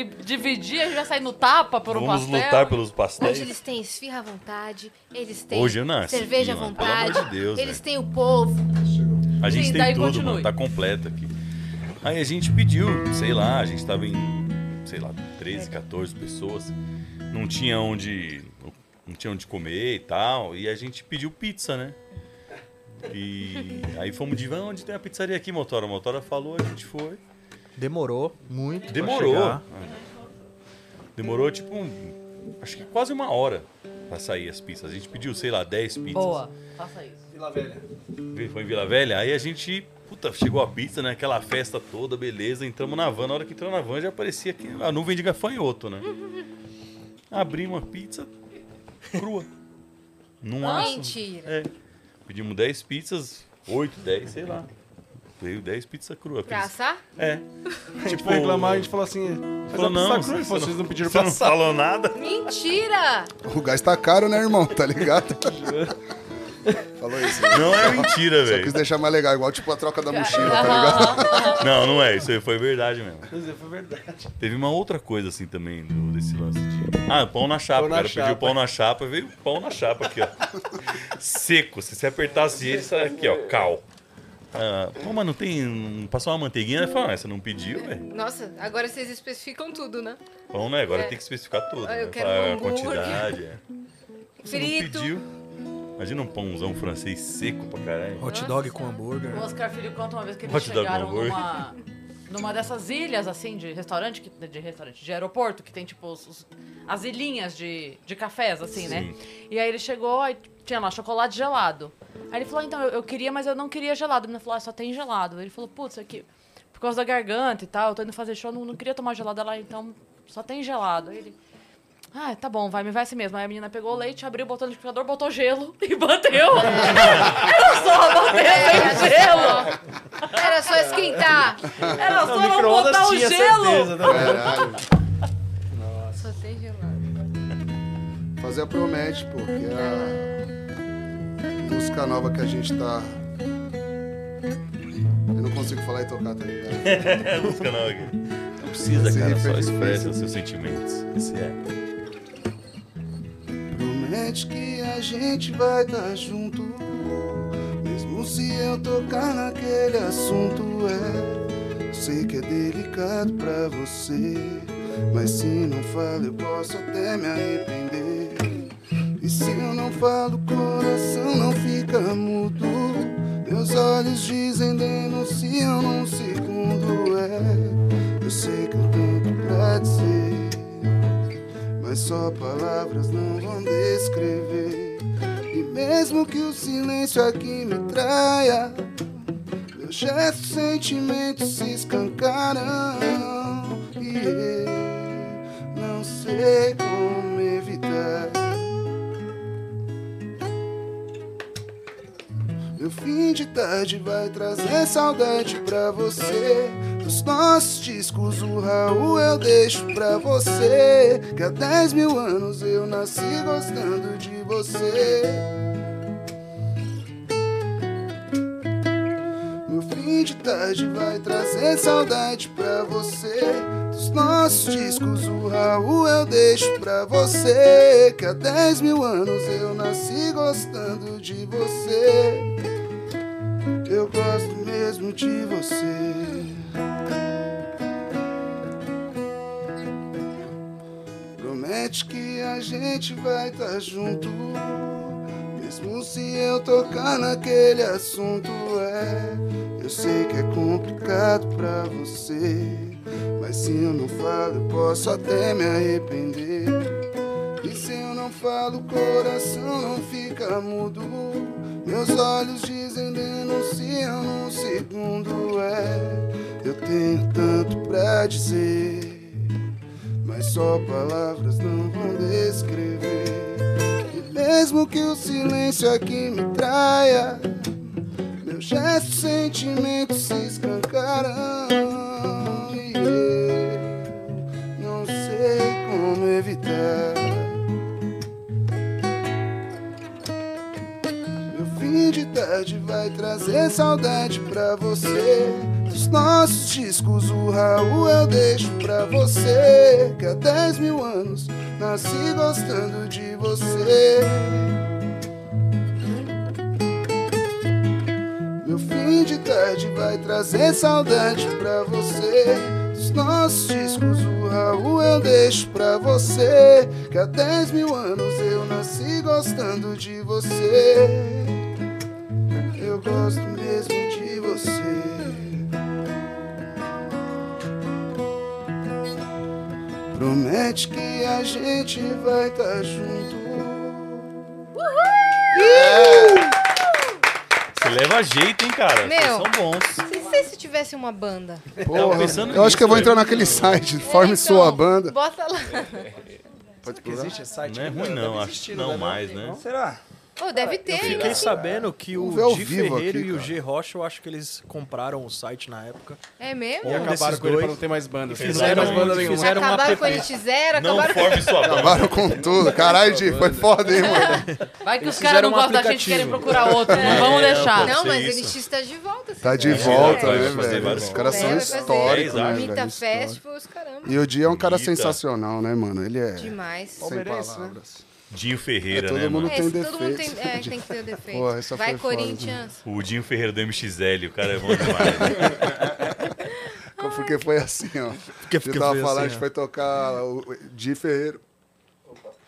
e dividir, a gente já sai no tapa por um Vamos pastel. lutar pelos Hoje pastéis. eles têm esfirra à vontade, eles têm Hoje eu não, cerveja à esfirra, vontade, pelo amor de Deus, eles velho. têm o povo. A gente Sim, tem daí tudo, continue. mano, tá completo aqui. Aí a gente pediu, sei lá, a gente tava em, sei lá, 13, 14 pessoas. Não tinha onde, não tinha onde comer e tal, e a gente pediu pizza, né? E aí fomos de van, onde tem a pizzaria aqui, Motora. A Motora falou, a gente foi. Demorou muito. pra Demorou. chegar. Demorou tipo, um- acho que quase uma hora pra sair as pizzas. A gente pediu, sei lá, 10 pizzas. Boa, faça isso. Vila Velha. Foi em Vila Velha, aí a gente, puta, chegou a pizza, né? Aquela festa toda, beleza, entramos na van. Na hora que entramos na van já aparecia aqui a nuvem de gafanhoto, né? Abrimos a pizza crua. Num aço. Mentira. É. Pedimos 10 pizzas, 8, 10, sei lá. Veio 10 pizzas cruas. Pra assar? É. A gente foi reclamar, a gente falou assim. "Mas Falou, a não, pizza crua", ele falou, você vocês não não- pediram você pra não falou nada. Mentira! O gás tá caro, né, irmão? Tá ligado? Falou isso. né? Não é mentira, Só velho. quis deixar mais legal, igual tipo a troca da mochila, tá ligado? Não, não é. Isso aí foi verdade mesmo. Quer dizer, foi verdade. Teve uma outra coisa assim também do- desse lance de. Ah, pão na chapa. Pão o na cara pediu chapa. pão na chapa, veio pão na chapa aqui, ó. Seco. Se você apertasse ele, sai aqui, ó. Cal. Ah, pô, mas não tem. não Passou uma manteiguinha, ele falou, ah, você não pediu, velho. Nossa, agora vocês especificam tudo, né? Pão, né? Agora É. tem que especificar tudo. Ah, eu né? quero Falar um a hambúrguer. quantidade. É. Você não Frito. pediu. Imagina um pãozão francês seco pra caralho. Hot dog com hambúrguer. O Oscar Filho conta uma vez que eles Hot dog chegaram com hambúrguer. numa, numa dessas ilhas, assim, de restaurante, que- de restaurante, de aeroporto, que tem, tipo, os- os- as ilhinhas de, de cafés, assim, né? E aí ele chegou, aí tinha lá chocolate gelado. Aí ele falou, então, eu, eu queria, mas eu não queria gelado. A menina falou, ah, só tem gelado. Ele falou, putz, aqui, por causa da garganta e tal, eu tô indo fazer show, não, não queria tomar gelado. Ela, então, só tem gelado. Aí ele... Ah, tá bom, vai, me vai assim mesmo. Aí a menina pegou o leite, abriu, botou no liquidificador, botou gelo e bateu. Era só bater sem gelo. Era só esquentar. Era só É, não micro-ondas botar o tinha gelo. certeza, né? Caralho. tá Só tem gelado. Fazer a promete, pô, que é a música nova que a gente tá. Eu não consigo falar e tocar, tá ligado? Música não, aqui. Não precisa, Esse cara. riff é Só difícil. expressa seus sentimentos. Esse é. Promete que a gente vai tá junto. Mesmo se eu tocar naquele assunto, é. Sei que é delicado pra você. Mas se não falo, eu posso até me arrepender. E se eu não falo, o coração não fica mudo. Meus olhos dizem, denunciam num segundo, é. Eu sei que eu tenho pra dizer. Mas só palavras não vão descrever. E mesmo que o silêncio aqui me traia, meus gestos, sentimentos se escancaram. viver. Não sei como evitar. Meu fim de tarde vai trazer saudade pra você. Dos nossos discos, o Raul eu deixo pra você. Que há 10 mil anos eu nasci gostando de você. Meu fim de tarde vai trazer saudade pra você. Dos nossos discos, o Raul eu deixo pra você. Que há 10 mil anos eu nasci gostando de você. Eu gosto mesmo de você. Promete que a gente vai estar junto. Mesmo se eu tocar naquele assunto, é. Eu sei que é complicado pra você. Mas se eu não falo, eu posso até me arrepender. E se eu não falo, o coração não fica mudo. Meus olhos dizem, denunciam num segundo, é. Eu tenho tanto pra dizer. Mas só palavras não vão descrever. E mesmo que o silêncio aqui me traia, meus gestos, sentimentos se escancaram. E eu não sei como evitar. Meu fim de tarde vai trazer saudade pra você. Dos nossos discos, o Raul eu deixo pra você. Que há 10 mil anos nasci gostando de você. Meu fim de tarde vai trazer saudade pra você. Dos nossos discos, o Raul eu deixo pra você. Que há 10 mil anos eu nasci gostando de você. Eu gosto mesmo de você. Promete que a gente vai estar junto. Você leva jeito, hein, cara? Vocês Meu. são bons. Se, se, se tivesse uma banda. Tava pensando eu acho que eu vou nisso, entrar velho. naquele site, É, forme então, sua banda. Bota lá. Pode que existe esse site? Não é ruim, Deve não, acho existir, que não deve? mais, né? Será? Oh, deve ter. Eu ainda né? fiquei assim. sabendo que o Vamos ver ao G vivo Ferreiro aqui, e o cara. G Rocha, eu acho que eles compraram o site na época. É mesmo? Um Acabaram desses com ele pra dois não ter mais banda. Fizeram Não tem mais um- banda nenhuma. fizeram- Era uma acabaram app. com a NX0, Não um acabaram forme sua banda. Acabaram com tudo. Caralho, Di, foi foda, hein, mano? Vai que Eles os caras fizeram não um gostam da gente aplicativo. querem procurar outro. Não vamos deixar. pode É. Não, Não, ser mas isso. NX tá de volta. se Tá de quiser. volta, vai né, fazer velho? vários Os caras são programas. históricos, né, Dez, velho? Mita Histórico. Festivals, caramba. E o Di é um cara Mita. sensacional, né, mano? Ele é. Demais. Sem Palmeirense, né? palavras. Dinho Ferreira, É, todo né, mundo mano? É, tem se todo mundo defeito. tem, é, tem que ter defeito. Porra, essa Vai, foi foda, Corinthians. O Dinho Ferreira do MXL, o cara é bom demais. Porque foi assim, ó. Porque, porque eu tava foi falando, assim, a gente ó. foi tocar o o Di Ferreiro.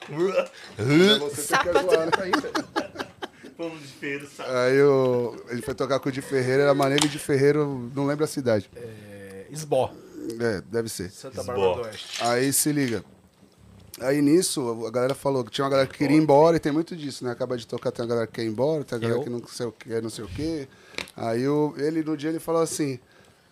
Você que Sapato. zoar, né? Vamos de Ferreira, sabe? Aí o, ele foi tocar com o Di Ferreira, era maneiro e o Di Ferreira, não lembro a cidade. É, Esbó. É, deve ser. Santa Bárbara do Esbó. Oeste. Aí se liga. Aí nisso, a galera falou que tinha uma galera que queria ir embora, e tem muito disso, né? Acaba de tocar, tem uma galera que quer ir embora, tem uma galera Eu? que não sei o que, não sei o quê. Aí o- ele, no dia, ele falou assim,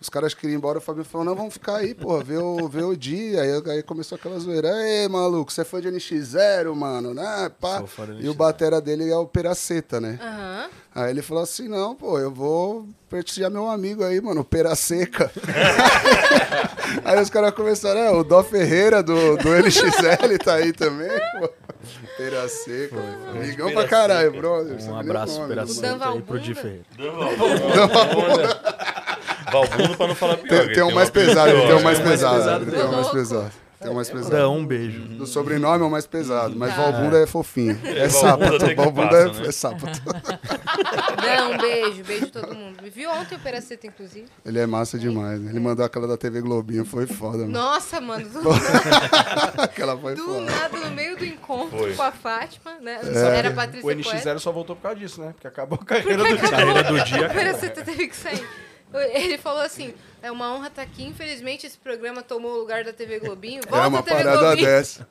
os caras queriam ir embora, o Fabinho falou, não, vamos ficar aí, porra, ver o, ver o dia. Aí, aí começou aquela zoeira, ei, maluco, você é fã de NX0, mano, né? Pá. Sou fã do E o NX0. batera dele é o Peraceta, né? Aham. Aí ele falou assim, não, pô, eu vou prestigiar meu amigo aí, mano, o Pera Seca. aí os caras começaram, é, o Dó Ferreira do, do NXL tá aí também, pô. Pera Seca, amigão pra caralho, brother. Um abraço pra O Dan aí pro Di Valbunda. Ferreiro. Valbundo pra não falar pior. Tem, ele tem um uma mais pior. pesado, tem um É. mais pesado, pesado tem um mais dele. pesado. Tem um mais pesado. Dan, um beijo. O sobrenome é o mais pesado, mas Valbunda é fofinho. É Valbunda até sábado, que Valbunda passa, é, né? é sábado. Não, um beijo, beijo todo mundo. Me viu ontem o Peraceta, inclusive. Ele é massa demais, né? Ele mandou aquela da TV Globinho, foi foda, mano. Nossa, mano, do, Aquela foi do foda. nada, no meio do encontro Foi. com a Fátima, né? É. Era a Patrícia É, O NX0 só voltou por causa disso, né? Porque acabou a carreira do Poeta. time. Carreira do dia. O Peraceta teve que sair. Ele falou assim, é uma honra estar aqui, infelizmente esse programa tomou o lugar da TV Globinho. Volta É uma a TV parada Globinho. dessa.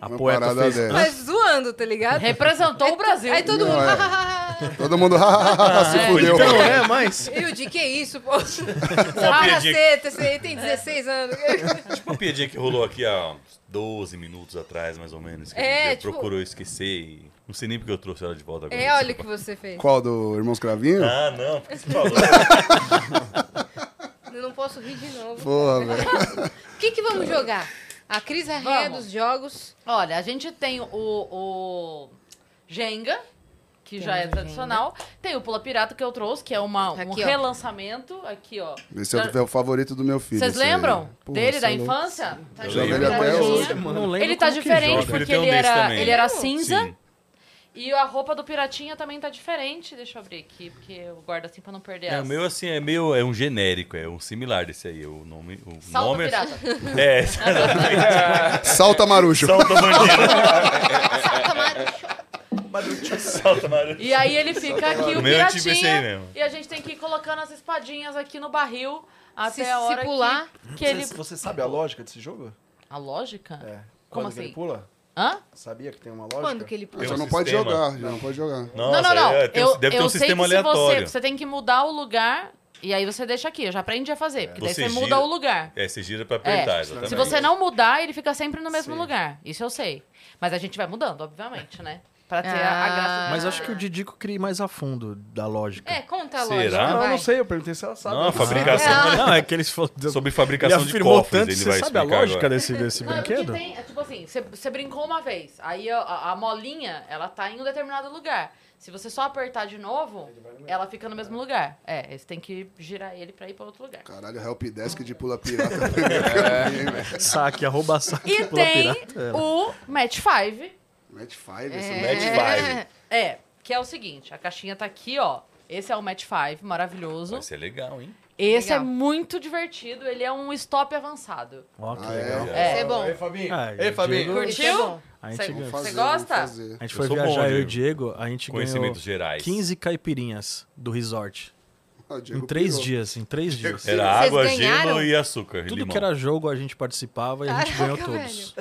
A Uma poeta parada fez dessa. Mas zoando, tá ligado? Representou o Brasil. Aí todo Não, mundo. é. Todo mundo se fudeu. Então, né? Hilde, que é isso, pô? Sarra piadinha. seta, você tem 16 anos. Tipo uma piadinha que rolou aqui há uns 12 minutos atrás, mais ou menos. Que É, a gente tipo- procurou esquecer e... Não sei nem porque eu trouxe ela de volta agora. É, olha o que você fez. Qual do Irmãos Cravinho? Ah, não, porque você falou. Tá Eu não posso rir de novo. Porra, velho. O que, que vamos jogar? A Cris Arreia Vamos. dos jogos. Olha, a gente tem o, o Jenga, que já é Temos o tradicional. Tem o Pula Pirata que eu trouxe, que é uma, um Aqui, ó. relançamento. Aqui, ó. Esse é o, é o favorito do meu filho. Vocês esse aí. lembram Pô, dele, você da é louco. infância? Tá Eu de lembro ele até lembradinha. hoje, né? mano. Não lembro Ele tá como que diferente joga. porque Ele tem um ele desse era, também. ele era Sim. cinza. E a roupa do Piratinha também tá diferente. Deixa eu abrir aqui, porque eu guardo assim pra não perder É, as... o meu, assim, é meio... É um genérico, é um similar desse aí. O nome... O Salta nome é- pirata. É, exatamente. Salta Marucho. Salta Salta bandido. Salta marucho. E aí ele fica aqui, o O meu é piratinha. tipo esse aí mesmo. E a gente tem que ir colocando as espadinhas aqui no barril até Se- a se hora pular- que, que ele... Você, você sabe a lógica desse jogo? A lógica? É. Como Quando que assim? ele pula? Hã? Sabia que tem uma lógica? Quando que ele pula? Já não pode jogar, já não pode jogar. não, não, não. é, tem um- eu deve ter eu um sei sistema que se você, aleatório. você tem que mudar o lugar e aí você deixa aqui. Eu já aprendi a fazer. Porque daí Você você gira- muda o lugar. É, você gira pra É, apertar, exatamente. se você não mudar, ele fica sempre no mesmo lugar. Isso eu sei. Mas a gente vai mudando, obviamente, né? Pra ter a, Ah. a graça. do Mas acho jogo. que o Didico cria mais a fundo da lógica. É, conta a Será? lógica. Ah, Não, Não, eu vai. não sei, eu perguntei se ela sabe. Não, a fabricação... Ah, não, é que eles fal- Sobre Ele fabricação de afirmou cofres, tanto, ele você vai sabe a explicar lógica agora. desse, desse Não, é porque brinquedo? tem, é tipo assim, você- você brincou uma vez, aí a, a- a molinha, ela tá em um determinado lugar. Se você só apertar de novo, ela fica no mesmo lugar. É, você tem que girar ele pra ir pra outro lugar. Caralho, Help Desk de pula pirata. Saque, arroba saque, E pula tem pirata. É. o Match 5, Match 5, esse É. Match Match five. é, que é o seguinte, a caixinha tá aqui, ó. Esse é o Match 5, maravilhoso. Vai ser legal, hein? Esse é Legal. muito divertido, ele é um stop avançado. Ó, que Ah, legal. é? É. Isso é bom. Ei, Fabinho. Ah, Ei, eu Fabinho. digo- Isso é Curtiu? bom. A Cê- gente, ganhou- Você gosta? vamos fazer. a gente Eu foi sou bom, viajar, eu e o Diego. Diego, a gente ganhou Conhecimentos gerais. 15 caipirinhas do resort. Ah, o Diego Em três pirou. dias, em três dias. Era Vocês água, ganharam? gelo e açúcar. Tudo limão. que era jogo a gente participava e a gente ganhou todos.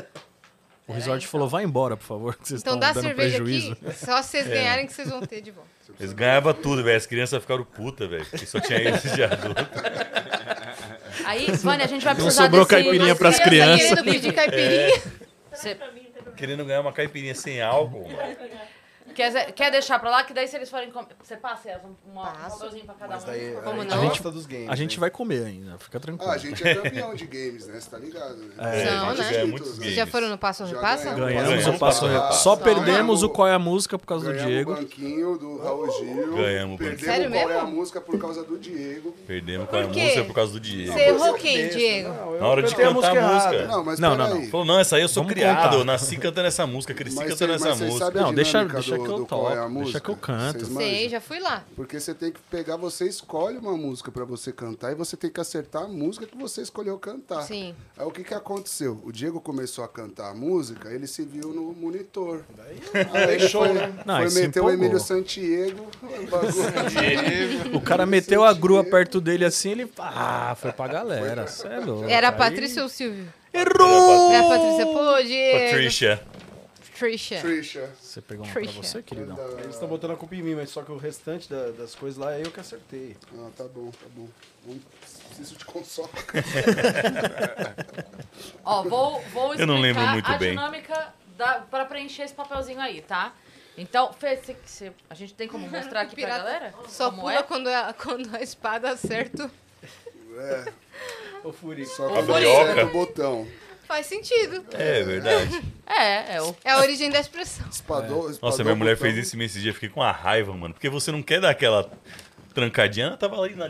O resort falou, vai embora, por favor, que vocês Então estão dá dando cerveja prejuízo. aqui, só vocês É. ganharem que vocês vão ter de volta. Eles ganhavam tudo, velho. As crianças ficaram putas, velho. Porque só tinha eles de adulto. Aí, Vânia, a gente vai Não precisar sobrou desse... caipirinha desse- pras crianças. Querendo pedir caipirinha. Cê- Querendo ganhar uma caipirinha sem álcool, mano. Quer, quer deixar pra lá? Que daí se eles forem comer. Você passa Yas, um, uma, um Passo. papelzinho pra cada Mas um. daí, é, Por a favor. gente não? gosta dos games. A gente hein? vai comer ainda, fica tranquilo. Ah, a gente é campeão de games, né? Você tá ligado, né? É, Não, a gente né? ganha muitos Vocês games. já foram no Passo ou É. Já Repassa? ganhamos. Ganhamos Ganhamos o um passo. o passo. Só perdemos Ganhamos. o qual é a música por causa Ganhamos do o Diego. banquinho do Uh! Raul Gil. Ganhamos o Perdemos banquinho. Sério qual é mesmo? a música por causa do Diego. Perdemos com a Por quê? música por causa do Diego. Você errou Eu quem, desse, Diego? Ah, não, eu Na hora de cantei cantar a música música. errada. Não, mas É. Não, não, peraí. Falou, não, essa aí eu sou Vamos criado. contar. Eu nasci cantando essa música, cresci Mas cantando essa vocês música. sabem a Não, deixa- dinâmica deixa do- que eu do qual é a toco, deixa música? que eu canto. Vocês manjam? Sei, já fui lá. Porque você tem que pegar, você escolhe uma música pra você cantar e você tem que acertar a música que você escolheu cantar. Sim. Aí o que que aconteceu? O Diego começou a cantar a música, ele se viu no monitor. Aí Fechou, foi, né? Não, foi aí se meter o empolgou. Emílio Santiago. o bagulho. O cara meteu a grua perto dele assim, ele. Ah, foi pra galera. Cê é louco. Era a Patrícia ou o Silvio? Errou! É a Patrícia. Pô, Diego. Patricia. Patricia. Trisha. Você pegou uma pra Trisha. você, queridão? Eles estão botando a culpa em mim, mas só que o restante da- das coisas lá é eu que acertei. Ah, tá bom, tá bom. Não Preciso de console. Ó, vou, vou explicar Eu não lembro muito a bem. dinâmica da, pra preencher esse papelzinho aí, tá? Então, Fê, cê- cê- a gente tem como mostrar aqui pra Pirata galera? Só como pula é? quando, a, quando a espada acerta. Ô, Furi. Só A que você brioca. aperta o botão. Faz sentido. É verdade. É, é o. É a origem da expressão. Espadou, É. Nossa, espadou minha o mulher botão. fez isso nesse dia. Fiquei com uma raiva, mano. Porque você não quer dar aquela trancadinha. Ela tava ali na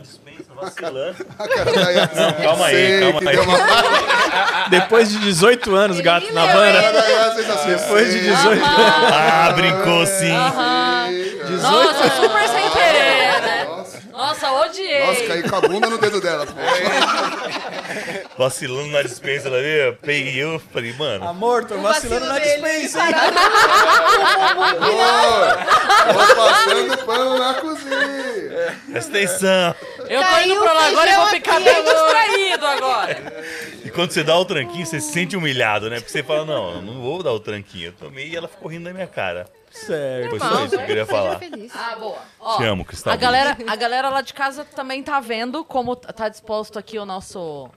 dispensa, vacilando. Não, calma assim, Sei aí, calma que aí. deu uma- Depois de 18 anos, gato na banda. assim, Depois de Ah, brincou sim. Nossa, super sem querer, né? Nossa, odiei. né? Nossa, caí com a bunda no dedo dela. É. pô. Vacilando na dispensa, ela veio. Peguei eu. Falei, mano. Amor, tô vacilando na dispensa. Tô passando pano na cozinha. Presta atenção. Eu tô indo pra lá agora e vou ficar bem distraído agora. E quando você dá o tranquinho, você se sente humilhado, né? Porque você fala, não, eu não vou dar o tranquinho. Eu tomei e ela ficou rindo da minha cara. Certo. Foi só isso que eu queria falar. Ah, boa. Te amo, Cristal. A galera, a galera lá de casa também tá vendo como t- tá disposto aqui o nosso.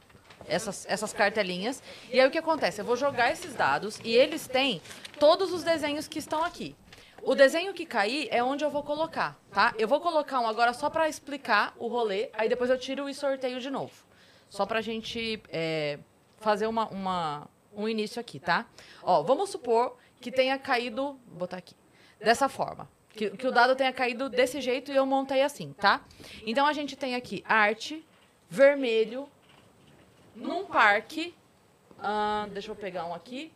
Essas, essas cartelinhas. E aí o que acontece? Eu vou jogar esses dados e eles têm todos os desenhos que estão aqui. O desenho que cair é onde eu vou colocar, tá? Eu vou colocar um agora só pra explicar o rolê, aí depois eu tiro e sorteio de novo. Só pra gente é, fazer uma, uma- um início aqui, tá? Ó, vamos supor que tenha caído. Vou botar aqui dessa forma. Que, que o dado tenha caído desse jeito e eu montei assim, tá? Então a gente tem aqui arte, vermelho, num parque. ahn, deixa eu pegar um aqui.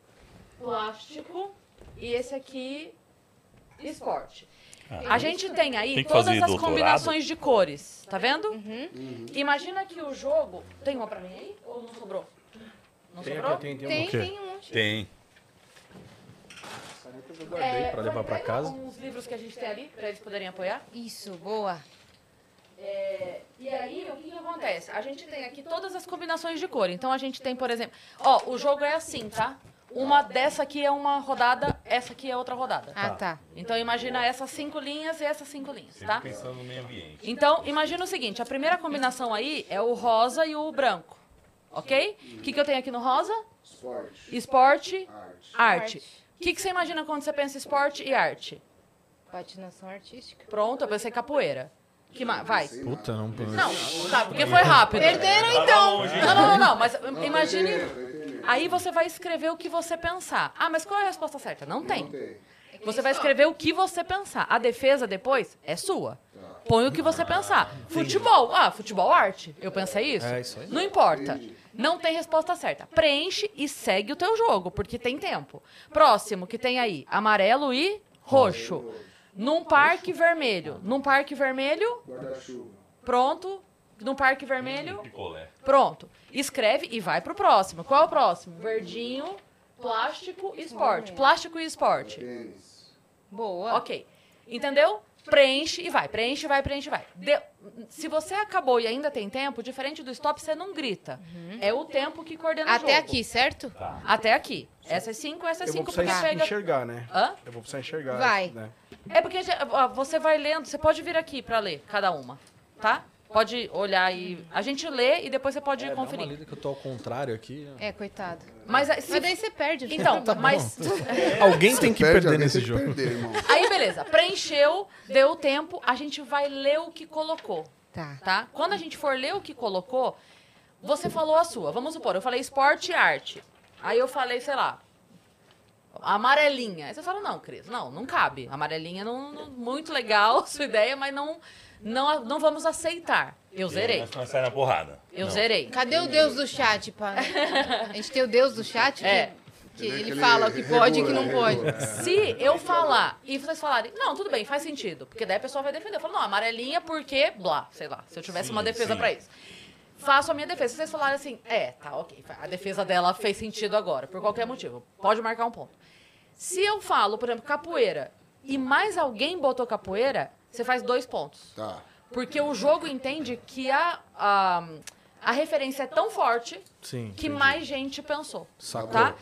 Plástico. E esse aqui, esporte. A gente tem aí Ah. Tem que todas fazer as doutorado? combinações de cores, tá vendo? Imagina que o jogo. Tem uma pra mim aí? Ou não sobrou? Não Tem sobrou? aqui, tem, tem Tem, uma. tem um monte. Tem. É, pra levar pra pega casa? Uns livros que a gente tem ali, pra eles poderem apoiar. Isso, boa. É, e aí, o que, que acontece? A gente tem aqui todas as combinações de cor. Então, a gente tem, por exemplo... Ó, o jogo é assim, tá? Uma dessa aqui é uma rodada, essa aqui é outra rodada. Ah, tá. Então, imagina essas cinco linhas e essas cinco linhas, tá? Pensando no meio ambiente. Então, imagina o seguinte. A primeira combinação aí é o rosa e o branco, ok? O que, que eu tenho aqui no rosa? Esporte, Esporte, arte. arte. O que, que você imagina quando você pensa esporte e arte? Patinação artística. Pronto, eu pensei capoeira. Que ma- Vai. Puta, não. Não, tá, porque foi rápido. Perderam Tá então! Não, não, não, não, é, mas imagine. Aí você vai escrever o que você pensar. Ah, mas qual é a resposta certa? Não tem. Você vai escrever o que você pensar. A defesa depois é sua. Põe o que você pensar. Futebol. Ah, futebol arte. Eu pensei isso. É, isso aí. Não importa. Não tem resposta certa. Preenche e segue o teu jogo, porque tem tempo. Próximo, que tem aí amarelo e roxo. Num parque vermelho. Num parque vermelho, Guarda-chuva. pronto. Num parque vermelho, Picolé. Pronto. Escreve e vai pro próximo. Qual é o próximo? Verdinho, plástico e esporte. Plástico e esporte. Tênis. Boa. Ok. Entendeu? Preenche e vai. Preenche, vai, preenche, vai. Deu- Se você acabou e ainda tem tempo, diferente do stop, você não grita. É o tempo que coordena o jogo. Uhum. Até aqui, certo? Tá. Até aqui. Essas cinco, essas Eu cinco, vou precisar porque ens- pega... enxergar, né? Hã? Eu vou precisar enxergar. Vai. Né? É porque já- ah, você vai lendo, você pode vir aqui pra ler cada uma, tá? Pode olhar e... A gente lê e depois você pode É, dá uma conferir. lida Tá que eu tô ao contrário aqui. né? É, coitado. Mas ah, se... Mas daí você perde. Então, mas... Alguém tem que Perde, perder alguém nesse tem que jogo. Perder, irmão. Aí, beleza. Preencheu, deu o tempo, a gente vai ler o que colocou, Tá. tá? Quando a gente for ler o que colocou, você falou a sua. Vamos supor, eu falei esporte e arte. Aí eu falei, sei lá, amarelinha. Aí você fala, não, Cris, não, não cabe. Amarelinha, não, não- muito legal sua ideia, mas não, não, não vamos aceitar. Eu zerei. Mas nós sai na porrada. Eu Não. zerei. Cadê o deus do chat, pá? A gente tem o deus do chat que, É. que Ele é ele aquele fala o que pode e o que não regula, pode. regula. Se eu falar e vocês falarem, não, tudo bem, faz sentido, porque daí a pessoa vai defender. Eu falo, não, amarelinha porque, blá, sei lá, se eu tivesse Sim, uma defesa sim. pra isso. Faço a minha defesa. Se vocês falarem assim, é, tá, ok, a defesa dela fez sentido agora, por qualquer motivo, pode marcar um ponto. Se eu falo, por exemplo, capoeira, e mais alguém botou capoeira, você faz dois pontos. Tá. Porque o jogo entende que a, a, a referência é tão forte Sim. que entendi. mais gente pensou. Sacou. Tá?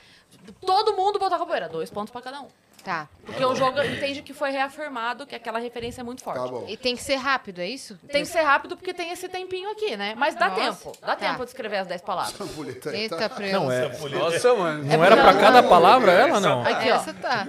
Todo mundo botou capoeira, dois pontos pra cada um. Tá. Porque o jogo entende que foi reafirmado que aquela referência é muito forte. Tá bom. E tem que ser rápido, é isso? Tem que ser rápido porque tem esse tempinho aqui, né? Mas dá Nossa. tempo. Dá Tá. tempo de escrever as 10 palavras. Mulher, tá- Eita, Não, Preu. é. Nossa, mano. Não era pra cada palavra ela, não? Aqui, ó. Essa tá.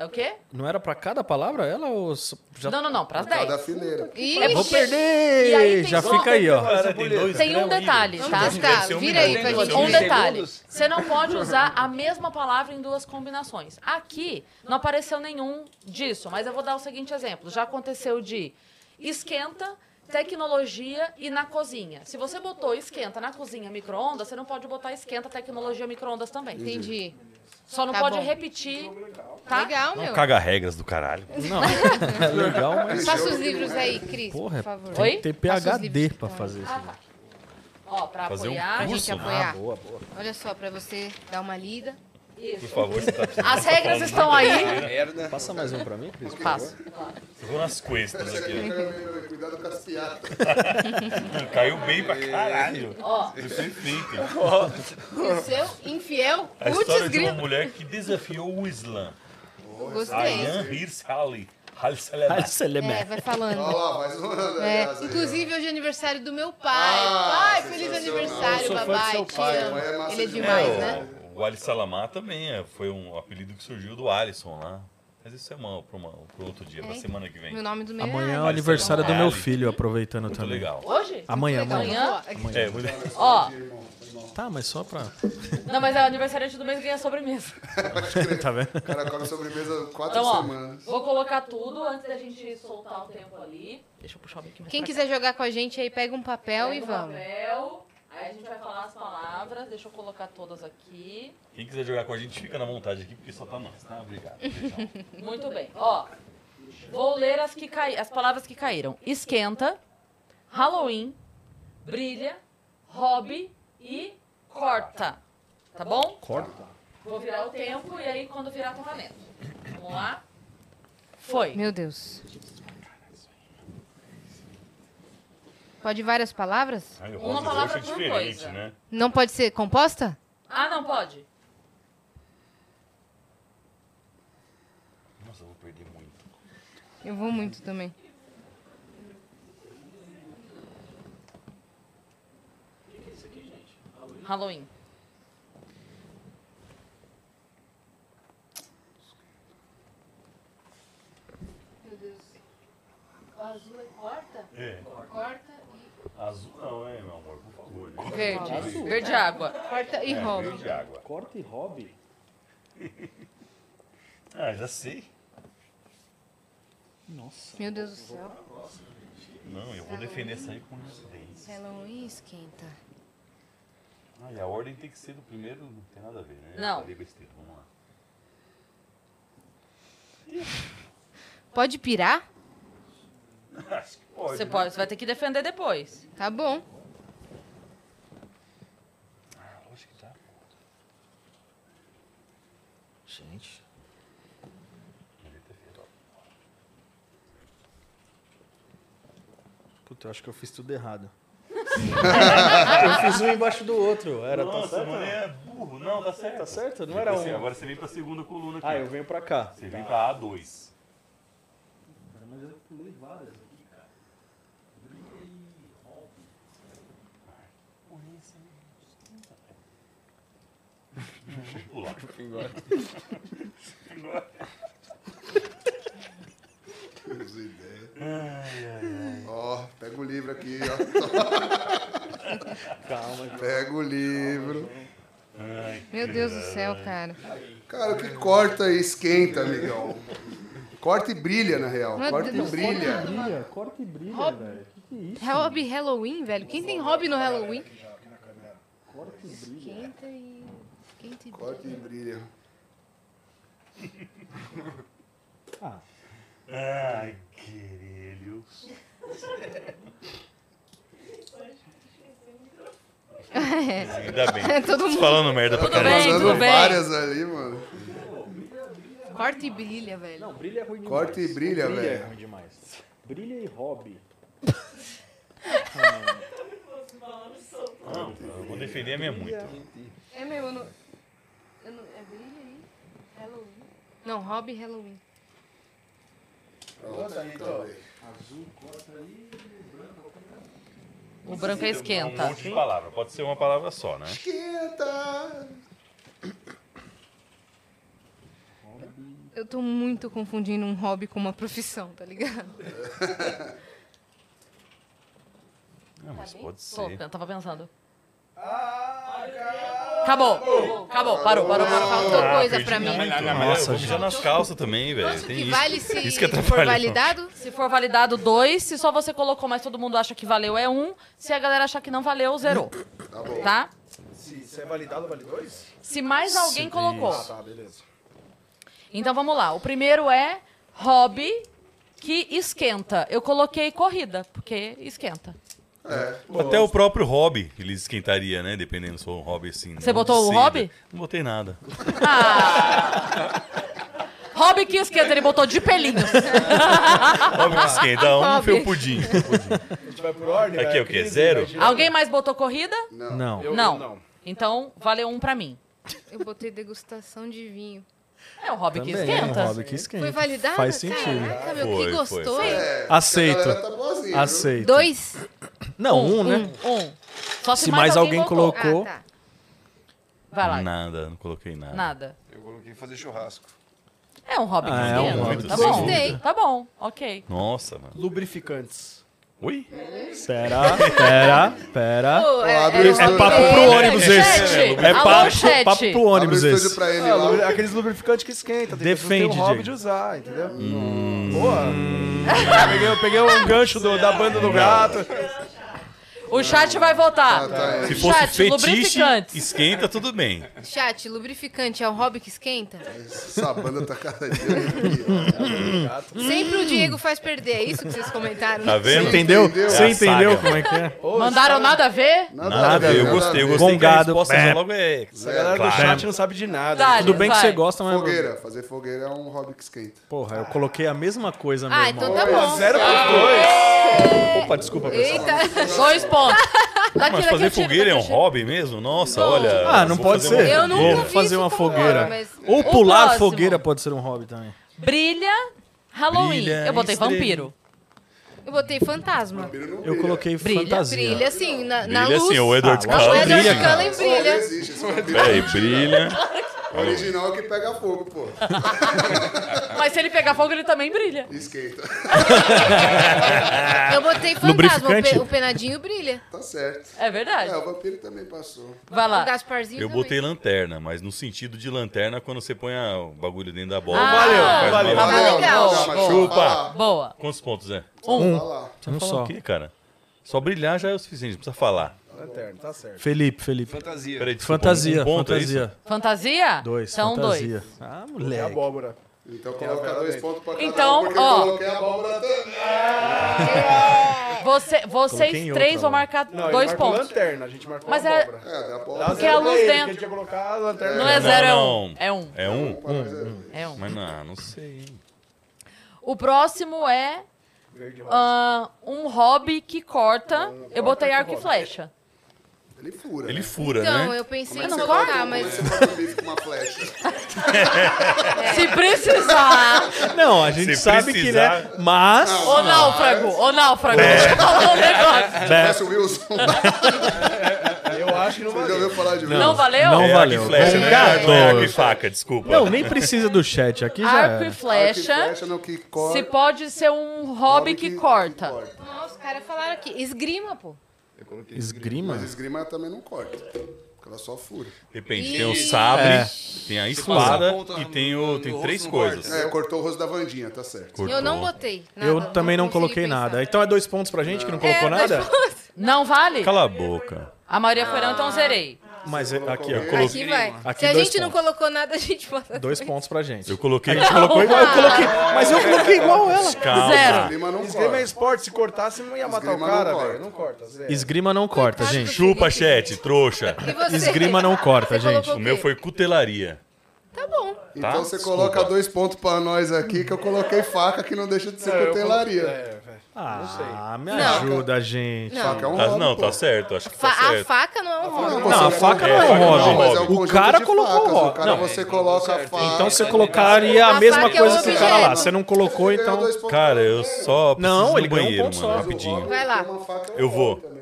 É o quê? Não era pra cada palavra ela ou s- já Não, não, não. Pras Cada 10. fileira. Ixi, É Vou porque- perder! E aí tem já só- fica aí, ó. Cara, tem dois Tem um gramas aí, detalhe, mano. tá? Deve Tá, ser um vira aí minuto. pra gente. Um detalhe. segundos? Você não pode usar a mesma palavra em duas combinações. Aqui não apareceu nenhum disso, mas eu vou dar o seguinte exemplo. Já aconteceu de esquenta, tecnologia e na cozinha. Se você botou esquenta na cozinha, micro-ondas, você não pode botar esquenta, tecnologia, micro-ondas também. Entendi. Só não Tá pode bom. repetir, tá? Legal, Não meu. caga regras do caralho. Não, é legal, mas. Passa os livros aí, Cris, Porra, por favor. Oi? tem que ter Passa os PHD livros, pra então. fazer isso. né? Ó, pra Fazer um apoiar, Pra gente curso. apoiar. Boa, boa. Olha só, pra você dar uma lida. Por favor, você tá precisando As passar regras pano. estão aí. Merda. Passa mais um pra mim, Cris? por Passa. favor? Eu vou nas questas aqui. Cuidado com as piadas. Caiu bem pra caralho. Ó. Perfeito. O seu infiel, A história putz, de um uma grilo. mulher que desafiou o Islã. Gostei. Ayan Hirs Ali. Hal Ai, Selemat. você É, lembra. vai falando. Olha lá, mais um. É, aliás, aí, ó. inclusive hoje é aniversário do meu pai. Ah, pai, feliz sensacional. aniversário, Eu sou fã do babai. seu Te pai, amo. mas é massa Ele é demais. demais, É, né? o- O Ali Salamá também é, foi um apelido que surgiu do Alisson lá. Mas isso é mal para outro dia, pra semana que vem. Meu nome do meu Amanhã é o é. aniversário do meu filho, aproveitando Muito também. legal. Hoje? Amanhã, Legal. amanhã. Ó, É, muito- Ó, Tá, mas só pra. não, mas é o aniversariante do mês ganha sobremesa. tá vendo? O cara come sobremesa quatro Então, ó, semanas. vou colocar tudo antes da gente soltar o tempo ali. Deixa eu puxar o bico mais Quem pra cá. quiser jogar com a gente aí, pega um papel e Pega o vamos. papel, aí a gente vai falar as palavras. Deixa eu colocar todas aqui. Quem quiser jogar com a gente, fica na vontade aqui, porque só tá nós, tá? Obrigado. Beijão. Muito bem. Ó, vou ler as, que cai... as palavras que caíram: esquenta, Halloween, brilha, hobby e corta. Tá bom? Corta. Vou virar o tempo e aí quando virar, tá valendo. Vamos lá? Foi. Meu Deus. Pode várias palavras? Ai, o Uma rosa palavra roxo é por diferente, coisa. né? Não pode ser composta? Ah, não pode? Nossa, eu vou perder muito. Eu vou muito também. Halloween. É. Corta e... Azul não, é, meu amor, por favor. Né? Verde. Verde água. Corta e É, rola. verde água. Corta e hobby? Ah, já sei. Nossa. Meu Deus do céu. Não, eu vou defender essa aí com incidência. Halloween esquenta. Ah, e a ordem tem que ser do primeiro, não tem nada a ver, né? Não. Falei besteira, vamos lá. Pode pirar? Acho que pode. Você né? pode, você vai ter que defender depois. Tá bom. Ah, lógico que tá. Gente. Devia ter feito, ó. Puta, eu acho que eu fiz tudo errado. eu fiz um embaixo do outro. Era, tá Nossa, certo? mano, é burro. Não, tá certo. Tá certo? Não Tipo era assim, um. Agora você vem pra segunda coluna aqui. Ah, eu venho pra cá. Você vem pra A2. Mas eu pulei várias aqui, cara. Vou pular. As ideias. Ó, pega o livro aqui, ó. Calma, gente. Pega o livro. Meu Deus do céu, cara. Cara, o que corta e esquenta, amigão? Corta e brilha, na real. Meu Corta e Deus. brilha. Brilha, corta e brilha, velho. Que que é isso? Hobby Halloween, velho. Quem tem hobby no Halloween? Esquenta e. Esquenta e Corta e brilha. Ai, querido. Ainda bem. É, Todo mundo Falando merda pra Tudo caramba. bem, Usando tudo bem. várias ali, mano. corta e brilha, velho. Não, brilha é ruim demais. Corta e brilha, Brilha é velho. ruim demais. Brilha e hobby. Não, eu vou defender a minha muito. É meu, eu não. Eu não é brilha aí? Halloween. Não, hobby Halloween. O branco é Um esquenta. monte de palavra. Pode ser uma palavra só, né? Esquenta! Eu tô muito confundindo um hobby com uma profissão, tá ligado? Não, mas pode ser. Tô, eu tava pensando. Acabou, acabou, parou, parou, parou. Faltou Ah, coisa perdi pra mim. minha melhor- minha melhor- eu vou mijar nas calças também, velho. Quanto Tem que isso. vale se isso que for atrapalha. validado? Se for validado, dois. Se só você colocou, mas todo mundo acha que valeu, é um. Se a galera achar que não valeu, zerou. Tá bom. Se, se é validado, vale dois? Se mais alguém colocou. Tá, beleza. Então vamos lá. O primeiro é hobby que esquenta. Eu coloquei corrida, porque esquenta. É. Até o próprio hobby ele esquentaria, né? Dependendo se for um hobby assim. Você não botou o cedo. hobby? Não botei nada. Hobby que esquenta, ele botou de pelinhos. hobby que esquenta, um Hobby. foi o pudim. A gente vai por ordem? né? Aqui é o quê? Zero? Alguém mais botou corrida? Não. Eu- não. eu não. Então, valeu um pra mim. Eu botei degustação de vinho. É o hobby que Também, esquenta. um hobby que esquenta. Foi validado? Faz sentido. Caraca, meu, que Foi, foi, gostoso. foi. É, Aceito. tá Aceito. Dois? Não, um, né? Um. um. Só se, Se mais alguém botou. colocou. Ah, tá. Vai lá, Nada, não coloquei nada. nada. Eu coloquei fazer churrasco. É um hobby Ah, que é um esquenta. hobby tá que bom. esquenta. Tá bom, ok. Nossa, mano. Lubrificantes. Ui? Pera, pera, pera. Ô, é- é, é- papo pro Pera, ônibus chat. esse. É Alô, papo, chat. papo pro ônibus Abre o estúdio esse. pra ele Ah, lá. lubri- aqueles lubrificantes que esquenta. Tem pessoas que Defende, tem o hobby Diego. de usar, entendeu? Hum. Boa. peguei, eu peguei um gancho do- da banda do gato. O chat vai Tá, votar. é. Se fosse Chat, fetiche, lubrificantes. esquenta, tudo bem. Chat, lubrificante é o hobby que esquenta? Essa banda tá cada dia né, melhor. Sempre o Diego faz perder, é isso que vocês comentaram? Tá vendo? Entendeu? Entendeu? Você É a entendeu saga. como é que é? Mandaram nada a ver? Nada, a Nada, ver, eu nada a gostei, eu ver. gostei que a Gongado, resposta pé. logo é... A galera do Claro. chat não sabe de nada. Dale, Tudo bem que vai. você gosta, mas. Fogueira. Fazer fogueira é um hobby que esquenta. Porra, eu coloquei é a mesma coisa, meu Ah, irmão. então tá bom. Zero pros dois. Opa, desculpa, pessoal. Eita, Dois pontos. Daqui, Mas daqui, fazer eu tiro, fogueira é daqui um eu tiro. hobby mesmo? Nossa, olha... Ah, não vou pode fazer uma- ser. eu nunca Vou vi fazer isso uma como fogueira. hobby, mas- Ou O pular próximo. fogueira pode ser um hobby também. Brilha, Halloween. Brilha, eu botei estrela. vampiro. Eu botei fantasma. Eu coloquei Brilha, fantasia. Brilha assim, na, na Brilha luz. assim, o Edward Ah, O Cullen. Edward Brilha, cara. Cullen Não brilha. existe, isso não existe. Peraí, brilha. O original é o que pega fogo, pô. Mas se ele pegar fogo, ele também brilha. Esquenta. Eu botei fantasma, o, Lubrificante? pe- o penadinho brilha. Tá certo. É É, verdade. o vampiro também passou. Vai O lá. Gasparzinho Eu também. botei lanterna, mas no sentido de lanterna quando você põe a- o bagulho dentro da bola. Ah, Faz uma valeu. bola. Ah, legal. Não, mas Chupa. fala, Boa. Quantos pontos é? fala. Um só. O quê, cara? Só brilhar já é o suficiente, não precisa falar. Lanterna, tá certo. Felipe, Felipe. Fantasia. Peraí, desculpa, Fantasia, um ponto, é isso? fantasia. Fantasia? Dois, São fantasia. dois. Ah, É moleque. abóbora. Então coloca dois pontos pra cada Então, um, porque ó. eu coloquei a abóbora também. Você, Coloquei vocês em três outra vão lá. marcar Não, ele dois marcou pontos. lanterna, a gente marcou Mas é- abóbora. É, da Dá abóbora. Porque a zero pra luz ele, dentro. porque A gente ia colocar a lanterna. Não é Não, zero, é não. um. É um. É um? É um. Mas não, não sei. hein? O próximo é Verde ah, um hobby que corta. Eu botei arco e flecha. Ele fura. Ele né? fura, Então, né? eu pensei Como é em que você colocar, corta- tá, mas... Como é que você corta o bife com uma flecha? É. Se precisar, Não, a gente Se sabe que, né? precisar. Mas. ô náufrago, ô náufrago, deixa eu falar um negócio. Bé, Parece o Wilson. Eu acho que não Você já valeu. ouviu falar de Não valeu? Não é valeu. Arco e flecha, né? Obrigado. Não, é arco e faca, desculpa. Não, nem precisa do chat aqui já. Arco e Era. flecha. Arco e flecha não, que corta. Se pode ser um hobby que corta. Nossa, os caras falaram aqui. Esgrima, pô. Eu coloquei Esgrima? Mas esgrima também não corta. Porque ela só fura. Depende, tem o sabre, É. tem a espada ponta e no- tem, o, no tem rosto, três no coisas. É, cortou o rosto da Vandinha, tá certo. Eu não botei nada, Eu também não consegui coloquei pensar. nada. Então é dois pontos pra gente que não colocou É, mas- nada? Não vale? Cala a boca. A maioria foi não, Ah. então zerei. Mas é- aqui, ó. Colo- Aqui vai. Aqui Se a dois gente não pontos. colocou nada, a gente bota... Dois pontos pra gente. Eu coloquei. Colocou igual, eu coloquei, mas eu coloquei igual ela. Calma. Zero. Esgrima não Esgrima é corta. esporte, se cortasse não ia matar o Esgrima cara, não corta. velho. Não corta, zero. Ah, Esgrima não corta, gente. Chupa, chat, trouxa. E você? Tá Esgrima não corta, Você colocou gente. O meu foi cutelaria. Tá bom. Tá? Então você coloca Desculpa. dois pontos pra nós aqui, que eu coloquei faca, que não deixa de ser cutelaria. É, velho. Ah, me Não. ajuda, gente. Faca é um Tá- hobby, não, pô. tá certo, acho que tá Fa- a certo. faca não é um hobby. Não, a faca não é um Não, hobby. mas é um o conjunto cara de colocou facas, o hobby. O cara você coloca a faca. Então você colocaria a A mesma faca é um coisa que o cara lá. objeto. Você não colocou, Ganhou então. dois pontos. Cara, eu só preciso Não, não, ele ele ganhou um banheiro, ponto mano, só. rapidinho. Vai lá. Uma faca é um Eu vou. hobby também.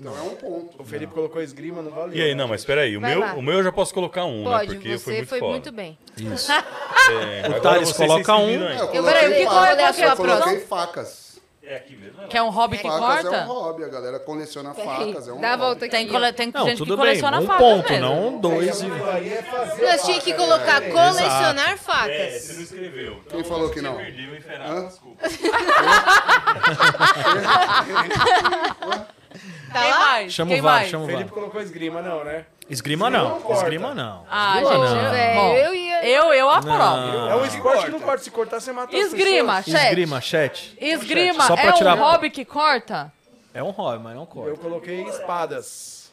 Então é um ponto. O Felipe colocou esgrima, não valeu. E aí, não, mas peraí, o Vai meu, lá. o meu eu já posso colocar um, né? Pode, Porque foi você muito foi foda. muito bem. É, agora Thales vocês coloca se um. viram aí. É, eu Eu- peraí, o que- coloquei qual é- qual facas, que é a eu coloquei produção? facas. Que é um hobby que Facas é um corta? hobby, a galera coleciona facas, é um Dá a hobby. volta aqui. Tem, cole- tem Não, gente que tudo bem. coleciona Um facas ponto, mesmo. não dois. e- Nós tinha que colocar É, colecionar facas. Você não escreveu. Quem falou que não? Perdeu, enferado, desculpa. Quem mais? Chama Quem o VAR, mais? chama o Felipe VAR. colocou esgrima, não, né? Esgrima não. Esgrima não. Ah, É. Poxa, gente, velho, bom. eu ia... Eu, eu aprovo. É um esporte que não corta, se cortar você mata as Esgrima, pessoas. chat. Esgrima, chat. Esgrima Só pra é tirar a um hobby que corta? É um hobby, mas não corta. Eu coloquei espadas.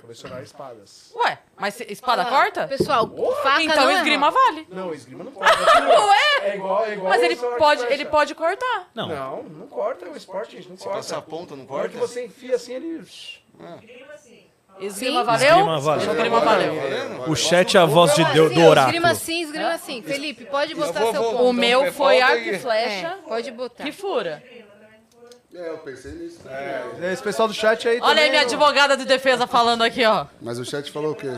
Colecionar espadas. Ué, mas se- espada Ah, corta? pessoal, faca Então não é esgrima hobby. vale. Não, esgrima não pode. Ué? É igual, é igual. Mas ele colecionar pode, flecha. ele pode cortar. Não. não, corta, é um esporte, gente, não corta. passar a ponta, não Na hora é corta? que você enfia assim, ele... Esgrima Sim. valeu? Esgrima valeu. Esgrima valeu. O chat é a voz de Deus, do oráculo. Esgrima sim, esgrima sim. Felipe, pode botar É. vou- seu vou- ponto. O meu então, foi falta arco e e- flecha. É, pode botar. Que fura. É, eu pensei nisso. Esse pessoal do chat aí Olha aí também, minha ó. advogada de defesa falando aqui, ó. Mas o chat falou o quê?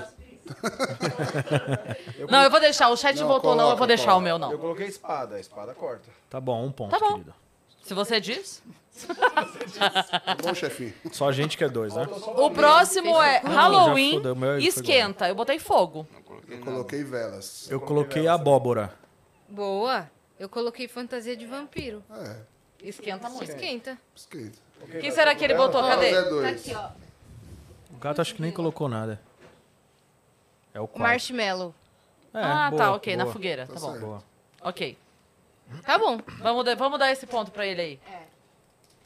Não, eu vou deixar. O chat voltou, não. Eu vou deixar o meu, Eu não. coloquei espada, a espada corta. Tá bom, um ponto, Tá bom. querido. Se você diz. Bom, chefinho. Só a gente que é dois, né? O próximo é Não, já Halloween fudeu, o meu e foi esquenta. Eu botei fogo. Eu coloquei velas. Eu coloquei abóbora. Boa. Eu coloquei fantasia de vampiro. É, Esquenta muito. Esquenta. Esquenta. Quem será É, que ele botou? Cadê? é, Tá aqui, ó. O gato acho que nem colocou nada. É o O quarto. marshmallow. É, ah, boa, tá, ok. Na boa. fogueira. Tá, Tá bom. certo. Boa. Ok. Tá bom. Vamos, dar- vamos dar esse ponto pra ele aí.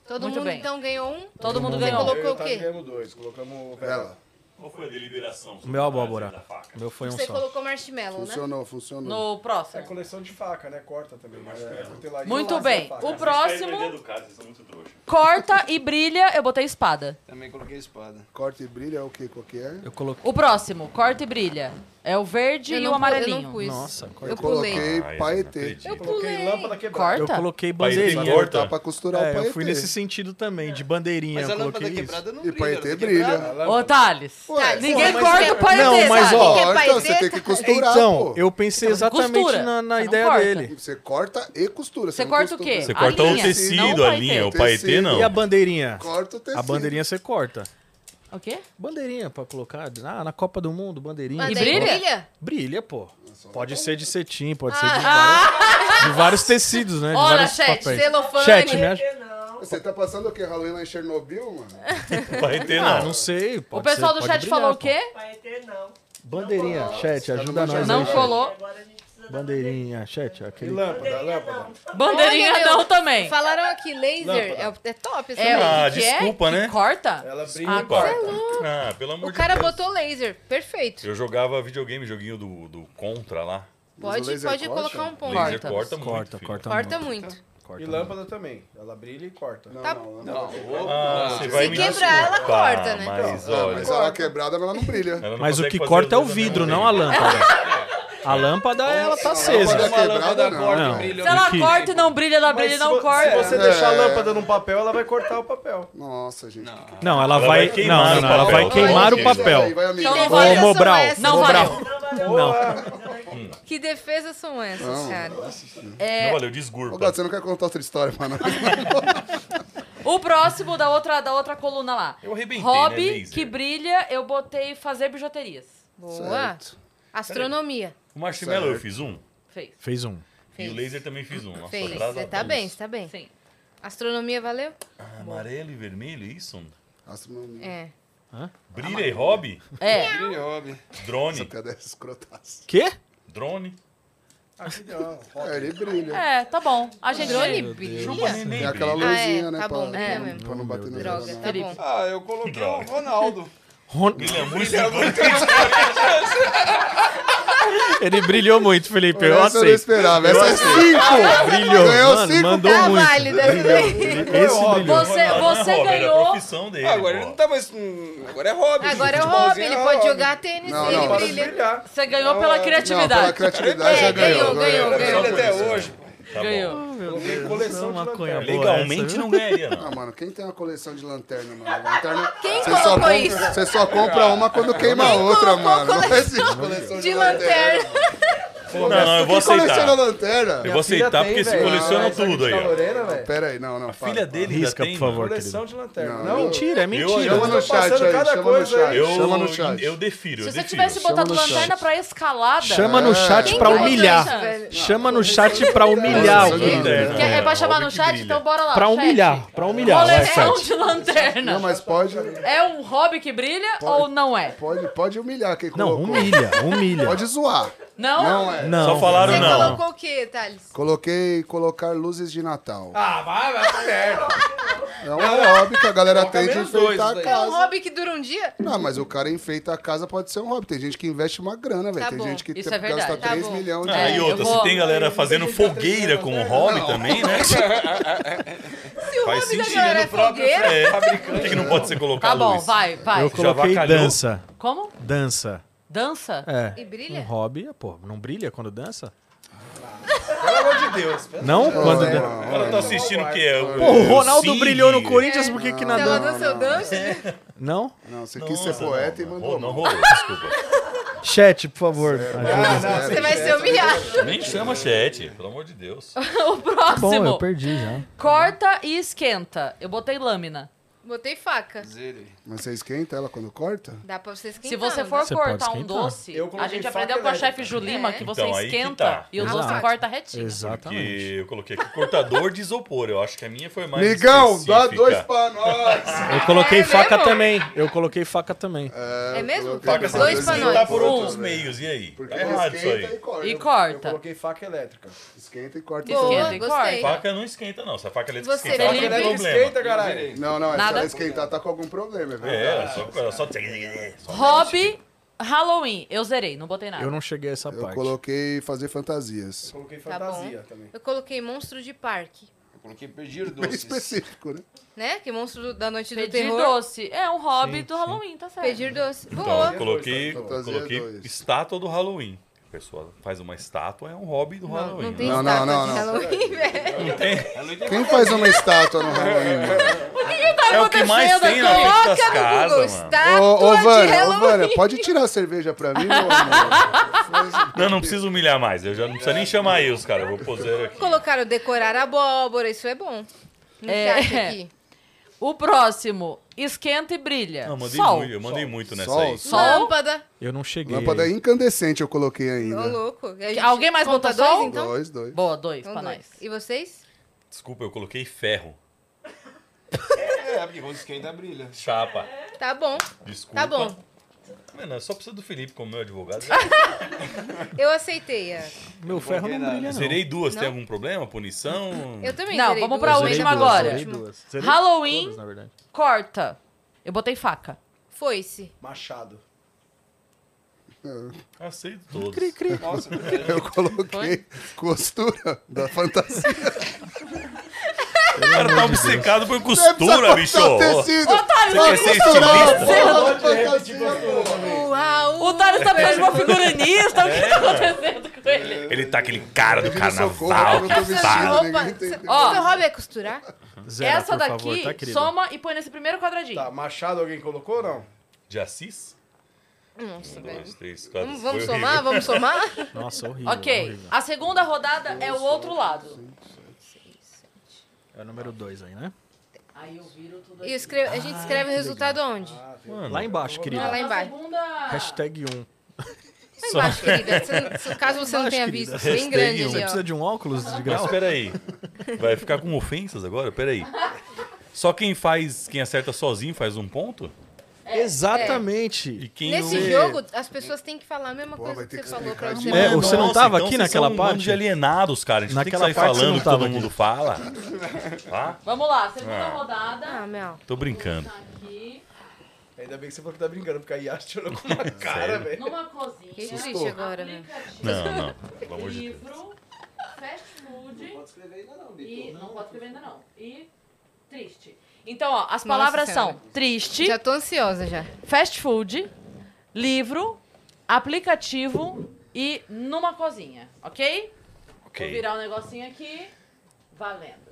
Todo Muito mundo bem. então ganhou um. Todo mundo Você ganhou. colocou o quê? Colocamos tá dois, colocamos vela. Qual foi a deliberação? tá O meu é abóbora. O meu foi um Você só. colocou marshmallow, né? funcionou. No próximo. É coleção de faca, né? Corta também. Mas é, cutelaria, Muito lazer, bem. faca. O próximo, Cara, vocês são muito trouxa. corta e brilha. Eu botei espada. Também coloquei espada. Corte e brilha é o quê? Qual que é? Eu coloquei. O próximo, corta e brilha. É o verde Eu e não o pu- eu não amarelinho. pus. Nossa, corta. Eu coloquei paetê. Eu pulei. Corta? Eu coloquei Paetê bandeirinha. corta. Dá pra costurar o É, paetê. eu fui nesse sentido também, de bandeirinha. Mas a eu lâmpada coloquei isso. quebrada não E brilha. paetê lâmpada brilha. quebrada- Ô, Thales. Ué, ninguém porra, mas corta o que- paetê, Não, mas sabe? ó. Ó, então você tem que costurar, Então, pô. eu pensei exatamente costura, na, na você não ideia corta. dele. Você corta e costura. Você não corta o costura. quê? Você A corta o linha, tecido, não o a paetê. linha. O paetê não. E a bandeirinha? Corta o tecido. A bandeirinha você corta. O quê? Bandeirinha pra colocar ah, na Copa do Mundo, bandeirinha. Mas E daí brilha? Brilha, pô. Pode ser de cetim, pode ser de vários, de vários tecidos, né? De Ah. Olha, vários chat, papéis. celofane. Chat, me acha- Você tá passando o quê? Halloween lá em Chernobyl, mano? É, Paetê Ah, não. não sei. O pode pessoal ser, do pode chat brilhar, falou o pô. quê? Bandeirinha, chat, ajuda nós. Não aí, chat. colou. Bandeirinha, chat, aquele. Lâmpada, lâmpada. Bandeirinha Olha, meu, não também. Falaram aqui, laser é, o- é top. essa É, Ah, o que que é? desculpa, Que né? Corta? Ela brilha. Ah, e Pá. corta. Ah, pelo amor é O de cara Deus. botou laser, perfeito. Eu jogava videogame, joguinho do, do Contra lá. Mas o Pode, laser pode corta? colocar um ponto. Laser Corta. corta muito. Corta, filho. corta, Corta muito. muito. Corta E muito. lâmpada também. Ela brilha e corta. Não, tá não, não. Ah, você vai Se me quebrar, ela desculpar, corta, né? Mas Ah, olha. mas ela quebrada, mas ela não brilha. ela não Mas o consegue que fazer corta é o dois ao mesmo vidro, não a tempo. lâmpada. A lâmpada, ela tá lâmpada acesa. é quebrada, não. corta, Não. brilha. Se ela Que- corta e não brilha, Tá ela brilha e se não vo- Se corta. você deixar a lâmpada num papel, ela vai cortar o papel. Nossa, gente. Não, ela Ela vai. vai queimar Não, não, o não, ela papel. vai queimar o Olha isso Vai, papel. vai, amigo. Então não Ô, valeu. Mobral, Essas Não são valeu. não. Que defesas são essas, cara? Não, É, valeu, Ô, desgurpa. Gato, você não quer contar outra história pra nós? o próximo da outra, da outra coluna lá. Eu arrebentei, né, Hobby laser? que brilha, eu botei fazer bijuterias. Boa. Certo. Astronomia. O marshmallow eu fiz um. Fez. Fez um. E o laser também fiz um. Nossa, Fez. graças a Você tá Deus. bem, você tá bem. Sim. Astronomia valeu? Ah, Amarelo e vermelho, é isso? Astronomia. É. Brilha e hobby? É. Brilha, hobby. Drone. Cadê essa é escrotaça? Quê? Drone. É, ele brilha. É, tá bom. A gente. Drone Chupa brilha? neném. Tem aquela brilha. luzinha, Ah, é, né? tá pra, bom, pra, é não- mesmo. pra não bater no Droga, tá bom. Ah, eu coloquei o Droga. Ronaldo. Ron- Brilha muito. Ele brilhou muito, Felipe. Essa Eu eu não aceito. esperava. Essa é cinco! Brilhou. Ganhou Mano, cinco mandou Tá muito. válida essa daí. Esse brilhou. Você, Não, não é você hobby, era a ganhou. profissão dele. Ah, agora ele pô. não tá mais. hum, Agora é hobby. Agora é o Futebolzinho hobby, ele pode hobby. jogar tênis Não, e ele não. Para de brilha. brilhar. Você ganhou pela Não, pela criatividade. criatividade já É, ganhou, ganhou. ganhou. ganhou, Ele ganhou. até hoje. Tá bom. Ganhou. Coloquei coleção de maconha lanterna. boa essa, Legalmente viu? não ganharia, Ah, não. mano, quem tem uma coleção de lanterna, mano? Lanterna. Quem Você só, colocou compra, isso? você só compra uma quando queima a outra, mano. Não existe coleção de, De lanterna. Não, não, eu vou Quem coleciona aceitar. lanterna? Eu vou aceitar porque se coleciona tudo tá aí. ó. Pera aí, não, não. para, Filha para. dele ainda Risca, tem. né? por favor, querido. Coleção de lanterna. Não. Não, Mentira, é mentira. Chama no chat passando aí, cada chama no coisa chat. aí. Eu, Chama no chat. eu defiro, eu Se você defiro. tivesse botado Chama no lanterna chat. pra escalada. Chama no chat Quem pra que botou humilhar. isso, velho? Chama no chat pra humilhar o Coleção de Guilherme. Quer- é pra chamar Hobby no que chat? brilha. Então bora lá. Pra chat. humilhar, pra humilhar. vai, Coleção chat. é de lanterna. Não, mas pode, É um hobby que brilha ou não é? pode, pode humilhar quem Não, colocou. humilha, humilha. Pode zoar. Não? Não é. Não. Só falaram Você não. colocou o quê, Thales? Coloquei colocar luzes de Natal. Ah, vai, vai, pra merda. É um hobby que a galera Coloca tem de menos enfeitar a dois daí. casa. É um hobby que dura um dia? Não, mas o cara enfeita a casa pode ser um hobby. Tem gente que investe uma grana, velho. Tá tem bom. gente que Isso tem- é verdade. gasta Tá 3 bom. milhões Ah, e outra, se tem galera fazendo fogueira como hobby também, né? Se Faz hobby da sentido. galera é fogueira- É, Por que, que não pode ser colocado? Tá bom, vai, vai. Eu coloquei dança. Como? Dança. Dança? É. E brilha? Um hobby, é, pô, não brilha quando dança? Pelo amor de Deus. Não? Quando é. dança. Ela tá assistindo o que é? O, Pô, o Ronaldo Cine? brilhou no Corinthians, por que que na Se ela dança? dança, então eu danço. Não? Não, você quis ser poeta e mandou. Não rolou, desculpa. Chat, por favor. ajuda. Você vai ser humilhado. Nem chama chat, pelo amor de Deus. o É, tá Bom, próximo. eu perdi já. Corta e esquenta. Eu botei lâmina. Botei faca. Mas você esquenta ela quando corta? Dá pra você esquentar. Se você for Você pode cortar um esquentar. doce, Eu a coloquei gente faca aprendeu com a elétrica. chefe Julima que você Então, aí que esquenta tá. e o Ah, doce tá. corta retinho. Porque Exatamente. eu coloquei aqui cortador de isopor. Eu acho que a minha foi mais. Migão, dá específica. dois pra nós! Eu coloquei É faca mesmo? também. Eu coloquei faca também. É mesmo? Paga essa Dois pra coisa, Tá nós. Um. por outros meios, e aí? Porque Tá errado isso esquenta e aí. corta. E Eu corta. coloquei faca elétrica. Esquenta e corta. Boa, Esquenta e gostei. Faca não esquenta, não. Se a faca é elétrica Você, esquenta, ela Felipe? tem problema. Esquenta, caralho. Não, não, é Nada. só esquentar tá com algum problema, é É, verdade. ela só. ela só- só- Hobby, Halloween. Eu zerei, não botei nada. Eu não cheguei a essa Eu parte. coloquei fazer fantasias. Coloquei Tá fantasia bom. também. Eu coloquei monstro de parque. Eu coloquei pedir Bem doces. específico, né? Né? Que monstro do- da noite do Pedir terror. doce. É um hobby Sim, do sim. Halloween, tá certo. Pedir doce. Então, Boa. eu coloquei, Fantasia coloquei dois. estátua do Halloween. A pessoa faz uma estátua, é um hobby do Não, Halloween. não tem Não, não, estátua não, de não. Halloween, velho. Quem faz uma estátua no Halloween? mano? É o que mais tem na frente das Coloca no Google. casas, mano. Ô, Estátua ô, de Vânia, ô, Halloween. Vânia, pode tirar a cerveja pra mim, meu amor? Não, não preciso humilhar mais. Eu já não precisa nem chamar eles, cara. Eu vou poser aqui. Colocaram decorar abóbora. Isso é bom. No É. chat aqui. O próximo, esquenta e brilha. Não, mandei Sol. muito, eu mandei muito nessa Sol, aí. sol. Sol? Lâmpada. Eu não cheguei. Lâmpada incandescente eu coloquei Ô, ainda. louco. A gente Alguém mais conta botou dois, sol? então? Dois, dois. Boa, dois Então, pra dois. nós. E vocês? Desculpa, eu coloquei ferro. É, porque quando esquenta, brilha. Chapa. Tá bom. Desculpa. Tá bom. Tá Mano, só precisa do Felipe como meu advogado. Eu aceitei. A... Meu ferro não brilha, Eu não. zerei duas. Tem algum problema? Punição? Eu também Não, zerei vamos duas, pra mas última eu vou pra agora. última. Zerei Halloween, todas, na verdade. corta. Eu botei faca. Foi-se. Machado. Aceito todos. Nossa, Eu coloquei costura da fantasia. O cara tá obcecado por costura, Deve bicho. ser cortar o tecido. Otário, Você quer ser estilista? Porra, fantasia, porra. Uau! O Otário tá precisando de uma figurinista. O que tá acontecendo com ele? Ele tá aquele cara do Pedindo socorro, carnaval eu não tô que vestido, fala. Tá. ninguém Opa, entendeu. Ó. seu hobby é costurar? Zera, Essa por daqui favor, tá, querida? soma e põe nesse primeiro quadradinho. Tá, machado alguém colocou ou não? De Assis? Nossa, velho. Dois, três, quatro. É. Vamos, vamos Foi horrível. somar? Vamos somar? Nossa, horrível. Ok, horrível. a segunda rodada é o outro lado. É o número 2 aí, né? Aí eu viro tudo E escre- a gente escreve o resultado onde? Lá embaixo, Não, querida. lá na embaixo. segunda... Hashtag 1. Um. Lá embaixo, querida. Você não- se- caso você não tenha visto, foi em grande Você ali, precisa ó. de um óculos de grau? Mas peraí. Vai ficar com ofensas agora? Peraí. Só quem faz, quem acerta sozinho faz um ponto? E Exatamente. quem Nesse não... jogo, as pessoas têm que falar a mesma Pô, vai coisa que ter você que falou pra explicar você. É, o- você não Nossa, tava então aqui vocês naquela são um parte? bando de alienados, cara. A gente Naquela tem que sair parte você falando não que todo tava aqui. mundo fala. Tá? Vamos lá, segunda Ah. rodada. Ah, Mel. Tô brincando. Aqui, Ainda bem que você falou que tá brincando, porque a Yas tirou com uma cara, Sério? velho. numa Fiquei cozinha, triste agora, né? Não, não. Pelo amor de Deus. livro, fast food e... Não pode escrever ainda não. E triste. Então, ó, as Nossa palavras Senhora. são triste, Já tô ansiosa já. fast food, livro, aplicativo e numa cozinha, ok? Vou Ok. virar um negocinho aqui. Valendo.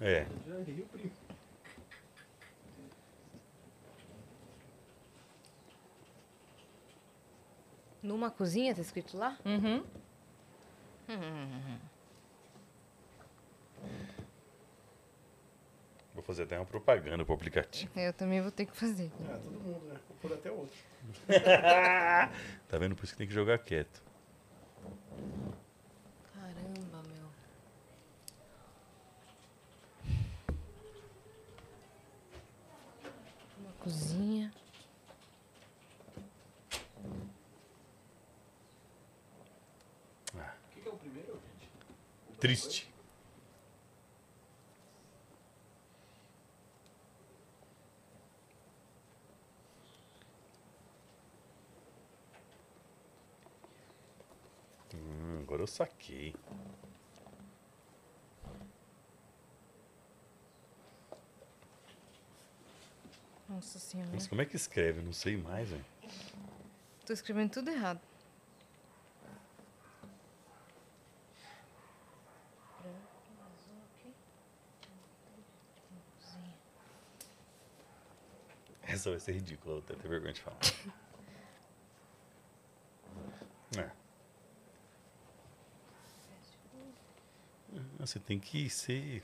É. Numa cozinha, tá escrito lá? Uhum. Vou fazer até uma propaganda pro aplicativo. Eu também vou ter que fazer. Vou pôr até outro. Tá vendo? Por isso que tem que jogar quieto. Caramba, meu. O que, é o primeiro, gente? Triste. Hum, agora eu saquei. Nossa senhora. Mas como é que escreve? Não sei mais, velho. Tô escrevendo tudo errado. Essa vai ser ridícula, eu vou até ter vergonha de falar. É. Ah, Você tem que ser.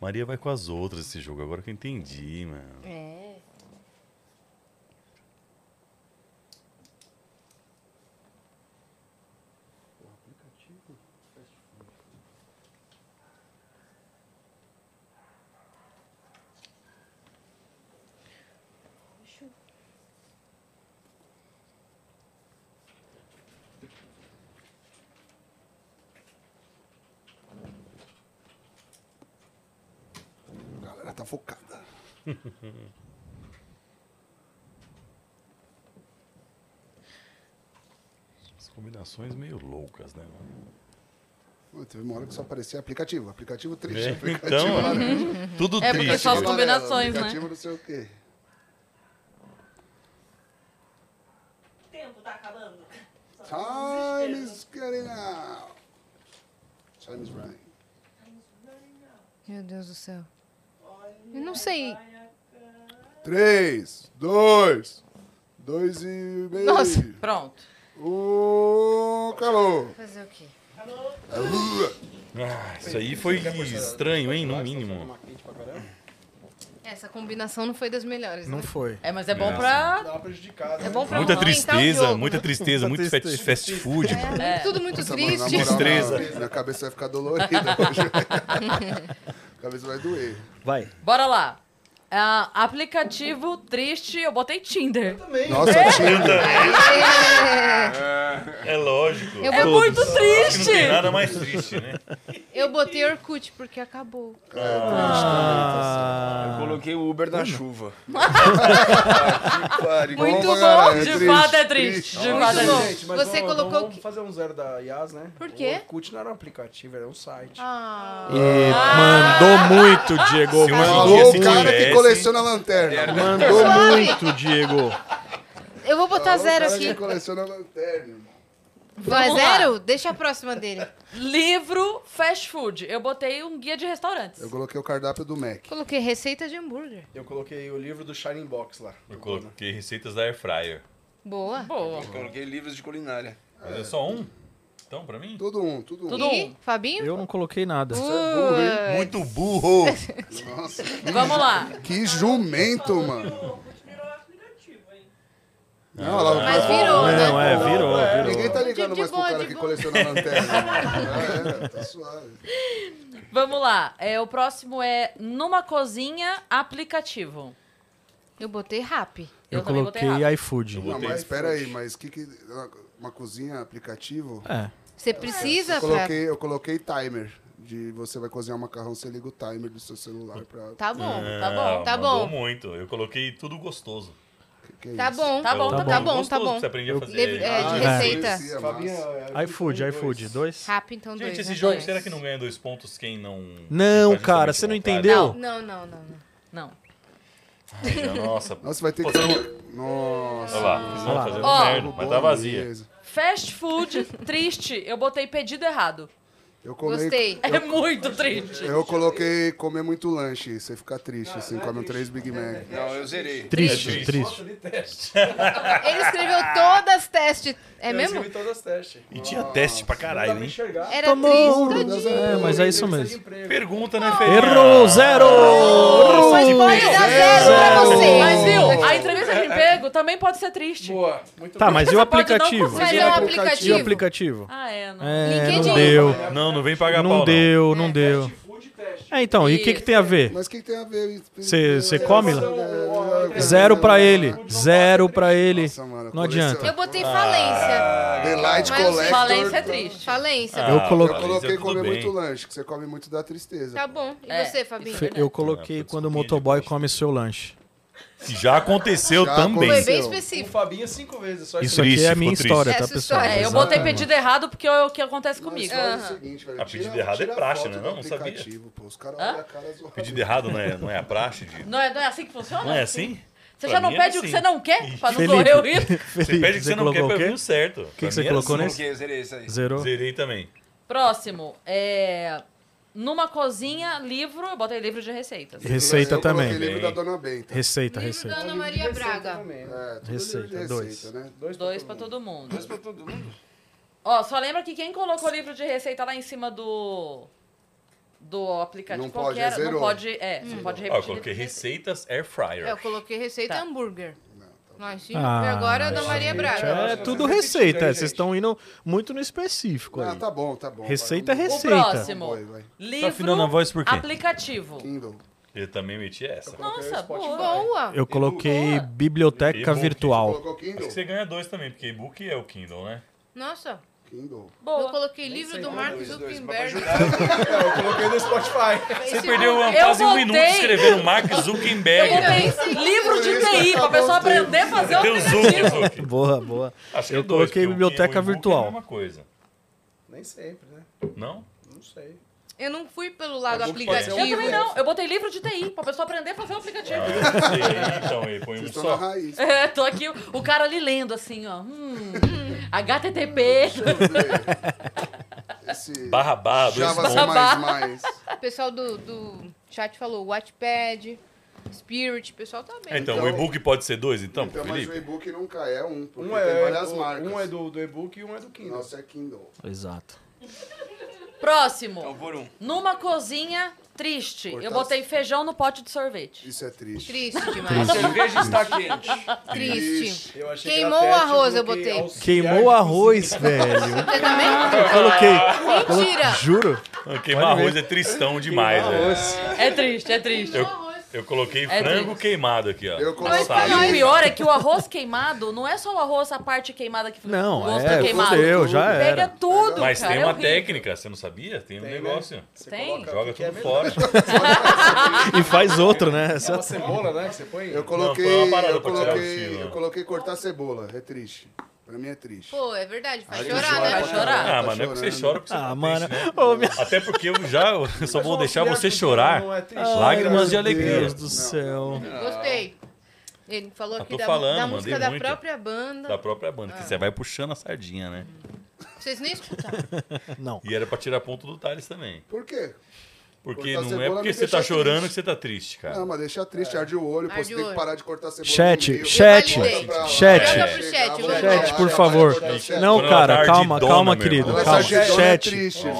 Maria vai com as outras esse jogo, agora que eu entendi, mano. É. A galera tá focada. As combinações meio loucas, né, mano? Pô, teve uma hora que só aparecia aplicativo, aplicativo triste, É, aplicativo então, laranja. tudo É, porque triste, só as né? combinações, né? aplicativo não sei o quê. tempo tá acabando. Time is getting out. Time is running. Meu Deus do céu. Eu não sei. 3, 2, 2 e meio. Nossa, pronto. O calor. Fazer o quê? Ah, isso aí foi estranho, hein? No mínimo. Essa combinação não foi das melhores. né? Não foi. É, mas é bom Não. pra. né? Dá uma prejudicada. É bom pra Muita movimentar o tristeza, jogo. muita tristeza, muito fast, fast food. mano. É, Tudo muito Nossa, mano, na triste. moral, Destreza. Minha, minha cabeça vai ficar dolorida hoje. A cabeça vai doer. Vai. Bora lá. Ah, aplicativo triste, eu botei Tinder. Nossa, Tinder. É lógico. Eu É vou- muito Acho que Não tem triste! nada mais triste, né? Eu botei Orkut porque acabou. Eu coloquei o Uber na chuva. Muito pra bom! caralho, é De triste, fato é triste, de fato é triste. Gente, mas Ah, Você vamos, colocou vamos que- fazer um zero da IAS, né? Por quê? O Orkut não era um aplicativo, era um site. Ah, E mandou muito, Diego. Se um Mandou dia Alô, se o cara que tivesse- coleciona É, lanterna. Mandou Suave. muito, Diego. eu vou botar Alô, o zero cara que aqui. coleciona lanterna, irmão. Vai Vamos lá. zero? Deixa a próxima dele. Livro fast food. Eu botei um guia de restaurantes. Eu coloquei o cardápio do Mac. Coloquei receita de hambúrguer. Eu coloquei o livro do Shining Box lá. Eu coloquei receitas da Air Fryer. Boa. Boa. Eu coloquei livros de culinária. Mas é só um? Então, pra Tá mim? Tudo um, tudo um. Tudo E, Fabinho? Eu não coloquei nada. Boa. Muito burro! Nossa, Vamos lá. que jumento, mano. Não, ela vai Mas virou, Não, né? é, virou, virou. Ninguém tá ligando De mais pro boa, cara de que boa. coleciona lanterna. É, tá suave. Vamos lá. É, o próximo é Numa Cozinha Aplicativo. Eu botei rap. Eu Eu, também botei coloquei iFood. Não, Botei mas espera aí, mas que que uma cozinha aplicativo? Tá É. Você precisa Eu pra... coloquei, eu coloquei timer de você vai cozinhar um macarrão, você liga o timer do seu celular pra Tá bom, É. tá Ah, bom, tá mandou bom. muito. Eu coloquei tudo gostoso. que, que é Tá isso? bom, Tá bom, Eu- tá tá tudo bom, tá gostoso que bom. Você aprendeu a fazer. Livre- é, de Ah, receita. conhecia, massa. Fabinho, é, iFood, iFood. Dois? Rap, então, dois. Gente, esse né? jogo, Dois. será que não ganha dois pontos quem não. Não, faz cara, justamente você não o contrário? entendeu? Não, não, não. não. Não. Ai, é Nossa, Nossa, vai ter Pô, que... um- todo mundo- Nossa. Olha lá, vocês vão Olha lá. fazendo Ó. merda, mas tá vazia. Beleza. Fast food triste. Eu botei pedido errado. Eu comei- Gostei. É muito triste. Eu coloquei comer muito lanche, você fica triste, assim, come um três Big Mac. Não, eu zerei. Triste, triste. Ele escreveu todas as testes. É eu mesmo? escrevi todas as testes. E tinha teste pra Não dá caralho, pra hein? enxergar. Era um Tomou. triste. É, mas é isso mesmo. Pergunta, né, Felipe? Errou, zero! Mas pode dar zero pra você. Mas viu, a entrevista de emprego também pode ser triste. Boa, muito Tá, bem. mas e o Você pode não aplicativo? Mas e é o um aplicativo? E aplicativo. o aplicativo? Ah, é, não. É, LinkedIn. não deu. Não, não vem pagar pau, Não deu, não deu. Food teste. É, então, e o que, que tem a ver? Mas o que, que tem a ver? Você come é, lá? Zero pra ele. Zero pra ele. Não adianta. Eu botei falência. The Light Mas Collector. Falência é triste. Falência. Eu coloquei- Eu coloquei Tudo comer bem. muito lanche, que você come muito da tristeza. Tá bom. E É. você, Fabinho? Fe- Eu coloquei quando o motoboy come seu lanche. Já aconteceu Já também. Foi bem específico. O Fabinho é cinco vezes. Só Isso aqui é a Triste, minha ficou história, triste. tá, Essa pessoal? É, eu Exatamente. botei pedido errado porque é o que acontece comigo. faz o Aham. seguinte, velho, Ah, tira- pedido errado é tira a praxe, foto né? do Não, não sabia. aplicativo, Pô, os caras Hã? olham a cara zoada. Pedido errado não é, não é a praxe de. Não é, não é assim que funciona? Não é assim? Você Pra já não mim pede era o que assim. você não quer pra não Felipe, correr o risco? Você pede o que você não quer colocou pra o quê? eu vir o certo. O que Pra que você mim era colocou assim. nesse? Coloquei, eu zerei isso aí. Zerou? Zerei também. Próximo. É... Numa cozinha, livro... Eu botei livro de receitas. Receita Eu coloquei também. livro da Dona Benta. Receita, Livro da receita. Ana Maria Braga. Também, né? É, tudo Receita, livro de dois. né? Dois pra todo mundo. Mas pra todo mundo. Ó, só lembra que quem colocou o livro de receita lá em cima do... Do aplicativo Não pode, é qualquer, não zero. pode... É, não pode Ó, eu repetir. livro de coloquei receitas air É, Eu fryer. coloquei receita Tá. hambúrguer. tá Nós sim. Ah, e agora Ana Maria Braga. É tudo receita, é, vocês estão indo muito no específico Ah, aí. tá bom, tá bom. Receita é vai, O receita. próximo. Vai, vai. Tá Livro, afinando a voz por quê? aplicativo. Kindle. Eu também meti essa. Nossa, boa. Boa. Eu coloquei biblioteca Boa. virtual. Colocou Acho Kindle? que você ganha dois também, porque e-book é o Kindle, né? Nossa. Kindle. Eu Boa. coloquei livro do é Mark Zuckerberg. Coloquei no Spotify. Você perdeu uma- Eu quase um voltei. minuto escrevendo Mark Zuckerberg. Eu botei livro de TI, pra pessoa aprender a fazer o Deu Zuck, aplicativo. Zuck. Boa, boa. Acho que Eu é dois, coloquei porque o biblioteca e-book é a virtual. mesma coisa. Nem sempre, né? Não? Não sei. Eu não fui pelo Tá lado Eu vou fazer um Eu aplicativo. também não. Eu botei livro de TI, pra pessoa aprender a fazer o aplicativo. Ah, eu sei, então, ele põe Vocês um estão na só. raiz. É, tô aqui, o cara ali lendo assim, ó. Hum, HTTP. Esse Barra barra, dois Java pontos. C++. O pessoal do, do chat falou Wattpad, Spirit, o pessoal tá bem. Então, Então- o e-book pode ser dois, então, Então, mas o Felipe? e-book nunca é um, porque Um é, tem várias o- marcas. um é do, do e-book e um é do Kindle. Nossa, é Kindle. Exato. Então. Próximo. Por um. Numa cozinha triste. Eu Cortar- botei feijão no pote de sorvete. Isso é triste. Triste demais. tá Cerveja está quente. Triste. Eu achei Queimou o grafete, arroz, eu coloquei botei. auxiliar Queimou o arroz, velho. Você também? Eu coloquei. Mentira. Juro. Ah, Queimar Pode ver. arroz é tristão demais, velho. É triste, é triste. Eu, eu coloquei É frango queimado aqui, ó. Eu coloquei- Assado. E o pior é que o arroz queimado não é só o arroz, a parte queimada que fica Não, o gosto é, queimado. fudeu, já Pega era. tudo, Mas cara. tem é uma horrível. técnica, você não sabia? Tem né? um negócio. Tem? Joga é tudo fora. E faz outro, né? Essa- Uma cebola, né? Que você põe. Eu foi coloquei, uma parada eu pra tirar o coloquei, estilo, eu né? coloquei cortar cebola, é triste. Pra mim é triste. Pô, é verdade, faz Aí chorar, chora, né? Vai chorar. Tá Ah, mas não é porque você chora, porque você Ah, não mano. triste, né? Ô, minha- Até porque eu já eu só vou deixar você chorar então, Não é triste. lágrimas de Meu alegria. Deus do céu. Gostei. Ele falou Ah, aqui tô da, falando, da mandei música da muito. própria banda. Da própria banda, É. que você vai puxando a sardinha, né? Vocês nem escutaram. Não. E era pra tirar ponto do Thales também. Por quê? Porque Cortar não cebola é me porque você deixa tá chorando triste. que você tá triste, cara. Não, mas deixa triste, arde o olho, pô, Arde você o tem que olho. parar de cortar cebola. no Chat, meio. chat, validei. Pra lá, chat. Joga pra pro chegar, chat, vamos vai. lá, Chat, por já favor. vai cortar o chat. Não, Quando ela cara, tá calma, ardidona, calma, meu querido. irmão. Ela Calma. tá ardidona, é Chat, triste. chat, O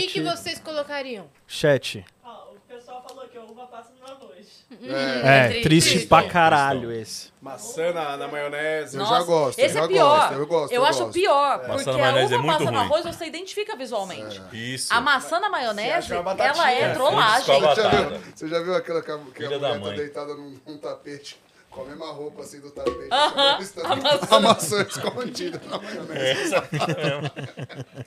que, que chat, vocês colocariam? chat. Ó, o pessoal falou que a uva passa na noite. Hum, É, triste triste. pra caralho esse. Maçã na, na maionese. Eu já gosto, esse eu é já pior. gosto, eu gosto, eu acho gosto. pior, porque Maçã a na uva maionese é muito passa no ruim. arroz, você identifica visualmente. Isso. um A maçã na maionese, acha uma batatinha, ela é né? trollagem. Foda-se Você já, Batata. viu, você já viu aquela que a, que a Filha da mulher tá mãe. deitada num, num tapete, com a mesma roupa assim do tapete, Aham, assim, a maçã. a maçã escondida na maionese. É,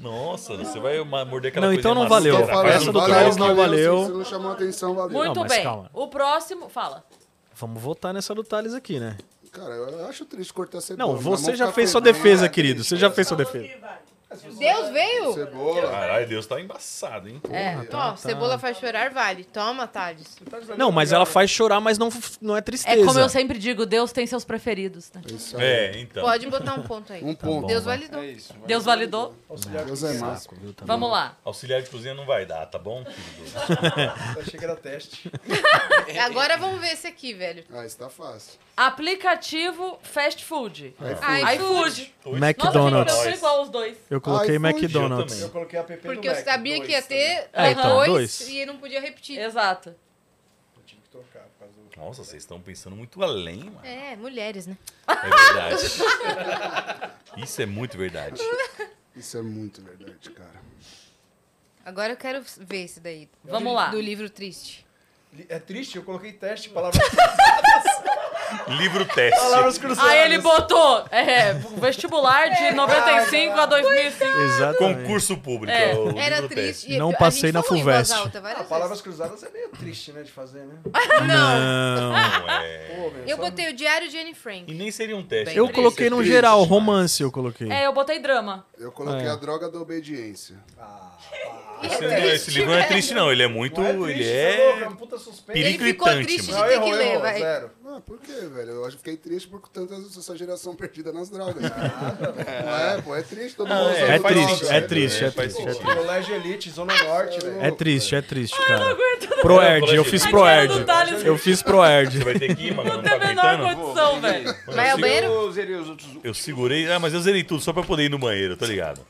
Nossa, você vai ma- morder aquela Não, coisa então não macia, valeu. cara. Faz Essa um do troço. Thales não valeu. Se você não chamou atenção, valeu. Muito Não, mas bem. calma. O próximo, fala. Vamos votar nessa do Thales aqui, né? Cara, eu acho triste cortar cebola. Não, mas você vamos já ficar fez sua feliz, defesa, né? querido. Você já fez sua defesa. Deus veio? Cebola. Caralho, Deus tá embaçado, hein? É. Ó, cebola faz chorar, vale. Toma, Thales. Então. Não, mas ela faz chorar, mas não, f- não é É como eu tristeza. sempre digo, Deus tem seus preferidos. né? Isso aí. É, então. Pode botar um ponto aí. Um ponto. Deus validou. É isso. Deus validou. Deus Ah, é massa. Vamos lá. Auxiliar de cozinha não vai dar, tá bom? querido? Achei que era teste. Agora vamos ver esse aqui, velho. Ah, isso tá fácil. Aplicativo fast food. Ai, iFood. Nossa, gente, McDonald's. eu sou igual os dois. Eu coloquei iFood. McDonald's. Eu Eu coloquei app do Porque eu Mac, sabia dois que ia ter É, então, dois, dois. e não podia repetir. Exato. Nossa, vocês estão pensando muito além, mano. É, mulheres, né? É verdade. Isso é muito verdade. Isso é muito verdade, cara. Agora eu quero ver esse daí. Vamos Do- lá. Do livro triste. É triste? Eu coloquei teste, palavras. Livro teste. Palavras cruzadas. Aí ele botou é, vestibular de 95 a 2005. Exatamente. Concurso público. É. é o Era livro triste. teste. E Não a gente passei na falou em voz FUVEST. alta Ah, palavras cruzadas é meio triste, né, de fazer, né? Não. Não, é. Pô, meu, Eu só- botei o Diário de Anne Frank. E nem seria um teste. Eu coloquei no num geral, romance eu coloquei. É, eu botei drama. Eu coloquei É. a droga da obediência. Esse, esse livro não é triste, não. Ele é muito. Não é triste, ele você é é. louco, é um puta suspense. Ele ficou periclitante, triste mano. de ter que ler, vai. Ah, por quê, velho? Eu acho que fiquei triste por tanta essa geração perdida nas drogas. Não é, pô, é triste todo Não, mundo é, usando é droga, triste, é velho. triste, é triste, é triste. Colégio Elite, Zona Norte, velho. É triste, é triste, cara. não. Proerd, eu fiz A Proerd. cara do Thales. Eu fiz Proerd. Você vai ter que ir, mano. Não, tá menor aguentando? condição, velho. Vai ao banheiro? Eu zerei os outros. Eu segurei. Ah, mas eu zerei tudo só pra poder ir no banheiro, tá ligado?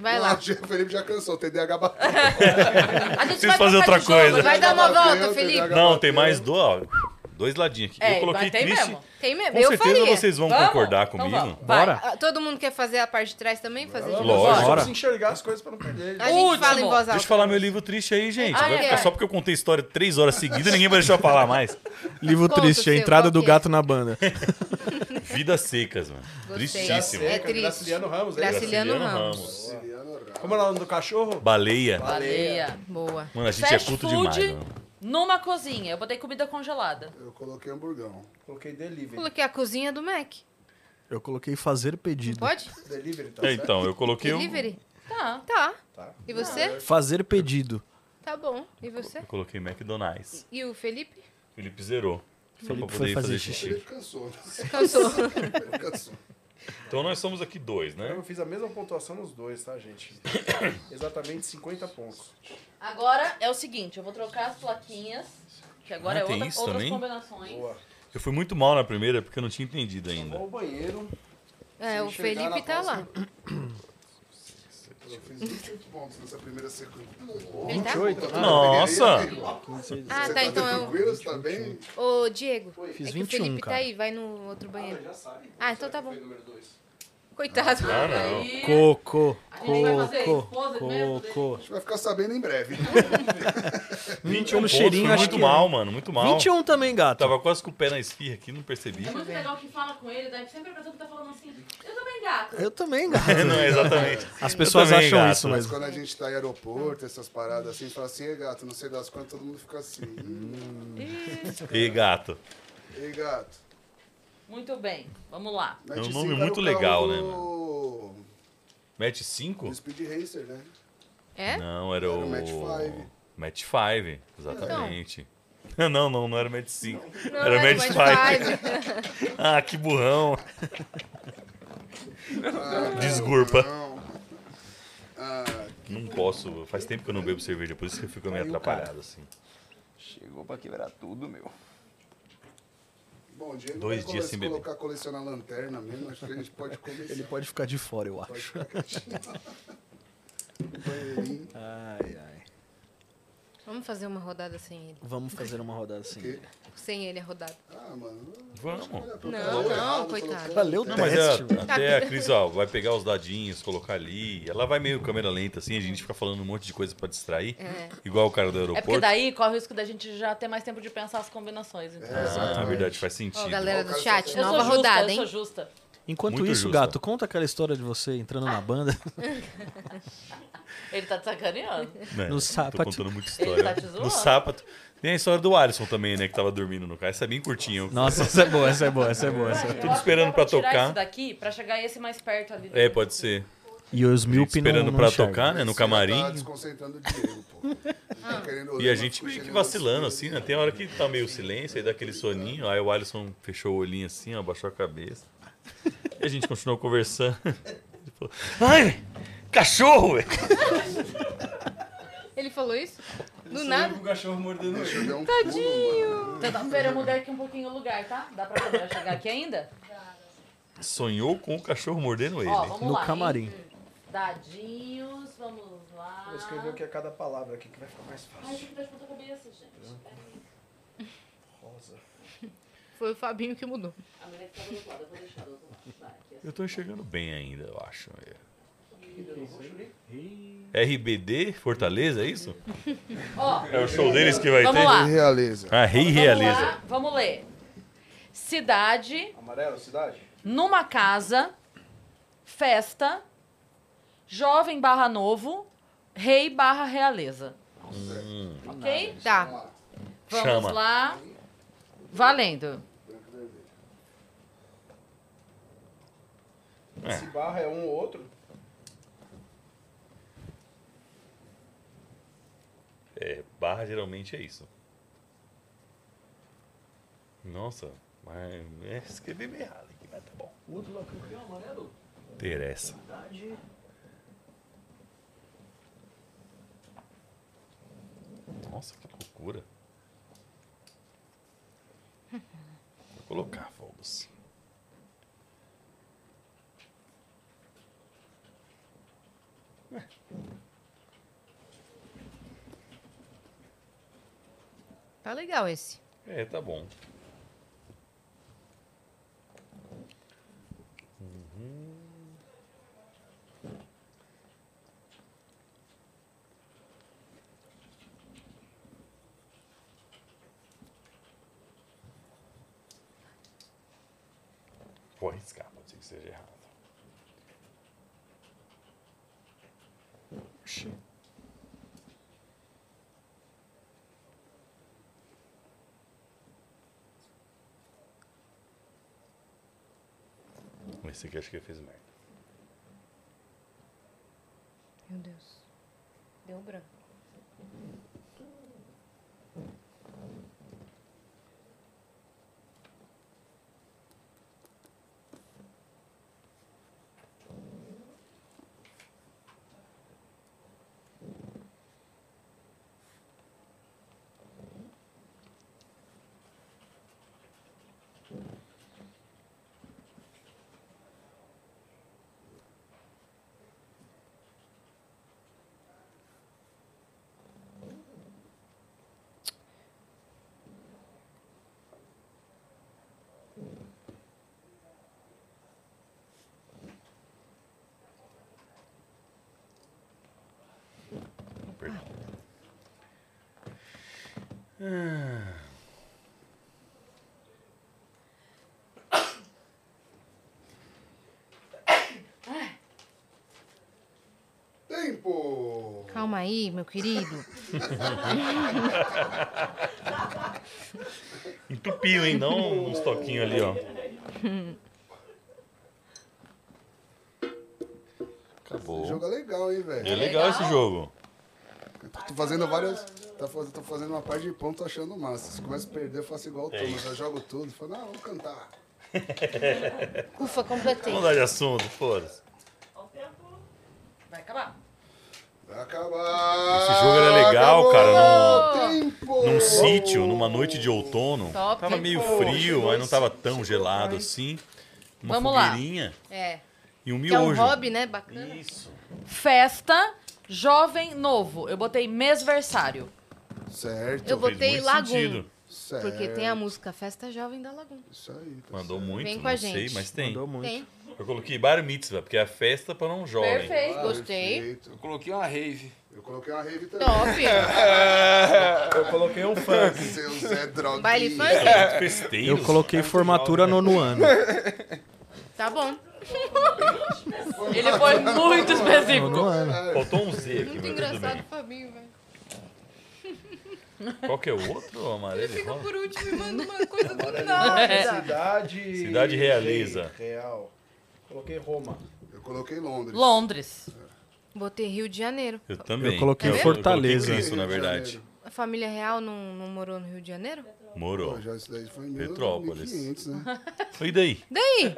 Vai lá. O Felipe já cansou, o TDAH bateu. A Preciso vai fazer trocar outra de jogo, coisa. Vai dar uma volta, Felipe. Não, tem mais do, ó, dois ladinhos aqui. É, eu coloquei tem triste. mesmo. Tem mesmo. Com eu certeza faria. vocês vão Vamos? concordar Então comigo. vamos. Bora. Vai. Ah, Todo mundo quer fazer a parte de trás também? Fazer Vamos, Lógico. bora. Se enxergar as coisas pra não perder. A gente Último. fala em voz alta. Deixa eu falar meu livro triste aí, gente. Ah, Vai é. ficar só porque eu contei história três horas seguidas, ninguém vai deixar eu falar mais. Livro Conta o triste, a seu, entrada qual do que é? gato na banda. Vidas secas, mano. Tristíssimo. É triste. Graciliano Ramos, é Graciliano Graciliano Ramos. Como é o nome do cachorro? Baleia. Baleia. Boa. Mano, a gente Fast é culto food demais, mano. numa cozinha. Eu botei comida congelada. Eu coloquei hamburgão. Coloquei delivery. Coloquei a cozinha do Mac. Eu coloquei fazer pedido. Pode? Delivery, tá? É, então, eu coloquei. o- Delivery? Tá. Tá. E Ah, você? Fazer pedido. Tá bom. E você? Eu coloquei McDonald's. E o Felipe? Felipe zerou. Só pra Felipe foi poder fazer fazer xixi. xixi. Cansou. Cansou. Cansou. Então nós somos aqui dois, né? Eu fiz a mesma pontuação nos dois, tá, gente? Exatamente 50 pontos. Agora é o seguinte, eu vou trocar as plaquinhas, que agora Ah, é tem outra, isso outras também? combinações. Eu fui muito mal na primeira porque eu não tinha entendido ainda. O banheiro. É, Se o enxergar Felipe na tá lá. próxima. Eu fiz 28 pontos nessa primeira sequência. Ele tá? Nossa! Ah, tá, então é o- Tranquilo, você tá bem? Ô, Diego. Fiz é que 21, o Felipe cara. tá aí, vai no outro banheiro. Ah, então tá bom. Coitado. Ah, não. Coco, gente vai fazer coco, esposa mesmo, A coco. gente vai ficar sabendo em breve. 21 Pelo pontos, cheirinho, foi acho muito que- é. mal, mano, muito mal. 21 também, gato. Tava quase com o pé na esfirra aqui, não percebi. É muito legal que fala com ele, dá sempre a impressão que tá falando assim, eu também gato. Eu também, gato. É, não, exatamente. As pessoas Eu também, acham gato. isso Mas mesmo. quando a gente tá em aeroporto, essas paradas assim, fala assim, ei gato, não sei das quantas, todo mundo fica assim. hum. Ei, gato. Ei gato. Muito bem, vamos lá. É um nome muito legal, né, mano? mano? Match 5? Speed Racer, né? É? Não, era Era o. o Match Five. Match 5, exatamente. Não, não, não era o Match 5. Não, Era o era o Match Match 5. ah, que burrão. Desculpa. Não posso, faz tempo que eu não bebo cerveja, por isso que eu fico meio Aí o cara. atrapalhado assim. Chegou pra quebrar tudo, meu. Bom, o Diego Dois vai dias colo- sem beber. colocar colecionar lanterna mesmo, acho que a gente pode começar. Ele pode ficar de fora, eu acho. Ai, ai. Vamos fazer uma rodada sem ele. Vamos fazer uma rodada assim. Sem ele a rodada. Ah, mano. Vamos. Não, não, coitado. Valeu, Não, mas é, até a Tá- Cris, ó, vai pegar os dadinhos, colocar ali. Ela vai meio câmera lenta, assim, a gente fica falando um monte de coisa pra distrair. É. Igual o cara do É aeroporto. porque daí corre o risco da gente já ter mais tempo de pensar as combinações. Então. Ah, é verdade, faz sentido. Ó, galera do Eu chat, sou nova justa, rodada, eu hein? sou justa. Enquanto Muito isso, justo. gato, conta aquela história de você entrando na banda. Ele tá te sacaneando. Né, No eu sábado. Tô contando muita Ele tá história. te zoando. no sábado. Tem a história do Alisson também, né? Que tava dormindo no carro. Essa é bem curtinha. Nossa, essa é boa, essa é boa, essa é boa. Essa é Tudo boa. esperando pra Tirar isso tocar. daqui pra chegar esse mais perto ali. É, pode ser. E os mil Esperando pra tocar, né? No camarim. Tá desconcentrando o Diego, pô. Ele Ah. tá querendo E ouvir a uma gente meio coxinha que no- vacilando, assim, né? Tem hora que tá meio silêncio, aí dá aquele soninho. Aí o Alisson fechou o olhinho assim, ó, abaixou a cabeça. E a gente continuou conversando. Ele falou, Ai, cachorro, velho! Ele falou isso? Do Saiu nada? com O cachorro mordendo ele. um Tadinho! Então, espera, eu mudar aqui um pouquinho o lugar, tá? Dá pra poder chegar aqui ainda? Sonhou com o cachorro mordendo ele. Ó, vamos No lá, hein? camarim. Dadinhos, vamos lá. Vou escrever o que é cada palavra aqui que vai ficar mais fácil. Ai, tem que dar de ponta cabeça, gente. Peraí. Rosa. Foi o Fabinho que mudou. A mulher que tá do outro lado, eu vou deixar do outro lado. Vai, aqui, Eu tô enxergando bem ainda, eu acho. É. assim. RBD Fortaleza, é isso? Ó, é o show deles que vai vamos ter? Lá. Realiza. Ah, Rei Vamos Realiza. lá, vamos ler. Cidade, Amarelo, cidade? numa casa, festa, jovem barra novo, rei barra realeza. Ok? Tá. Vamos Chama. lá. Valendo. Se barra é um ou outro. É, barra geralmente é isso. Nossa, mas é, escrevi meio errado aqui, mas tá bom. O outro lá que é amarelo? Interessa. Cidade. Nossa, que loucura. Vou colocar, Fogos. Tá legal esse. É, tá bom. Uhum. Vou arriscar, pode ser que seja errado. Oxi. Esse aqui acho que fez merda. Meu Deus. Deu um branco. Perdão. Ah. Tempo! Calma aí, meu querido. Entupiu, hein? Não uns toquinhos ali, ó. Acabou. Esse jogo é legal, hein, velho? É legal esse jogo. Tô fazendo várias. Tá fazendo, tô fazendo uma parte de pão, tô achando massa. Se começa a perder, eu faço igual o É Thomas. isso. Eu jogo tudo. Falo, não, vou cantar. Ufa, completei. Vamos mudar de assunto, foda-se. Vai acabar. Vai acabar. Esse jogo era legal, Ah, acabou. cara, Tempo. Num sítio, numa noite de outono. Top. Tava meio Pô, frio, chegou mas não esse- tava tão gelado assim. Uma Vamos lá. fogueirinha É. e um Que é um miojo. hobby, né? Bacana. Isso. Festa, jovem novo. Eu botei mêsversário. Certo. Eu botei Lagoon. sentido. Porque é. tem a Certo. música Festa Jovem da Lagoon. Isso aí. Mandou muito, Vem com não a sei, gente. mas tem. Mandou muito. Tem. Eu coloquei bar mitzvah, porque é a festa pra não jovem. Perfeito, um Ah, gostei. Eu coloquei uma rave. Tá Eu coloquei uma rave também. Top. Eu coloquei um funk. Seu Zé Droguinha. Baile funk? Festeiros. Eu coloquei formatura nono ano. Tá bom. Ele foi muito específico. Nono ano. Faltou um Z aqui, Muito mas tudo engraçado bem. o Fabinho, velho. Qual que é o outro, amarelo? Ele e fica rosa? por último e manda uma coisa do É. nada. Cidade. Cidade realiza. Real. Coloquei Roma. Eu coloquei Londres. Londres. Botei Rio de Janeiro. Eu também. Eu coloquei Eu- eu Fortaleza. coloquei Isso, na verdade. A família real não, não morou no Rio de Janeiro? Morou. Pô, já isso daí foi em Petrópolis. 1500, né? E daí? Daí?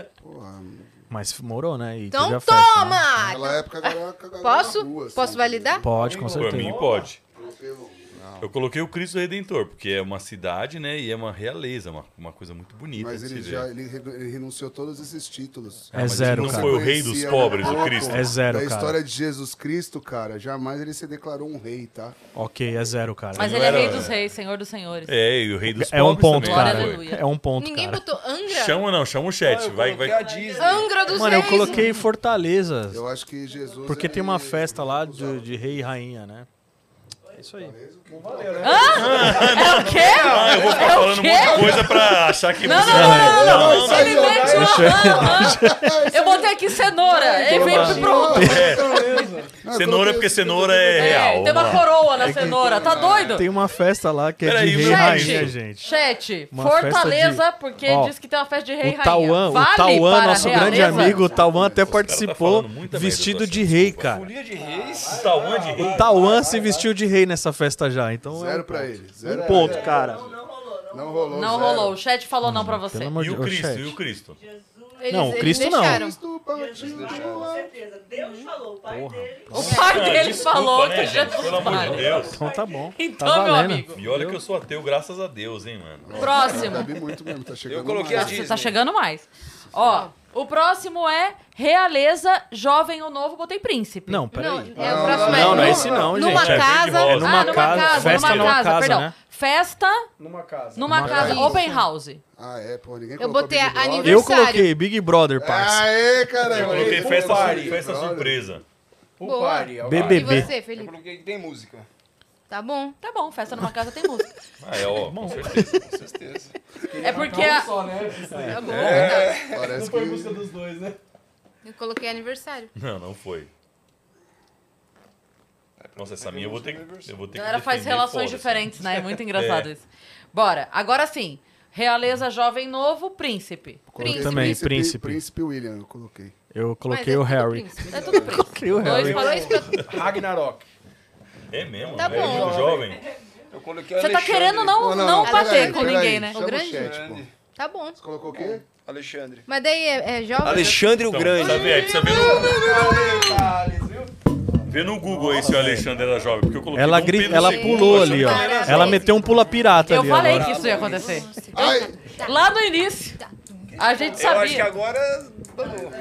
Mas morou, né? E Então teve a festa, né? toma! Naquela época, a galera- a galera é na Ah, então. Posso? rua, assim. Posso validar? Pode, com Por certeza. mim, pode. Coloquei Londres. Eu coloquei o Cristo Redentor, porque é uma cidade, né? E é uma realeza, uma, uma coisa muito bonita. Mas de se ele ver. já ele, re- ele renunciou todos esses títulos. É Ah, mas zero, ele não cara. foi o rei dos Conhecia pobres, o pouco Cristo. É zero, Da cara. história de Jesus Cristo, cara, jamais ele se declarou um rei, tá? Ok, é zero, cara. Mas ele é rei dos reis, senhor dos senhores. É, e o rei dos É um pobres ponto, também, cara. não foi? É um ponto, Ninguém cara. botou Angra? Chama não, chama o Ah, chat. vai, vai. Angra dos Mano, eu Reis. coloquei Fortaleza. Eu acho que Jesus. é Porque tem uma festa lá de, de rei e rainha, né? É isso aí. Não valeu, né? É o quê? Ah, eu vou ficar É o falando quê? muita coisa pra achar que Não, não, você- não, não, não, Não, não, Ele não. mete uma. Eu botei aqui cenoura. Ele veio pro pronto. É. Cenoura é porque cenoura é real. então- tem uma vamos lá. coroa na cenoura. Tá doido? Tem um- uma festa lá que é Peraí, de rei e gente. rainha, gente. Chat, Uma Fortaleza, festa de- porque Ó, diz que tem uma festa de rei e O rainha. Tauan, vale o Tauan, para nosso a grande realeza? amigo, o Tauan até participou vestido de rei, cara. O Tauan de rei. O Tauan se vestiu de rei nessa festa já, então é Zero um pra ponto. ele. Zero um pra ponto, ele. cara. Não rolou. Não zero. rolou, o chat falou não pra você. pelo amor de E o Deus, Cristo, chat. e o Cristo? Não, o Cristo não. O pai Ah, dele desculpa, falou né, que gente? Jesus Pelo amor de vale. Deus. Então tá bom. Então, Tá meu valendo. amigo. E olha que eu sou ateu, graças a Deus, hein, mano. Próximo. Sabe muito mesmo, tá chegando. Eu coloquei a Nossa, Disney. Tá chegando mais. Ó, o próximo é Realeza Jovem ou Novo, botei Príncipe. Não, peraí. Não, é o próximo é- Não, não é esse não, numa gente. É Casa, verde e rosa. é numa, ah, numa casa, festa numa numa casa, casa, perdão. né? Festa numa casa. numa Numa casa, casa. open house. Ah, é, pô, ninguém Eu colocou botei Big Brother. aniversário. Eu coloquei Big Brother, parça. Aê, caralho. Eu coloquei Pô, festa, pare. festa surpresa. Boa. party, é o BBB. E você, Eu Felipe? coloquei que tem música. Tá bom. Tá bom, festa numa casa tem música. Ah, é, ó, com certeza. Com certeza. É porque a- Só, né? Isso aí. Tá bom. Não Parece foi que- música dos dois, né? Eu coloquei aniversário. Não, não foi. Nossa, essa minha eu vou ter que. Eu vou ter A um galera que faz defender, relações foda-se. diferentes, né? É muito engraçado É. isso. Bora, agora sim. Realeza Jovem Novo, Príncipe. Coloquei Eu também, príncipe. Príncipe William, eu coloquei. Eu coloquei Mas é o tudo Harry. príncipe. É tudo príncipe. Coloquei o Dois Harry. falou isso pra- Ragnarok. É mesmo, Tá é bom. muito jovem. Eu coloquei Você tá Alexandre. querendo não, não, não, bater peraí, com peraí. ninguém, né? O Chama grande? chat, pô. Tá bom. Você colocou o quê? Alexandre. Mas daí é, é jovem? Alexandre o Então, Grande. Tá vendo? Aí precisa ver no... Vê no Google aí se o Alexandre era jovem, porque eu coloquei um Ela, Dom gri... Pedro ela II, pulou achando ali, ó. assim. que ele era Ela jovem. meteu um pula pirata Eu ali falei agora. que isso ia acontecer. Ai, Lá no início, a gente Eu acho que é sabia. agora. danou.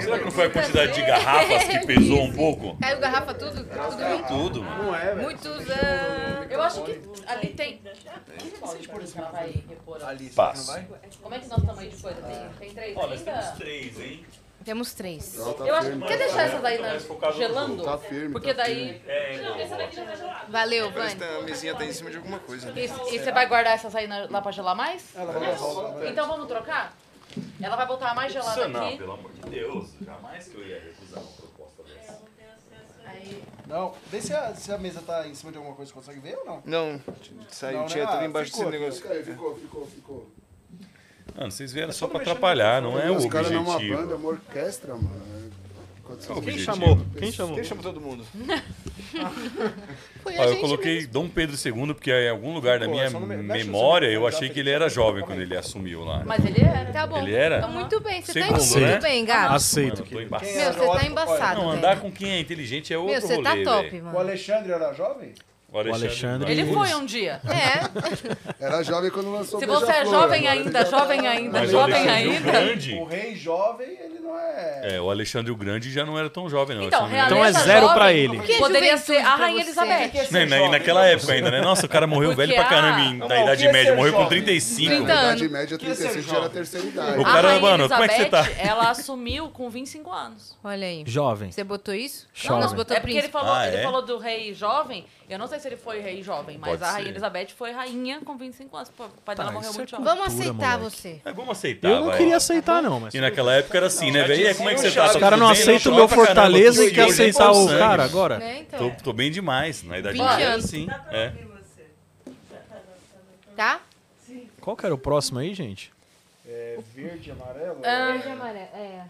Será que não foi a quantidade de garrafas que pesou um pouco? Caiu garrafa tudo? Tudo junto? Tudo, mano. Muitos anos. Eu acho que ali tem. Passa. Como é que nosso tamanho de coisa tem? Tem três Ó, nós temos ainda? três, hein? Temos três. ela tá Eu acho firme. Quer deixar essa daí na- gelando? Tá firme. Porque tá daí. É, então. Valeu, Parece que Vani. a mesinha tá em cima de alguma coisa. E, e você vai guardar essas aí na- lá pra gelar mais? né? Então vamos trocar? Ela vai botar a mais gelada Sensacional, tá aqui. pelo amor de Deus. Jamais que eu ia recusar uma proposta dessa. Não, vê se a, se a mesa tá em cima de alguma coisa, você consegue ver ou não? Não, saiu, Não, tinha né? tudo Ah, embaixo ficou desse negócio. firme. Ficou, ficou, ficou. Mano, vocês vieram só pra atrapalhar, não é o Os caras não é uma objetivo. banda, é uma orquestra, mano. Quando você- É o Quem objetivo. chamou? Quem chamou? Quem chama todo mundo? Foi Ó, a eu gente né? coloquei Dom Pedro II porque em algum lugar da Pô, minha só no me- mexe no memória seu eu achei que ele era jovem quando ele assumiu lá. Mas ele era. Tá bom. Ele era? Tá muito bem. Você tá Segundo, indo né? muito bem, gato. Aceito. Mano, eu tô Meu, embaçado. você tá embaçado, Não, andar velho. com quem é inteligente é Meu, outro você tá rolê, top, velho. O mano. Alexandre era jovem? O Alexandre, Alexandre- Ele foi um dia. É. Era jovem quando lançou Se o você é Beija-Flor, jovem agora ele ainda, já- jovem ainda, Mas o jovem Alexandre o ainda. Grande... O rei jovem, ele não é... É, o Alexandre o Grande já não era tão jovem, não. Então, Se eu não me realmente. engano. Então é zero pra ele. que é Poderia juventude ser a pra Rainha você? é Elizabeth. Na- na- naquela época ainda, né? Nossa, o cara morreu Porque ah, velho pra a- caramba em- na Não, o que Idade é Média. ser Morreu com jovem? 35. A 30 idade anos. média Que ia ser 35 já era a jovem. terceira O A idade. cara, Rainha mano, como é que você tá? Elizabeth, Ela assumiu com 25 anos. Olha aí. Jovem. Tá, Você botou isso? Jovem. Não, nós botou É porque ele príncipe. falou, Ah, ele é? falou do rei jovem. Eu não sei se ele foi rei jovem, mas Pode a Rainha ser. Elizabeth foi rainha com 25 anos. Pô, O pai dela Tá, morreu isso muito é jovem. Vamos Cultura, aceitar moleque. você. É, vamos aceitar, Eu não vai. queria aceitar, não, mas. E naquela época era assim, né, velho? E aí, como é que você tá? Os O cara não tudo bem? aceita Nossa, o meu jovem pra caramba, Fortaleza e tô quer bem, aceitar tô o sangue. cara agora? Né, então? É, Tô, um tô bem demais. Na Idade 20 Média era anos. assim. É. Tá? Qual que era o próximo aí, gente? É verde, amarelo? Ah, É,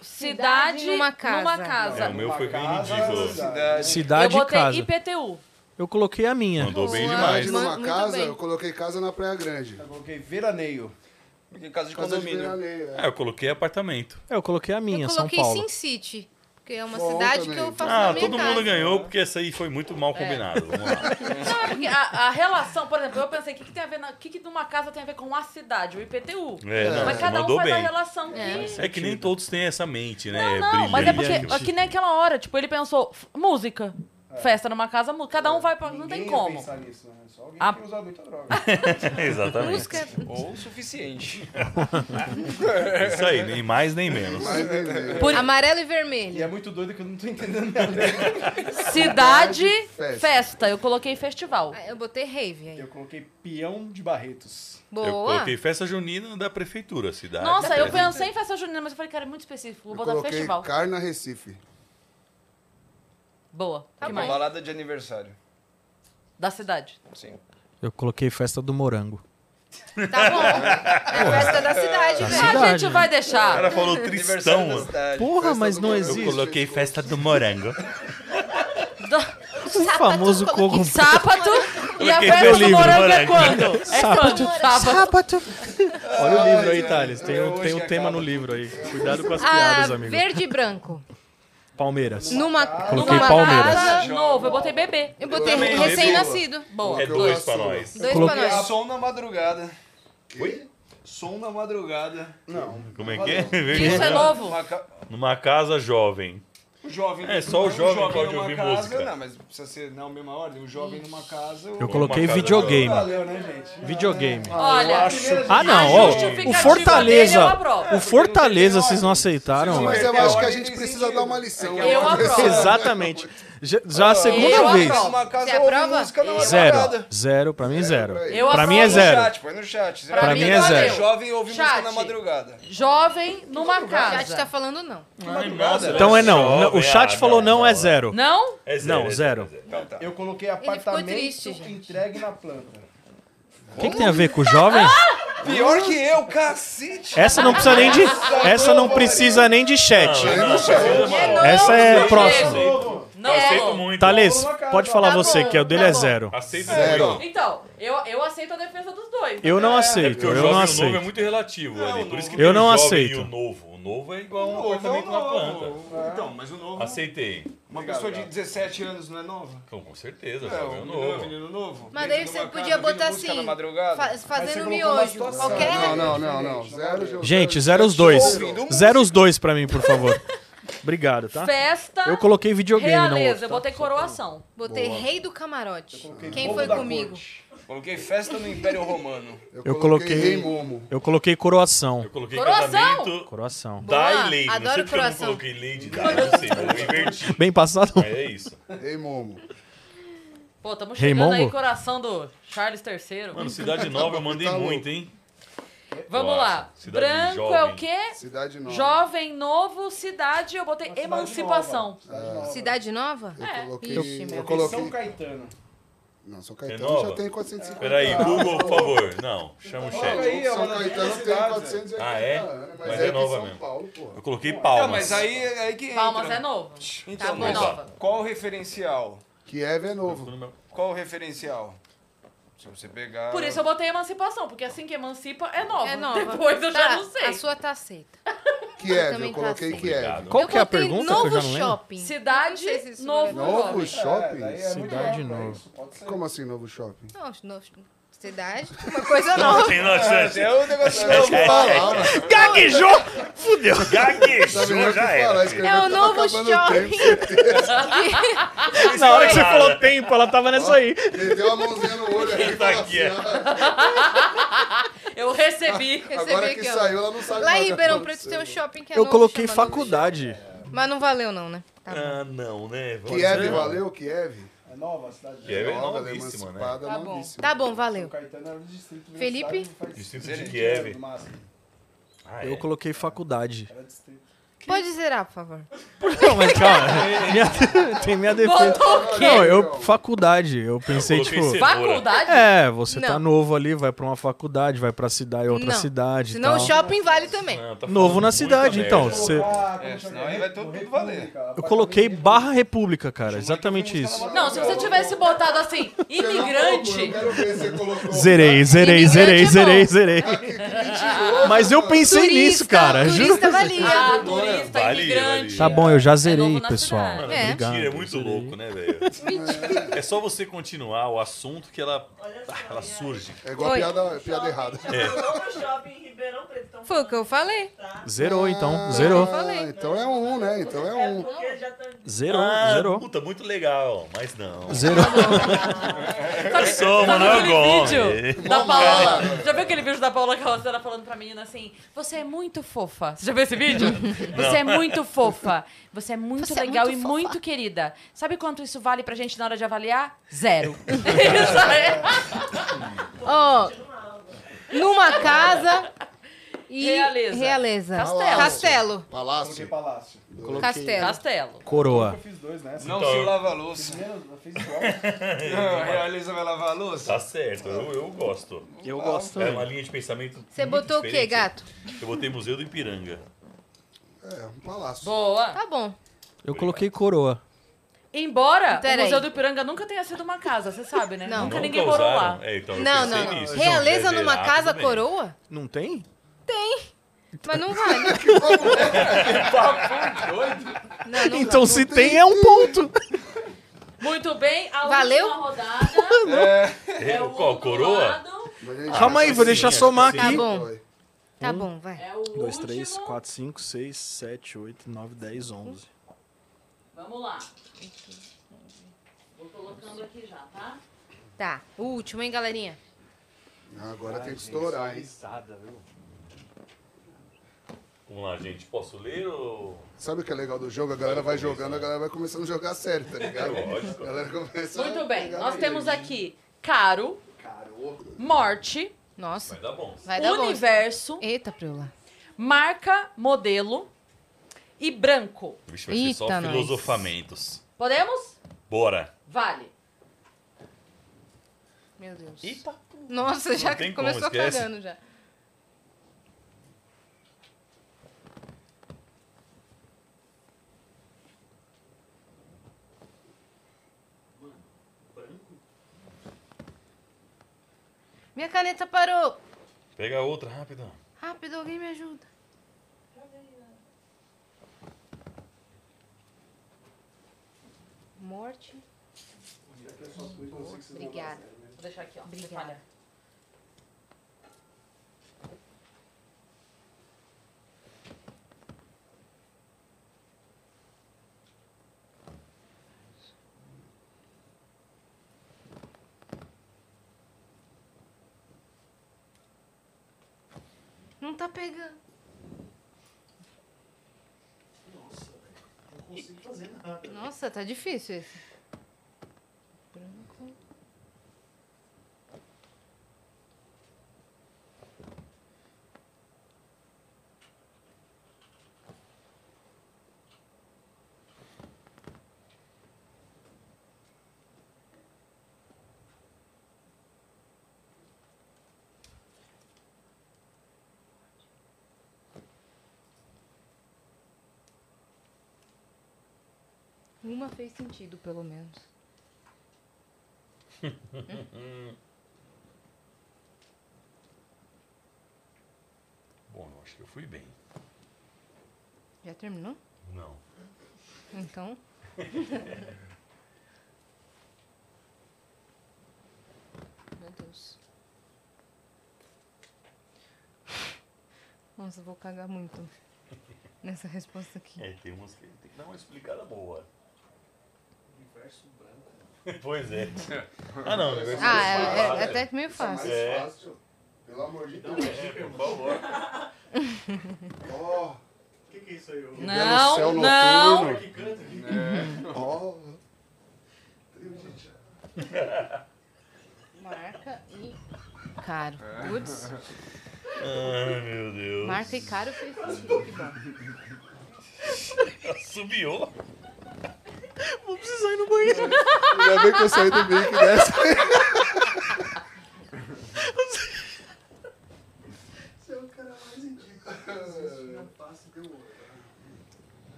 Cidade numa casa. Numa É, o casa. meu foi bem Casa, ridículo. cidade. Eu Cidade e botei casa. IPTU. Eu coloquei a minha. Mandou bem Ah, Boa. demais. Cidade numa Muito casa, bem. eu coloquei casa na Praia Grande. Eu coloquei veraneio. Porque em casa de Casa de condomínio. veraneio. é. Ah, eu coloquei apartamento. É, eu coloquei a minha, eu São coloquei Paulo. Sin City. porque é uma Bom cidade também. que eu faço na Ah, minha todo casa. mundo ganhou porque essa aí foi muito mal combinada. Vamos lá. Não, é porque a, a relação, por exemplo, eu pensei, o que, que tem a ver na, o que, que de uma casa tem a ver com a cidade? O IPTU. É, não, mas você cada um mandou faz a bem. relação que. É que nem todos têm essa mente, né? Não, mas é porque brilhante. é que nem aquela hora, tipo, ele pensou, "F- música. Festa numa casa, mu- cada um vai pra. Não tem Ninguém ia como. pensar nisso, né? Só alguém Ah. que usar muita droga. Exatamente. Música- Ou o suficiente. Isso aí, nem mais nem menos. Por... Amarelo e vermelho. E é muito doido que eu não tô entendendo nada. Cidade, Festa. festa. Eu coloquei festival. Ah, Eu botei rave aí. Eu coloquei peão de Barretos. Eu coloquei festa junina da prefeitura, cidade. Nossa, eu Festa- pensei em festa junina, mas eu falei, cara, é muito específico. Vou Eu botar coloquei festival. Carna Recife. Boa. Tá que bom. mais? Balada de aniversário. Da cidade. Sim. Eu coloquei festa do morango. Tá bom. É festa da cidade, né? Da velho. A cidade. gente vai deixar. O cara falou tristão. Porra, mas não Eu existe. coloquei festa do morango. O famoso coco. Sábado e a Coloquei meu festa do livro, morango é moleque. quando? É quando? Sábado. Olha o livro aí, Thales. Tem um, tem um tema no livro aí. Cuidado com as piadas, ah, amigo. verde e branco. Palmeiras. Numa, Coloquei numa Palmeiras. casa... Novo, eu botei bebê. Eu botei também, bebê. recém-nascido. Boa. É dois pra nós. Dois Coloquei- pra nós. É Som na madrugada. Oi? Som na madrugada. Não. Como é que é? Isso é novo. Uma ca- Numa casa jovem. O jovem. É, só o um jovem pode numa ouvir casa, música. Não, mas precisa ser na mesma ordem. O jovem numa casa. Eu coloquei videogame. Valeu, né, gente? Videogame. Olha, eu acho- Ah, não, a ó. O justificativa Fortaleza. dele é eu aprovo. O Fortaleza, vocês não aceitaram, Mas velho. eu acho que a gente precisa dar uma lição. Eu aprovo. Exatamente. Já, já a segunda Eu vez. aprovo. Uma casa Você ouve aprova? música na Zero. madrugada. Zero, pra mim, zero. Eu Pra mim é aprovo. Põe no zero. chat, põe no chat. Pra mim é Madrugada, zero. Jovem ouve música Chat. na madrugada. Jovem numa O chat tá casa. falando não. nossa, Então é não. jovem, O chat ah, falou não, é zero. Não? É zero. Não, zero. Eu coloquei ficou apartamento triste, gente. entregue na planta. O que, que tem a ver com o jovem? Pior que eu, cacete. Essa não precisa nem de. Essa não precisa nem de chat. Essa é Tá próxima. Não, é Aceito não. muito. Thales, pode falar Tá você, bom, que o dele tá é bom. zero. Aceito muito. Então, eu, eu aceito a defesa dos dois. Eu não É Porque aceito, o eu jovem e não o novo é aceito. muito relativo ali. Por isso que tem Eu não o jovem aceito. E o novo. O novo é igual um Novo, apartamento é na um planta. novo. Então, mas o novo. Aceitei. Uma pessoa de 17 anos não é nova? Com com certeza, É, jovem e um o menino, um novo. menino novo. Mas dentro daí de você uma podia casa, ouvindo botar música na assim, madrugada. fa- fazendo colocou uma miojo. situação. Qualquer... Não, não, não, não. Zero, Gente, zero os dois. um um Zero os dois pra mim, por favor. Obrigado, tá? Festa. Eu coloquei videogame no Realeza, outro, eu botei coroação. Botei Boa. rei do camarote. Quem Bobo foi da comigo? corte. Coloquei festa no Império Romano. Eu coloquei. Rei Momo. Eu coloquei coroação. Eu coloquei Coração! casamento. Coroação. Dai Lady. Não adoro sei porque eu não coração. coloquei Lady Dai, não sei, mas eu me inverti. Bem passado. Mas é isso. Rei Momo. Pô, tamo Rei chegando aí, Momo? coração do Charles III. Mano, Cidade Nova eu mandei Tá louco. muito, hein? Vamos Nossa, lá. cidade Branco jovem. é o quê? Cidade Nova. Jovem, novo, cidade, eu botei emancipação. Cidade Nova? É. Eu coloquei. Ixi, meu eu São coloquei. Caetano. Não, São Caetano Renova. já tem 450. Peraí, Google, por favor. Não, chama o chat. Aí, é uma São das Caetano tem cidades, 480 Ah, é? anos, mas, Mas é renova São mesmo. Paulo, porra. Eu coloquei Não, palmas. Tá, mas aí, aí que entra. Palmas é né? novo. Então, Tá bom, mas nova. qual o referencial? Kiev é novo. Qual o referencial? Se você pegar... Por isso eu botei emancipação, porque assim que emancipa é nova. É nova. Depois eu já Tá, não sei. A sua tá aceita. Kiev, também tá eu é, coloquei assim. Kiev. Obrigado. Qual que é a botei pergunta que Novo eu já não lembro? shopping. Cidade, Não sei se isso novo, jovem. Novo shopping? é Cidade nova. Como assim novo shopping? Não, não, cidade, uma coisa nova. assim? Tem noção. assim, É o negócio... Gaguejou! Fudeu! Gaguejou, é. já era. É tá o novo shopping. Tá Na hora que você falou tempo, ela tava nessa aí. Meteu a mãozinha no olho aqui e Tá falou aqui, assim, ó, Eu recebi. Agora que aqui, ó. saiu, ela não sabe Lá mais o em que Ribeirão Preto aconteceu. tem um shopping que é Eu novo, coloquei chama novo faculdade. shopping. Mas não valeu não, né? Tá bom. Ah, não, né? um Vamos é, Kiev, dizer, valeu, Kiev? É nova a cidade. Kiev é Nova, ela é novíssima, né? emancipada, Tá bom. novíssima. Tá bom, São valeu. Caetano era o distrito. Felipe? universitário, faz Distrito de 20 Kiev. anos no máximo. Ah, é. né? Eu coloquei faculdade. Era distrito. Pode zerar, por favor. Não, mas calma. Minha- tem minha defesa. Botou o Não, quê? eu. Faculdade. Eu pensei, coloquei tipo. cenoura. Faculdade? É, você tá Não. novo ali, vai pra uma faculdade, vai pra cidade, outra Não. cidade. e Senão o tal. shopping vale também. Não, tá Novo falando na muita cidade, merda. então. Você... Ah, como É, chama? senão aí vai todo mundo valer. Eu coloquei Barra República, cara. Exatamente isso. É. Não, se você tivesse botado assim, Você não colocou, imigrante. Eu quero ver se você colocou. Zerei, zerei, Imigrante é zerei, bom. zerei, zerei. Mas eu pensei nisso, cara. Juro. Turista valia. Ah, paulista, Valia, imigrante. Tá bom, eu já zerei, novo na pessoal. cidade. Mano, É. Obrigado. Mentira, é muito louco, né, velho? É só você continuar o assunto que ela, ah, ela surge. É igual Oi. piada, piada errada. Vamos no shopping em Ribeirão Preto. Então, Foi o que Ah, eu falei. Zerou, então. Ah, Zerou. Então é um, né? Então é um. Zerou, Ah, zerou. Puta, muito legal, mas não. Zerou. Sabe- sabe Sou Manuel aquele Gomes. vídeo da Paola? Já viu aquele vídeo da Paola que ela ela falando pra menina assim, você é muito fofa. Você já viu esse vídeo? Você é muito fofa. Você é muito Você é legal muito e fofa." muito querida. Sabe quanto isso vale pra gente na hora de avaliar? Zero. isso é Ó, numa casa e Realeza. realeza. Castelo. Castelo. Palácio. Palácio. Castelo. castelo. Coroa. Eu fiz dois né? nessa. Não Então- se lava a louça. Eu fiz igual. Não, realiza vai lavar a louça. Tá certo, eu, eu gosto. Eu gosto. É uma linha de pensamento. Você muito botou o quê, diferente. gato? Eu botei Museu do Ipiranga. É, um palácio. Boa. Tá bom. Eu coloquei coroa. Embora Pera o Museu aí. do Ipiranga nunca tenha sido uma casa, você sabe, né? Não. Nunca, Nunca ninguém morou usaram. lá. É, então, eu Não, pensei não, não. nisso. é Se Realeza quiser numa zerar, casa tudo bem. coroa? Não tem? Mas não vale. Não, não Então se tem é um ponto. Muito bem, a Valeu? última rodada É, é o qual, outro coroa? lado, Mas a Ah, gente- Calma aí, vou deixar somar Tá aqui. bom, Oi. tá bom, vai. é o 2, 3, último. 4, 5, 6, 7, 8, 9, 10, 11. Vamos lá. Vou colocando aqui já, tá? Tá, o último, hein, galerinha? Ah, Agora tem que estourar, hein? Vamos lá, gente. Posso ler ou. Sabe o que é legal do jogo? A galera vai jogando, a galera vai começando a jogar sério, tá ligado? Lógico. A galera começa a Muito bem, pegar nós no temos jeito. aqui caro, morte, Nossa, Vai dar bom. vai dar bom. universo, Eita, Priula. marca, modelo e branco. Vixe, vai ser só Eita, nós. filosofamentos. Podemos? Bora. Vale. Meu Deus. Eita, Nossa, já tem como, começou esquece. cagando já. Minha caneta parou. Pega outra, rápido. Rápido, alguém me ajuda. Morte. Obrigada. Vou deixar aqui, ó. Obrigada. Você falha. Não tá pegando. Nossa, não consigo fazer nada. Nossa, tá difícil esse. Branco. Uma fez sentido, pelo menos. Hum. Bom, eu acho que eu fui bem. Já terminou? Não. Então. Meu Deus. Nossa, eu vou cagar muito nessa resposta aqui. É, tem umas que tem que dar uma explicada boa. Universo branco. pois é. Ah, não. Universo Ah, é, é- é até que meio fácil. É. Fácil. Pelo amor de Deus. É, por favor. Ó, Não, céu não. noturno. É. ó. Marca e caro. Putz, Ai, meu Deus. marca e caro fez sentido. Que bom. Subiu. Ainda bem que eu saí do Mickey dessa.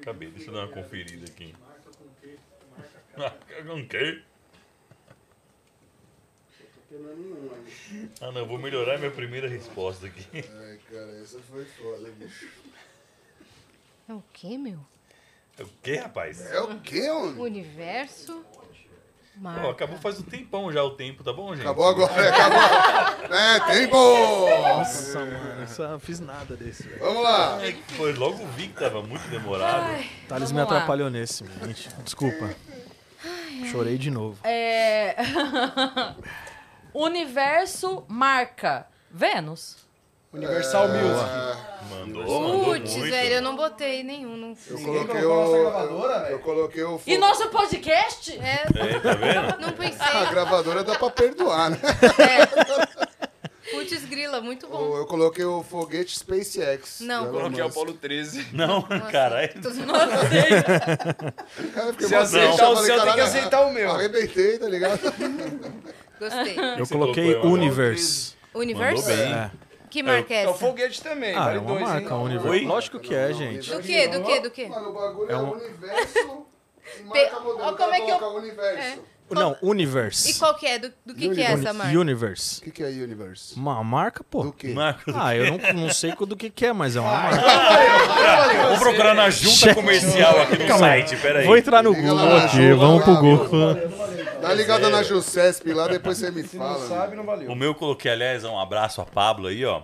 Acabei, deixa eu dar uma conferida aqui. Marca com quê? Ah, não, eu vou melhorar minha primeira resposta aqui. Ai, cara, essa foi foda, bicho. É o quê, meu? É o quê, rapaz? É o quê, homem? Universo. Mar... Pô, acabou faz um tempão já o tempo, tá bom, gente? Acabou agora, acabou. É, tempo! Nossa, mano, eu só não fiz nada desse, velho. Vamos lá. É que foi, logo vi que tava muito demorado. Vamos Thales me lá. atrapalhou nesse, gente. Desculpa. Chorei de novo. É... Universo marca Vênus. Universal Music. Mandou, Putz, velho, eu não botei nenhum. Não Eu sei. coloquei o. Eu, eu coloquei o. E nosso podcast? É, É, tá vendo? não pensei. Ah, A gravadora dá pra perdoar, né? Putz, grila, muito bom. Eu coloquei o foguete SpaceX. Não. do Elon Coloquei o Musk. Apolo 13. Não, caralho. Cara, eu fiquei Se mó aceitar triste, eu o falei, seu, tem que "Caralho, aceitar o meu." Arrebentei, tá ligado? Gostei. Eu você coloquei colocou, Emanuel? Universe. Universo? Mandou bem. É. Que marca é É o essa? foguete também, Ah, é vale uma dois, hein? marca, Oi? Universe. Lógico que é, gente. Do quê? Do quê? Do quê? Mano, o bagulho é, É um- universo. e Pe- marca Ó, moderna, como é que eu- É. coloca universo. O Não, Universe. E qual que é? Do, do que, que é essa marca? Universe. que, que é universo? Uma marca, pô. Do quê? Marco, Ah, eu não, não sei do que, que é, mas é Ah, uma marca. vou procurar na junta comercial aqui no Calma aí. site, peraí. Vou entrar no Liga Google lá, aqui, Google, vamos pro lá, Google. Dá ligada na Jusesp lá, depois você me fala. Não sabe, não valeu. O meu eu coloquei, aliás, um abraço a Pablo aí, ó.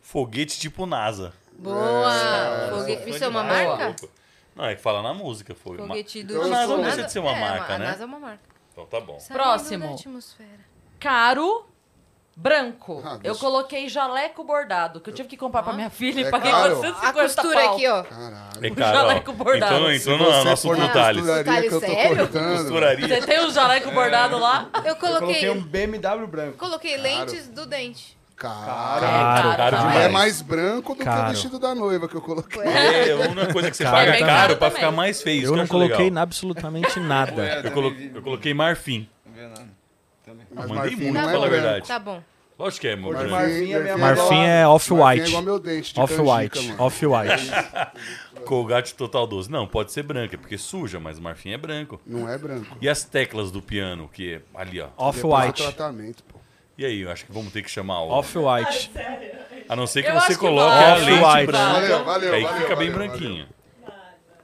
Foguete tipo NASA. Boa! Foguete. Isso é uma Demais, marca? maluco. Não, é que fala na música. Foi. Ma- Foguete do Então, A eu NASA sou- não deixa de ser uma É, marca, a né? NASA é uma marca. Então tá bom. Saindo Próximo. da atmosfera. Caro, branco. Ah, eu Deus. coloquei jaleco bordado, que eu tive que comprar pra minha filha É e paguei caro. 450 A costura tá pau. aqui, ó. Caralho. É O cara, ó, jaleco bordado. Então, então Se não, você nosso for na do Thales. costuraria que eu tô Sério? cortando. Costuraria. Você tem um jaleco bordado lá? Eu coloquei, Coloquei um BMW branco. coloquei lentes do dente. Cara. Caro, caro Caro. É demais. mais branco do que o Caro. vestido da noiva que eu coloquei. É, uma coisa que você Caro paga também. caro pra Caro ficar também. mais feio. isso Eu que não acho coloquei legal. É. na- absolutamente É, nada. Eu, colo- eu coloquei marfim. Não vê nada. Também. Mas mandei marfim muito, não é fala a branco. verdade. Tá bom. Lógico que é, meu Cor de grande. marfim é minha Marfim marca. Marfim é Marfim É off-white. igual meu dente de Off-white, canjica, mano. off-white. Colgate Total 12. Não, pode ser branca, porque suja, mas marfim é branco. Não é branco. E as teclas do piano, que é ali, ó. Depois do Off-white. tratamento, pô. E aí, eu acho que vamos ter que chamar o... Off-white. A não ser que Eu acho você que coloque vai. a lente Off-white. Ah, branca. então- Valeu, valeu, É aí valeu, fica bem valeu, branquinho.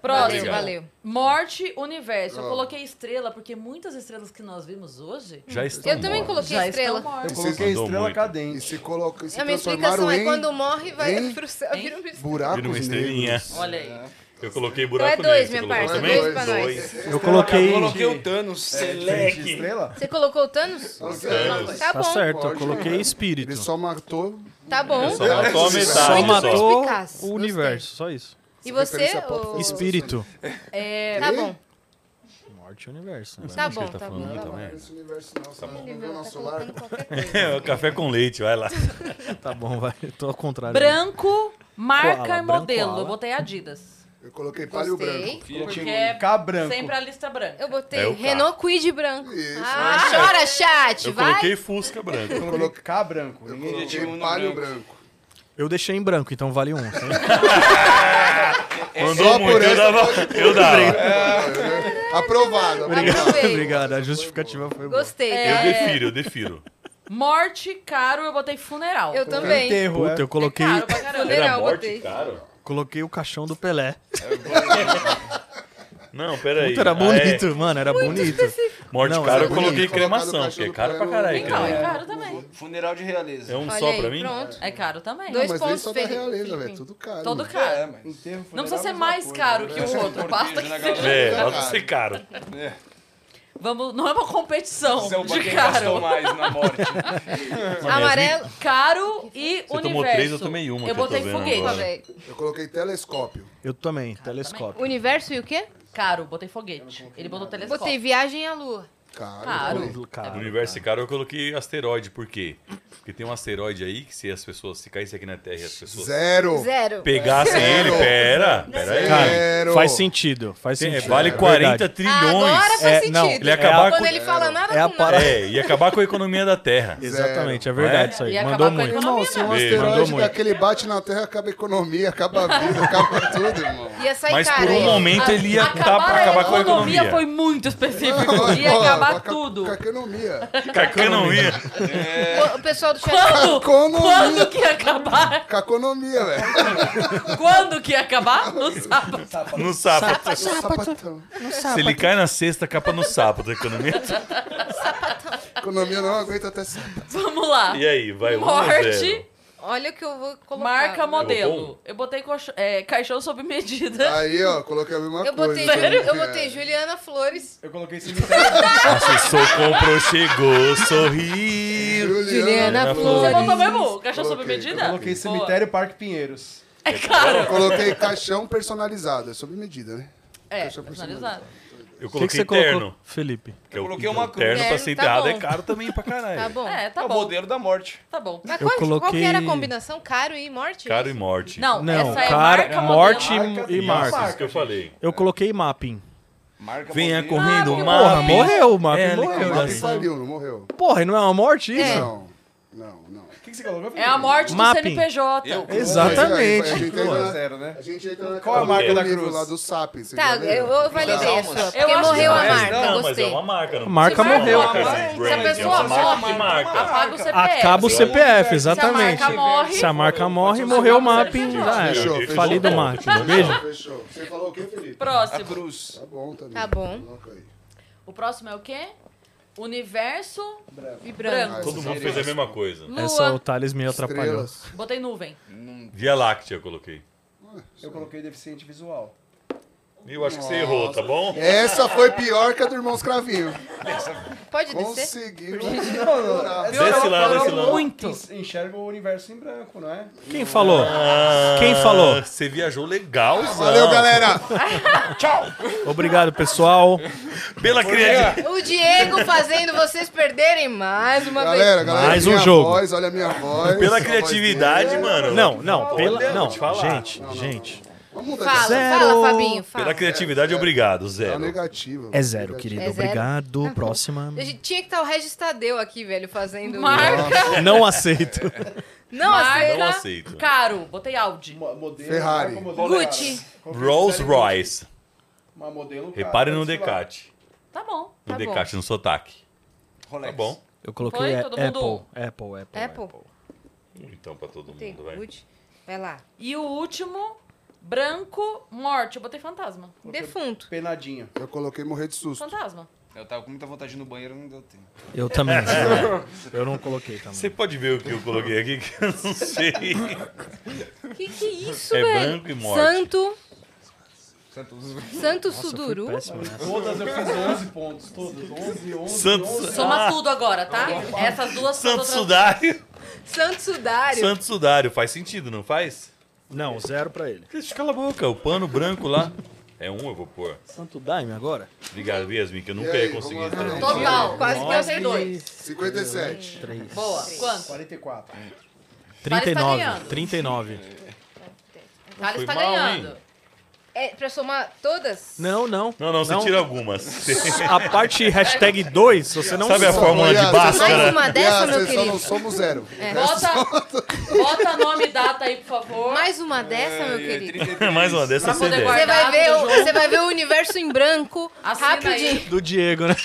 Próximo. Valeu, Legal. valeu. Morte, universo. Eu Ó. coloquei estrela, porque muitas estrelas que nós vimos hoje Hum. Já estão Eu também mortas. coloquei já estrela. estão Eu mortas. coloquei Mandou estrela muito. E cadente. se coloca, se A minha transformaram explicação é em quando morre, vai em- pro céu, vira um biscoito. Vira uma buracos estrelinha. negros. Olha aí. Eu coloquei Então é buraco dois, negro. minha Você parça. colocou Dois também? pra nós. Eu coloquei. Coloquei o Thanos. É, Diferente de estrela? Você colocou o Thanos? Tá Tá bom. certo, eu coloquei espírito. Então, Ele só matou Tá bom. É Só matou a Só metade. Só. matou perspicaz. o universo, só isso. E você? Referência pop, ô- Espí- Espírito. É, Tá bom. Morte e universo. né? Tá Acho que bom, ele tá tá falando bom. muita merda. Tá esse universo não, só moveu o nosso lar. Colocando qualquer coisa. É, o café com leite, vai lá. Tá bom, vai. Eu tô ao contrário. branco, marca Koala, e modelo. branco, eu botei Adidas. Eu coloquei palho branco. Gostei. Porque é K branco. sempre a lista branca. Eu botei É o K. Renault Quid branco. Isso. Ah, chora, chat. Eu Vai. coloquei fusca branco. Eu coloquei K branco. Eu Ninguém coloquei um no palho branco. Eu deixei em branco, então vale um. É, Mandou muito, eu dava. Eu dava. Aprovado. aprovado. Aprovei. Obrigado, a justificativa foi boa. Gostei. É, Eu defiro, eu defiro. Morte, caro, eu botei funeral. Eu um também. Enterro, é. Puta, eu coloquei, Caro pra caramba. Era eu morte, botei. cara. coloquei o caixão do Pelé. Não, peraí. Puta, era bonito, mano, era bonito. Ah, é. Morte Não, cara, era eu coloquei bonito. cremação, Colocado porque é no caro pra cachorro caralho. É caro, é crema. caro um também. Funeral de realeza. É um Olha só aí, pra mim? pronto. É caro também. Dois Mas nem pontos só da Felipe. realeza, velho. Tudo caro. Todo É, caro. mas. Enterro, funeral, Não precisa ser mesma mais coisa. caro que o outro. Basta que Cortejo na seja. É, tá galera. pode ser caro. Vamos, não é uma competição São pra de quem caro. gastou mais na morte. Amarelo. Caro e tomou universo. três, eu tomei uma, Eu que eu tô botei vendo foguete. agora. Véi. Eu coloquei telescópio. Eu também, telescópio. Universo e o quê? Caro, botei foguete. Ele botou telescópio. Botei viagem à lua. Caro. Caro. também. No universo caro eu coloquei asteroide, por quê? Porque tem um asteroide aí que se as pessoas, se caísse aqui na Terra e as pessoas Zero. Zero. pegassem ele, Zero. pera, pera aí. Zero. Faz sentido, faz Tem- sentido. vale é 40 verdade. trilhões. Agora faz É, sentido. não, ele acabar Quando com- ele fala nada É a com nada. parada. É, e acabar com a economia da Terra. Exatamente, é verdade isso E aí. acabar Mandou com a muito. economia, Irmão, se um Ei, mandou asteroide muito. daquele bate na Terra, acaba a economia, acaba a vida, acaba tudo, irmão. Ia sair Mas caro. por um hein? momento ele ia Ah, acabar, tá pra acabar com a economia economia. foi muito específico. Olha, Ia olha, acabar com a- tudo. Com a economia. Com a economia. O- O pessoal pessoal do chat. Quando? Quando que ia acabar? Com a economia, velho. Quando que ia acabar? No sábado. No sábado. Sábado. Sapatão. No Se ele cai na sexta, capa no sábado, a economia. Economia não aguenta até sábado. Vamos lá. E aí, vai um a zero. Morte. Olha o que eu vou colocar. Marca Colocou um. modelo. Eu botei coxo- é, caixão sob medida. Aí, ó, coloquei a mesma Eu coisa. botei, também. eu né? botei Juliana Flores. Eu coloquei cemitério. Acessou, comprou, chegou, sorriu. Juliana Você Flores. botou mesmo? Caixão sob Coloquei. medida? Eu coloquei cemitério Parque Pinheiros. Eu coloquei caixão personalizado, é sob medida, né? É, Caixão personalizado. Eu O que, que coloquei você terno. colocou, Felipe? Eu coloquei uma cruz. Terno pra Terno, ser tá enterrado bom. é caro também pra caralho. Tá bom. É, É tá o bom. modelo da morte. Tá bom. Mas Eu qual, qual que era a coloquei- combinação? Caro e morte? Caro e morte. Não, Não, essa é cara, marca morte modelo. e, e Isso, marca. Isso que eu falei. Ah, Eu coloquei mapping. Marca Venha modelo. correndo, porque- Porra, Mapping. morreu o mapping. É, ele morreu. coloca- Não saiu, não morreu. Porra, e não é uma morte isso? Não, não, não. O que, que você colocou? É a morte do Mapping. CNPJ. Eu- Exatamente. Aí, aí, a gente Dois a entra na- zero, né? A gente entra na Qual a marca da livro cruz? lá do Sapiens. vocês Tá, já leram? eu, eu validei a Exato. sua. Eu Porque acho que morreu a não, marca, não, mas é gostei. uma marca. Não Marca precisa ser morreu. uma marca, Se a um brand, pessoa é uma marca morre, que marca. Apaga o CPF. Acaba o CPF, exatamente. Se a marca morre... Se a marca morre, morreu o mapping. Fechou. Já Fechou, era. fechou. Falido o mapping. Beijo. Fechou. Você falou o que, Felipe? A Próximo. cruz. Tá bom também. Tá bom. Coloca aí. O próximo é o quê? Universo E branco. branco. Todo mundo fez a mesma coisa. Lua. Essa o Thales me atrapalhou. Estrelas. Botei nuvem. Via Láctea eu coloquei. Eu coloquei deficiente visual. Eu acho que você errou, tá bom? Essa foi pior que a do irmão Escravinho. Pode descer? Conseguiu. Desce lá, desce lá. Muito. Enxerga o universo em branco, não é? Quem falou? Quem falou? Ah, Você viajou legal, Valeu, galera. Obrigado, pessoal. Pela criatividade. O Diego fazendo vocês perderem mais uma Galera, vez. galera. Mais minha um jogo. Voz, olha a minha voz. Pela a voz criatividade, dele. é- mano. Não, não, pela. Não, te falar. gente, gente. Vamos mudar Fala, de- Zero. fala, Fabinho, fala. Pela criatividade, obrigado, Tá zero. negativo. É zero, querido. É zero. Obrigado. Próxima. A gente Tinha que estar o Regis Tadeu aqui, velho, fazendo... Marca. Não aceito. Não, Marca. aceita. Não aceito. Caro. Botei Audi. Mo- Modelo, Ferrari. marca modelo. Gucci. Rolls Royce. Uma modelo. cara, Repare no sei lá. Decate. Tá bom. Tá No bom. Decate, no sotaque. Tá Rolex. bom. Eu coloquei Foi? a- Todo Apple. mundo? Apple, Apple. Apple. Então, pra todo É, Tem mundo, vai. Gucci. Vai lá. E o último, branco, morte. Eu botei fantasma. Defunto. Penadinha. Eu coloquei morrer de susto. Fantasma. Eu tava com muita vontade de ir no banheiro, não deu tempo. Eu também. eu não coloquei também. Você pode ver o que eu coloquei aqui, que eu não sei. Que que é isso, É velho? branco e morte. Santo. Santos. Santo Nossa, eu fui Suduru. péssimo nessa. Todas eu fiz 11 pontos. Todas. 11, 11, Santos. 11. Soma tudo agora, tá? Essas duas são Santo as outras- Sudário. Santo Sudário. Santo Sudário. Faz sentido, não faz? Não, zero pra ele. Deixa cala a boca. O pano branco lá. É um, eu vou pôr. Santo Daime agora? Obrigado, Yasmin, que eu nunca E aí, é ia conseguir. vamos lá, traduzir. Total. Quase que eu Botei dois. 57. Boa. Quanto? 44. 39. ganhando. 39. Thales Foi tá mal, ganhando. hein? É, pra somar todas? Não, não. Não, não, você Não. tira algumas. A parte hashtag 2, você não Sabe a fórmula de Iago, Bhaskara? Mais uma dessa, Yes, meu vocês só querido? É. não somos zero. Bota, bota nome e data aí, por favor. Mais uma É, dessa, meu querido? É Mais uma dessa Pra você poder deve. Você vai, Guardado ver o, do jogo. você vai ver o universo em branco Assina rapidinho. do Diego, né?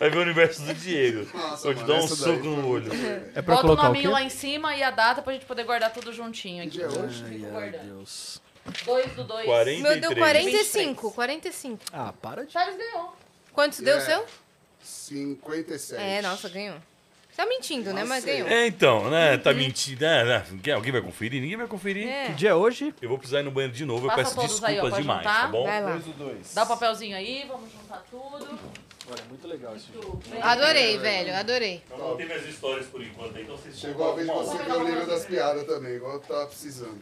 Vai ver o universo do Diego. Nossa, Vou te mano, dar um essa soco daí. no olho. É pra Bota o colocar o quê? nominho lá em cima e a data pra gente poder guardar tudo juntinho aqui. é Dia hoje. Fico Ai, guardando. Deus. Dois do dois. 43. Meu, deu 45, 45. 45. Ah, para de... Charles ganhou. Quantos deu o seu? 57. É, nossa, ganhou. Tá mentindo, né? Mas Nossa, ganhou. É, então, né? Tá mentindo. né, né, quem- Alguém vai conferir? Ninguém vai conferir. É. Que dia é hoje? Eu vou precisar ir no banheiro de novo. Eu Passa peço todos desculpas aí, ó, pode demais, juntar. tá bom? Vai lá. 2 do 2. Dá o papelzinho aí, vamos juntar tudo. Adorei, velho, adorei. Eu não tenho minhas histórias por enquanto, então vocês Tá Chegou a vez de você ver o nível das piadas também, igual eu tava precisando.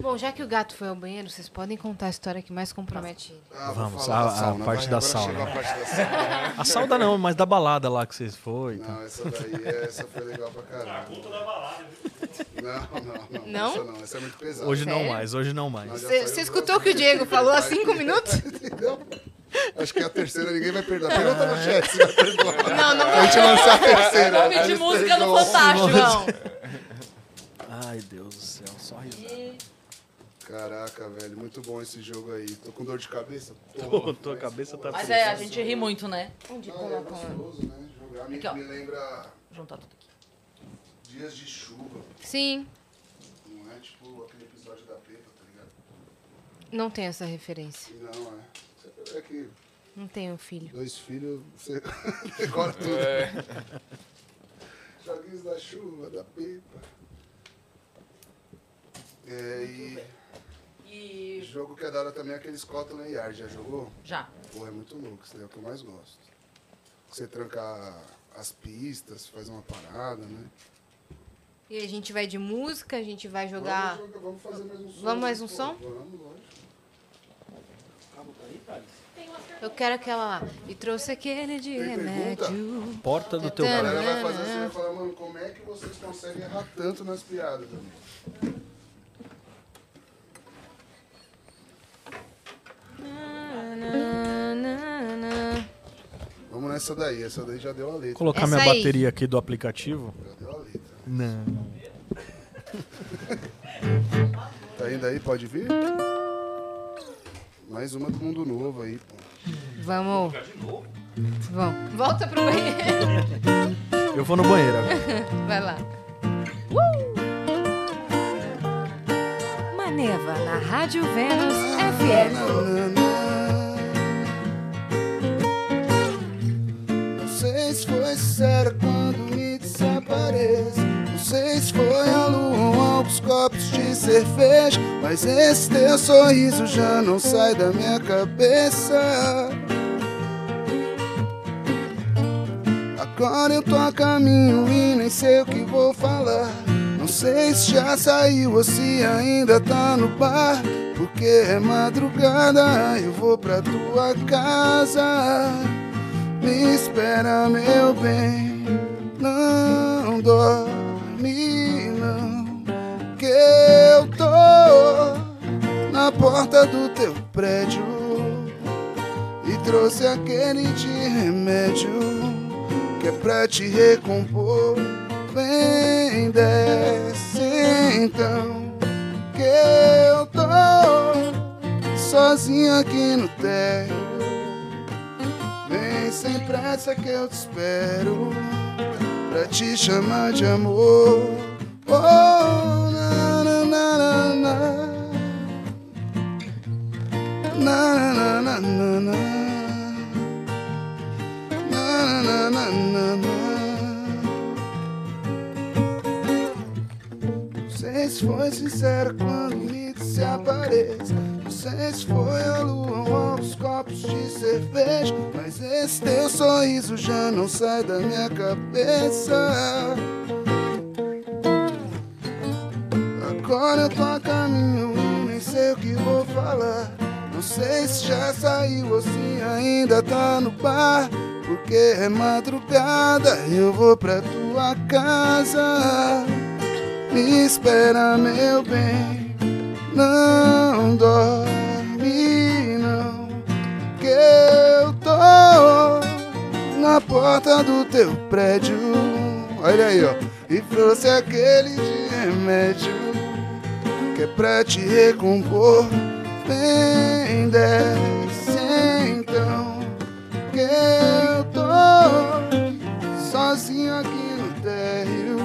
Bom, já que o gato foi ao banheiro, vocês podem contar a história que mais compromete ele. Ah, vou Vamos, falar a- da a sauna, parte vai, da agora sauna. chegou a parte da sauna. A salda não, mas da balada lá que vocês foi. Então. tá? Não, essa daí, é, essa foi legal pra caramba. Não, não, não. Não? Essa não, essa é muito pesada. Hoje não Sério? mais, hoje não mais. Já Você foi você o- escutou o que o Diego falou há cinco minutos? Entendeu? Acho que é a terceira ninguém vai perdoar. É. Pergunta no chat se vai perdoar. Não, não A gente lançar a terceira. Vou pedir Eles música no perdoam. um Fantástico. João. Ai, Deus do céu, só risada. Caraca, velho, muito bom esse jogo aí. Tô com dor de cabeça. Pô, tua cabeça tá... Mas é, a gente ri muito, né? Onde um- Não, é gostoso, né? Jogar me, Aqui, ó. me lembra Juntar tudo aqui. dias de chuva. Sim. Não é tipo aquele episódio da Pepa, tá ligado? Não tenho essa referência. Não, é. Você- É que Não tenho filho. dois filhos, você decora tudo. É. Joguinhos da chuva, da Pepa. É, e... E... Jogo que é da hora também é aquele Scotland Yard, já jogou? Já. Porra, é muito louco, isso daí é o que eu mais gosto. Você tranca as pistas, faz uma parada, né? E a gente vai de música, a gente vai jogar. Vamos, fazer mais um som. Vamos mais um Pô, som? Vamos, lógico. Eu quero aquela lá. E trouxe aquele de remédio. Porta do teu A bar. galera vai fazer assim, vai falar, mano, como é que vocês conseguem errar tanto nas piadas, mano? Na, na, na. Vamos nessa daí, essa daí já deu a letra. Colocar minha bateria aqui do aplicativo. Não. Tá indo aí, pode vir? Mais uma do mundo novo aí, pô. Vamos. Vamos. Volta pro banheiro. Eu vou no banheiro agora. Vai lá. Uh! Maneva na Rádio Vênus FM. Não sei se foi sério quando me desapareço. Não sei se foi a lua ou alguns copos de cerveja. Mas esse teu sorriso já não sai da minha cabeça. Agora eu tô a caminho e nem sei o que vou falar. Não sei se já saiu ou se ainda tá no bar. Porque é madrugada, eu vou pra tua casa. Me espera, meu bem, não dorme, não. Que eu tô na porta do teu prédio e trouxe aquele de remédio que é pra te recompor. Vem, desce então, que eu tô sozinho aqui no térreo. Vem sem pressa que eu te espero Pra te chamar de amor Oh, na, na, na, na, na. Na, na, na, na, na, na. Na, na, na, na, na, na. Não sei se foi sincero quando me desapareço Não sei se foi a lua ou aos copos de cerveja Mas esse teu sorriso já não sai da minha cabeça Agora eu tô a caminho e nem sei o que vou falar Não sei se já saiu ou se ainda tá no bar Porque é madrugada, eu vou pra tua casa me espera, meu bem, não dorme, não, que eu tô na porta do teu prédio. Olha aí, ó, e trouxe aquele de remédio que é pra te recompor. Vem, desce então, que eu tô sozinho aqui no térreo.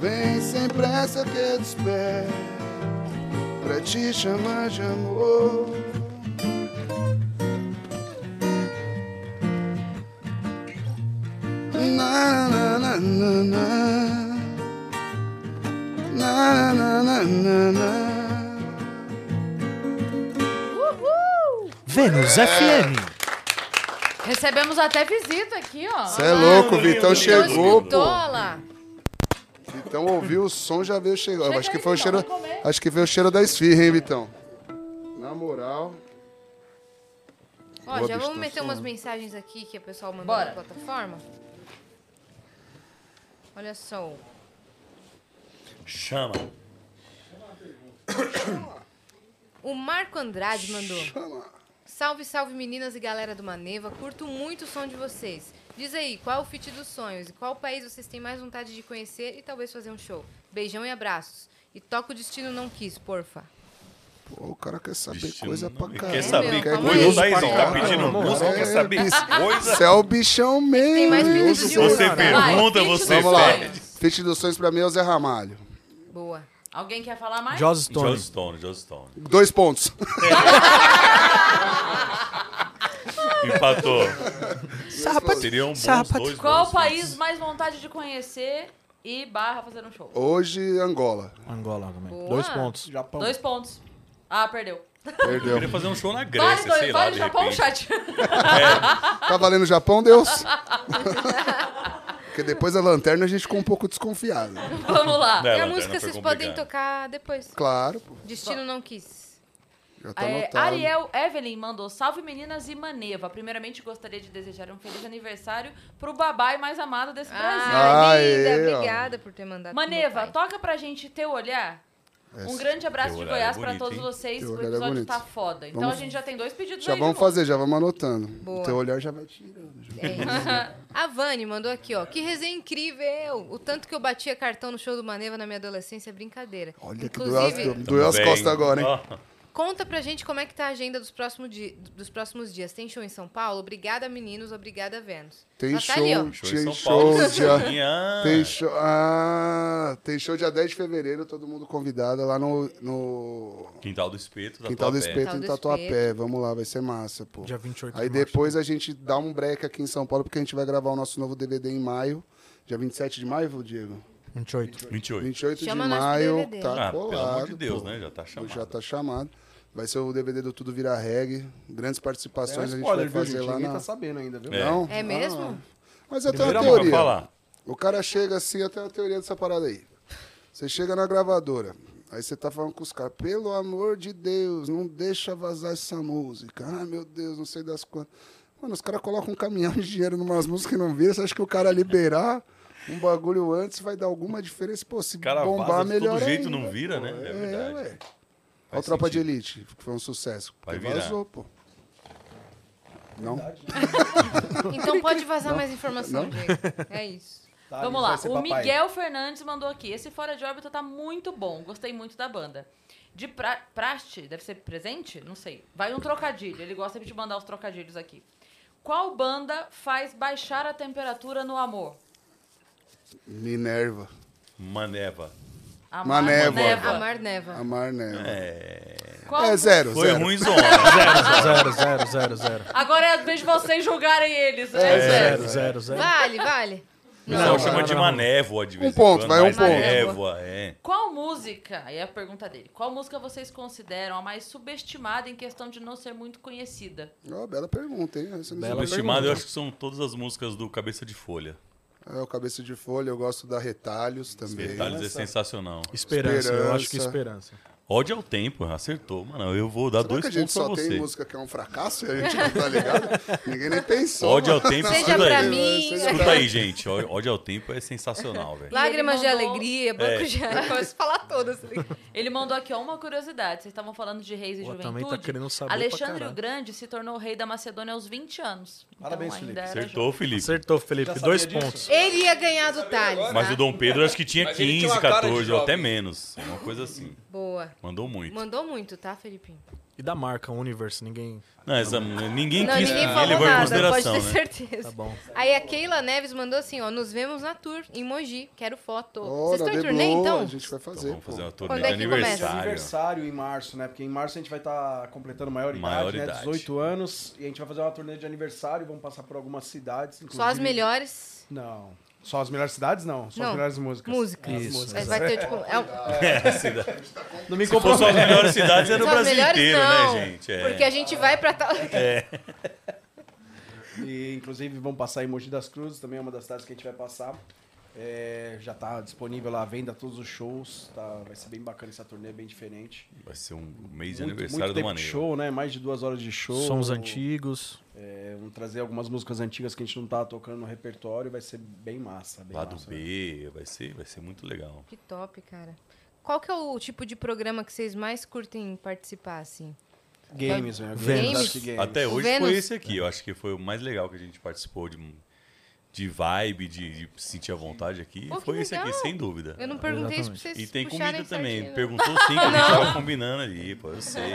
Vem sem pressa que eu te espero Pra te chamar de amor Na na na na na Na na na na na na Vênus FM. Recebemos até visita aqui, ó. Cê é louco, o Vitão chegou, pô. Dola. Então ouviu o som, já veio chegar. Acho que foi o cheiro, acho que veio o cheiro da esfirra, hein, Vitão? Na moral. Ó, Boa, já bicho, vamos tá meter umas funcionando. mensagens aqui que o pessoal mandou Bora. na plataforma. Olha só. Chama. O Marco Andrade mandou. Salve, salve meninas e galera do Maneva. Curto muito o som de vocês. Diz aí, qual é o fit dos sonhos? E qual país vocês têm mais vontade de conhecer e talvez fazer um show? Beijão e abraços. E toca o destino não quis, porfa. Pô, o cara quer saber coisa pra caralho. Quer saber Quer coisa? coisa Tá aí, pra não tá caralho, pedindo mano. música, É, quer saber bicho, coisa? Você é o bichão mesmo. mais pedido de Você música. pergunta, Vai, você Vamos lá. pede. Fit dos sonhos pra mim é o Zé Ramalho. Boa. Alguém quer falar mais? Joss Stone. Joss Stone, Joss Stone. Dois pontos. Empatou. Sábado. Seriam bons Sábado. dois. Qual o país mais vontade de conhecer e barra fazer um show? Hoje, Angola. Angola também. Boa. né? Dois pontos. Ah, perdeu. Perdeu. Eu queria fazer um show na Vale, Grécia, dois- sei lá, vale de Japão, repente. chat. Tá valendo Japão, Deus? Porque depois da lanterna a gente ficou um pouco desconfiado. Vamos lá. É, e a Lanterna música foi vocês complicado. podem tocar depois. Claro, pô. Destino não quis. Já tá É, anotado. Ariel Evelyn mandou salve meninas e maneva. Primeiramente gostaria de desejar um feliz aniversário pro babai mais amado desse Brasil. Ah, Ah, linda, Aê, ó. obrigada por ter mandado pro meu Maneva, toca pra gente teu olhar. É, Um grande abraço Teu de Olhar é Goiás pra bonito, todos hein? vocês. Teu O Olhar é episódio bonito. tá foda. Então Vamos- a gente já tem dois pedidos Já aí. vamos de novo. fazer, já vamos anotando. Boa. O teu olhar já vai tirando. É isso. A Vani mandou aqui, ó. Que resenha incrível! O tanto que eu batia cartão no show do Maneva na minha adolescência é brincadeira. Olha que doeu as, Inclusive, doeu as Também. costas agora, hein? Conta pra gente como é que tá a agenda dos, próximo di- dos próximos dias. Tem show em São Paulo? Obrigada, meninos. Obrigada, Vênus. Tem Ela tá show, ali, ó. tem São Paulo, show dia, Santinha. tem show, ah, tem show dia 10 de fevereiro, todo mundo convidado lá no, no Quintal do Espeto, da Quintal do Tatuapé. Espeto em Quintal do Tatuapé, vamos lá, vai ser massa, pô. Dia 28 Aí de março, depois a gente dá um break aqui em São Paulo, porque a gente vai gravar o nosso novo DVD em maio, dia 27 de maio, Diego? 28. 28. 28 Chama de nós pro maio, DVD. tá Ah, pelo colado. amor de Deus, pô. né? Já tá chamado. Já tá chamado. Vai ser o DVD do Tudo Vira Reggae. Grandes participações É um a gente vai spoiler, viu, fazer gente? lá Ninguém na... tá sabendo ainda, viu? É. Não? É mesmo? Mas eu tenho uma Primeira mão pra teoria. falar. O cara chega assim, até a teoria dessa parada aí. Você chega na gravadora, aí você tá falando com os caras, pelo amor de Deus, não deixa vazar essa música. Ai, meu Deus, não sei das quantas. Mano, os caras colocam um caminhão de dinheiro numas músicas que não viram. Você acha que o cara liberar um bagulho antes vai dar alguma diferença? Pô, se O cara bombar, vaza de melhor todo jeito, ainda, não vira, pô. né? É É, verdade. ué. Olha o Tropa de Elite, que foi um sucesso. Vai Porque virar. vazou, pô. Não? Então pode vazar Ah. Não. mais informação, Não. Diego. É isso. Tá, Vamos lá, o Miguel Fernandes mandou aqui. Esse Fora de Órbita tá muito bom, gostei muito da banda. De pra... praste, deve ser presente? Não sei. Vai um trocadilho, ele gosta de mandar os trocadilhos aqui. Qual banda faz baixar a temperatura no amor? Minerva. Maneva. Amar Maneva. Neva. Amar Neva. Amar Neva. É. Qual- É zero. Foi zero. ruim, zona. Zero, zero, zero, zero, zero. Agora é a vez de vocês julgarem eles. É, É, zero. zero, zero, zero. Vale, vale. O pessoal Não, chama não, de não. manévoa de vez Um em ponto, quando, vai, um mas ponto. Névoa, é. Qual música, aí é a pergunta dele, qual música vocês consideram a mais subestimada em questão de não ser muito conhecida? Ó, bela pergunta, hein? Essa não sei. Subestimado, eu acho que são todas as músicas do Cabeça de Folha. É o Cabeça de Folha, eu gosto da Retalhos também. Detalhes é sensacional. Esperança, eu acho que esperança. Ódio ao tempo, acertou, mano. Eu vou dar Será dois que a gente pontos pra só você. tem música que é um fracasso e a gente não tá ligado? Ninguém nem pensou. Ódio ao mano. tempo, Não, escuta não, aí. né? né? não, seja Escuta pra- aí, gente. Ó- Ódio ao tempo é sensacional, velho. Lágrimas Ele mandou- de alegria, banco É. de de... Posso falar todas. Ele mandou aqui ó, uma curiosidade. Vocês estavam falando de reis e Pô, juventude. também tá querendo saber pra Alexandre o caralho. Grande se tornou rei da Macedônia aos 20 anos. Parabéns, então, ainda Felipe. era Acertou, Felipe. Acertou, Felipe. Dois pontos. Ele ia ganhar do Thales. Mas tá? o Dom Pedro acho que tinha Mas ele 15, tinha uma cara de 14 ou até jovem. menos. Uma coisa assim. Boa. Mandou muito. Mandou muito, tá, Felipinho? E da marca Universe, ninguém. Não, essa- ninguém Não, quis ninguém que falou levou em nada, pode ter consideração, né? certeza. Tá bom. Aí a Keila Neves mandou assim, ó, nos vemos na tour, em Mogi, quero foto. Vocês Ora, estão em de turnê, boa, então? A gente vai fazer. Vamos fazer uma turnê Quando de é que começa? aniversário. Aniversário em março, né? Porque em março a gente vai estar completando maior idade, Maior né? idade. 18 anos. E a gente vai fazer uma turnê de aniversário. Vamos passar por algumas cidades. Só as melhores. Não. Só as melhores cidades, não. Só Não. as melhores músicas. Músicas. As Isso, Mas vai ter, tipo, é um- É, cidade. Não me Se fosse comprometo. as melhores cidades, era o Só as Brasil melhores, inteiro, né, não, gente? É. Porque a gente vai pra tal... É. E, inclusive, vamos passar em Mogi das Cruzes, também é uma das cidades que a gente vai passar. É, já tá disponível lá à venda todos os shows. tá? vai ser bem bacana essa turnê, bem diferente. Vai ser um mês de Muito- aniversário muito do tempo Maneiro. de show, né? Mais de duas horas de show. Sons antigos. É, vamos trazer algumas músicas antigas que a gente não tá tocando no repertório. Vai ser bem massa. Bem Lado massa. B, vai ser, vai ser muito legal. Que top, cara. Qual que é o tipo de programa que vocês mais curtem participar, assim? Games, né? Games? Até O hoje Vênus? foi esse aqui. Eu acho que foi o mais legal que a gente participou de, de vibe, de, de sentir a vontade aqui. Pô, que foi esse aqui, legal. sem dúvida. Eu não perguntei isso pra Exatamente. vocês E tem puxarem né? comida também. sardinha. Perguntou sim, que a gente Não. tava combinando ali, pô, eu sei.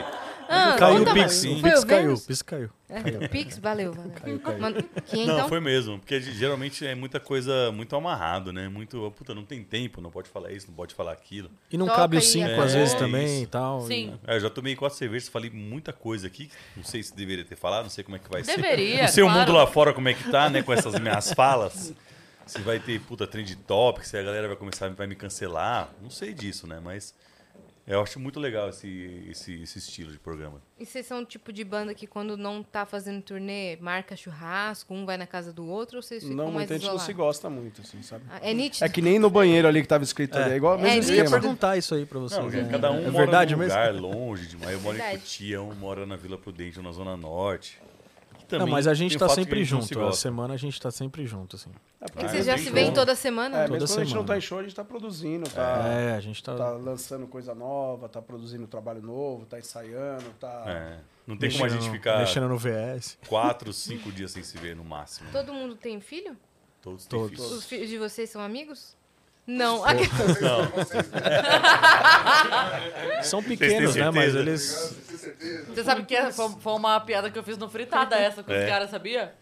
Ah, caiu o conta mais. Pix. O Foi Pix o caiu, Vênus? o Pix caiu. É, o Pix, valeu, valeu. Caiu, caiu. Mano, que Não, então- foi mesmo. Porque de- geralmente é muita coisa muito amarrado, né? Muito, oh, puta, não tem tempo, não pode falar isso, não pode falar aquilo. E não Toca cabe o aí, cinco, acabou. às vezes, também e tal, Sim. É, eu já tomei quatro cervejas, falei muita coisa aqui. Não sei se deveria ter falado, não sei como é que vai ser. Deveria, Não sei o claro. mundo lá fora como é que tá, né? Com essas minhas falas. Se vai ter, puta, trend topic, se a galera vai começar, vai me cancelar. Não sei disso, né? Mas eu acho muito legal esse, esse, esse estilo de programa. E vocês são o tipo de banda que quando não tá fazendo turnê, marca churrasco, um vai na casa do outro, ou vocês ficam Não, mais muita gente não isolados? se gosta muito, assim, sabe? Ah, é nítido. É que nem no banheiro ali que tava escrito ali. É igual o É mesmo nítido. Eu ia esquema. perguntar isso aí pra vocês, Não, né? cada um É mora verdade num mesmo? lugar longe demais. Eu moro em Verdade. Cotia, um mora na Vila Prudente, um na Zona Norte. E Não, também mas a gente tem o tá fato que sempre gente não se junto. a gosta. semana a gente tá sempre junto, assim. porque é vocês já se veem toda semana? É, Toda mesmo quando a gente não semana. tá em show, a gente tá produzindo, tá, É, a gente tá- lançando coisa nova, tá produzindo trabalho novo, tá ensaiando, tá... É. Não tem como a gente Mexendo- ficar. mexendo no VS. Quatro, cinco dias sem se ver no máximo. Todo mundo tem filho? Todos, têm Todos. filhos. Os filhos de vocês são amigos? Não. Todos. Não. São Vocês pequenos, têm né? Mas certeza? eles. Você sabe que essa foi, foi uma piada que eu fiz no fritada essa com É. os caras, sabia?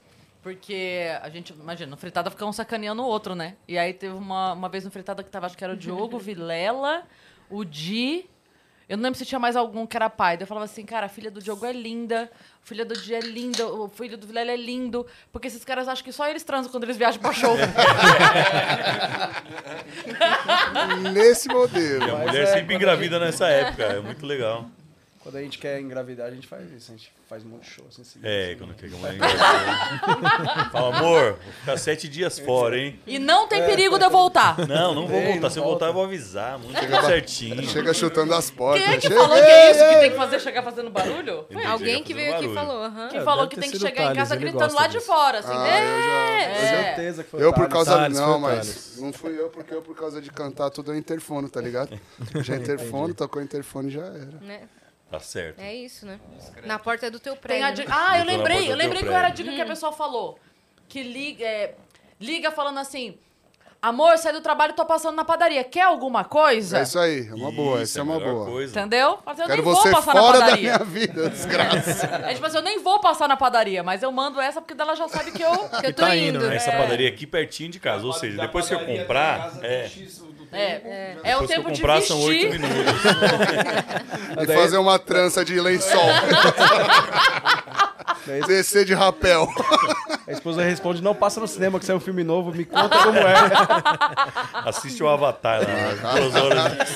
Porque a gente, imagina, no fritada fica um sacaneando o outro, né? E aí teve uma, uma vez no fritada que tava, acho que era o Diogo, o Vilela, o Di. Eu não lembro se tinha mais algum que era pai. Daí eu falava assim, cara, a filha do Diogo é linda, a filha do Di é linda, o filho do Vilela é lindo. Porque esses caras acham que só eles transam quando eles viajam pra show. Nesse modelo. E a Mas mulher é, sempre quando engravida a gente- nessa época. É muito legal. Quando a gente quer engravidar, a gente faz isso, a gente faz muito show, assim, assim. É, quando chega a mulher engravida. Fala, amor, vou ficar sete dias fora, hein? E não tem perigo de eu voltar. Não, não vou Ei, não voltar. Se eu voltar, eu vou avisar. Muito Chega ba- certinho. Chega chutando as portas. Quem é que Chega- falou que é isso que tem que fazer chegar fazendo barulho? Foi Entendi, Alguém chegar que fazendo veio aqui e barulho. falou, aham. É, Que falou que tem que chegar em casa gritando lá de fora, assim. Ah, né? eu já- eu já- É. Eu por Thales. causa. Thales, não, foi mas. Thales. Não fui eu, porque eu por causa de cantar tudo eu interfono, tá ligado? Já interfono, tocou interfone já era. Né? Tá certo. É isso, né? Na porta do teu Tem a prédio. dica- Ah, eu Entrou na porta lembrei, eu do lembrei teu qual era a prédio. dica que a pessoa falou. Que liga, é, liga falando assim: amor, saí do trabalho, tô passando na padaria. Quer alguma coisa? É isso aí, é uma boa, essa é uma boa. Entendeu? Mas eu Quero nem vou você passar fora na da padaria. minha vida, desgraça. É tipo assim, eu nem vou passar na padaria, mas eu mando essa porque ela já sabe que eu, que eu tô tá indo. Essa é. padaria aqui pertinho de casa. Ou seja, depois que eu comprar. É. É, é, o Depois que eu tempo de comprar, são vestir. oito minutos. E fazer uma trança de lençol. Descer de rapel. A esposa responde, não, passa no cinema que saiu um filme novo, me conta como é. Assiste o Avatar lá, Ah, 2 horas e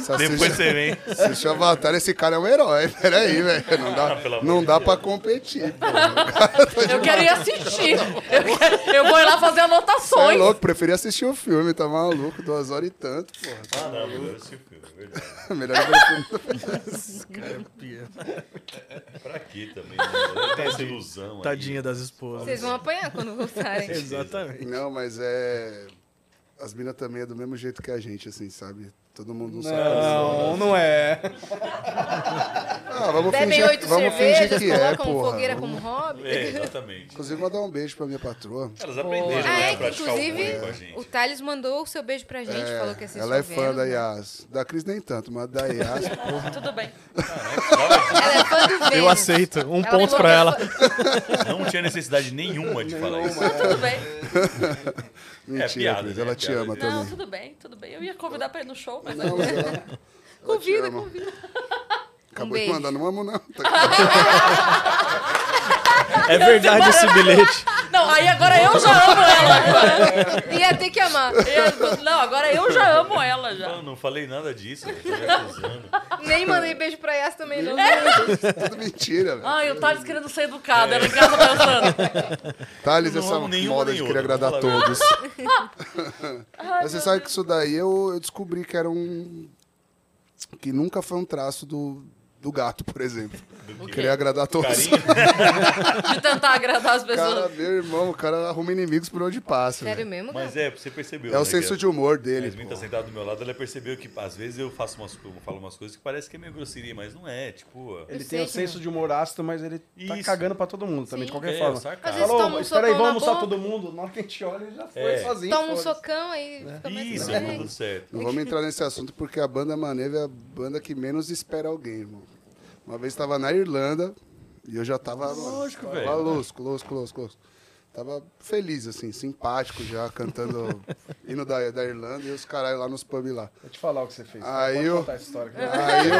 50. Depois você vem. Se Avatar, esse cara é um herói. Peraí, velho. Não dá, não dá pra competir. pô. Eu quero ir assistir. Eu, quero- eu vou ir lá fazer Você é anotações. louco, preferia assistir o filme, tá maluco? Duas horas e tanto, porra. Tá Ah, não, maluco. melhor esse filme, é verdade. Melhor ver o filme. Esse cara é pia. Pra quê também? Né? Tem essa ilusão aí. Tadinha das esposas. Vocês vão apanhar quando voltarem. Exatamente. Não, mas é. As minas também é do mesmo jeito que a gente, assim, sabe? Todo mundo não, sabe. Não, não é. Ah, vamos Bebem fingir, oito vamos cervejas, fingir que é, colocam porra. fogueira como hobby. É, exatamente. Inclusive, mandar um beijo pra minha patroa. Elas aprenderam, Ah, né? é que inclusive o Thales mandou o seu beijo pra gente, É, falou que assistiu ela é fã Vênus, da né? Yas. Da Cris nem tanto, mas da Yas, porra. Tudo bem. Ela é fã do Vênus. Eu aceito. Um Ela ponto falou pra que é ela. Não tinha necessidade nenhuma de falar isso. Tudo bem. Mentira, É piada, Cris, né? ela É te piada, ama tá? né? Não, também. tudo bem, tudo bem. Eu ia convidar pra ir no show, mas. Não, mas ela- ela te Convida, ama. convida. Um Acabou de beijo. mandar, não amo não. Tá É verdade esse bilhete. Não, aí agora eu já amo ela. agora. Ia ter que amar. Eu- não, agora eu já amo ela já. Não, não falei nada disso. né? eu tô recusando. Nem mandei beijo pra Yas também, não. Tudo mentira, velho. Ai, o Thales querendo ser educado, ela em casa dançando. Thales, Não essa amo nenhuma moda nem de querer outra, agradar vou falar a todos. Ai, Mas você meu sabe que isso daí eu, eu descobri que era um. que nunca foi um traço do, do gato, por exemplo. Do quê? Querer agradar todos. De tentar agradar as pessoas. Cara, meu irmão, o cara arruma inimigos por onde passa. velho. mesmo, Mas é, você percebeu. É o né, senso que a- de humor dele, A Yasmin tá sentada do meu lado, ela percebeu que às vezes eu faço umas, eu falo umas coisas que parece que é meio grosseria, mas não é. Tipo. Ele tem o senso de humor ácido, mas ele tá cagando pra todo mundo também, de qualquer É, forma. saca. Às Falou, vezes toma um mas socão peraí, vamos na almoçar boca. todo mundo. Na hora que a gente olha, ele já foi É. sozinho. Toma um assim, foda-se. socão aí. fica mais assim, né? Isso, tá leve. tudo certo. Então é Não vamos entrar nesse assunto porque a banda Maneva é a banda que menos espera alguém, irmão. Uma vez tava na Irlanda e eu já tava. Lógico, tava velho. Losco, losco, losco, losco. Tava feliz, assim, simpático já, cantando hino da, da Irlanda e os caralho lá nos pubs lá. Vou te falar o que você fez. Aí Pode eu. contar a história. Ah, Aí é.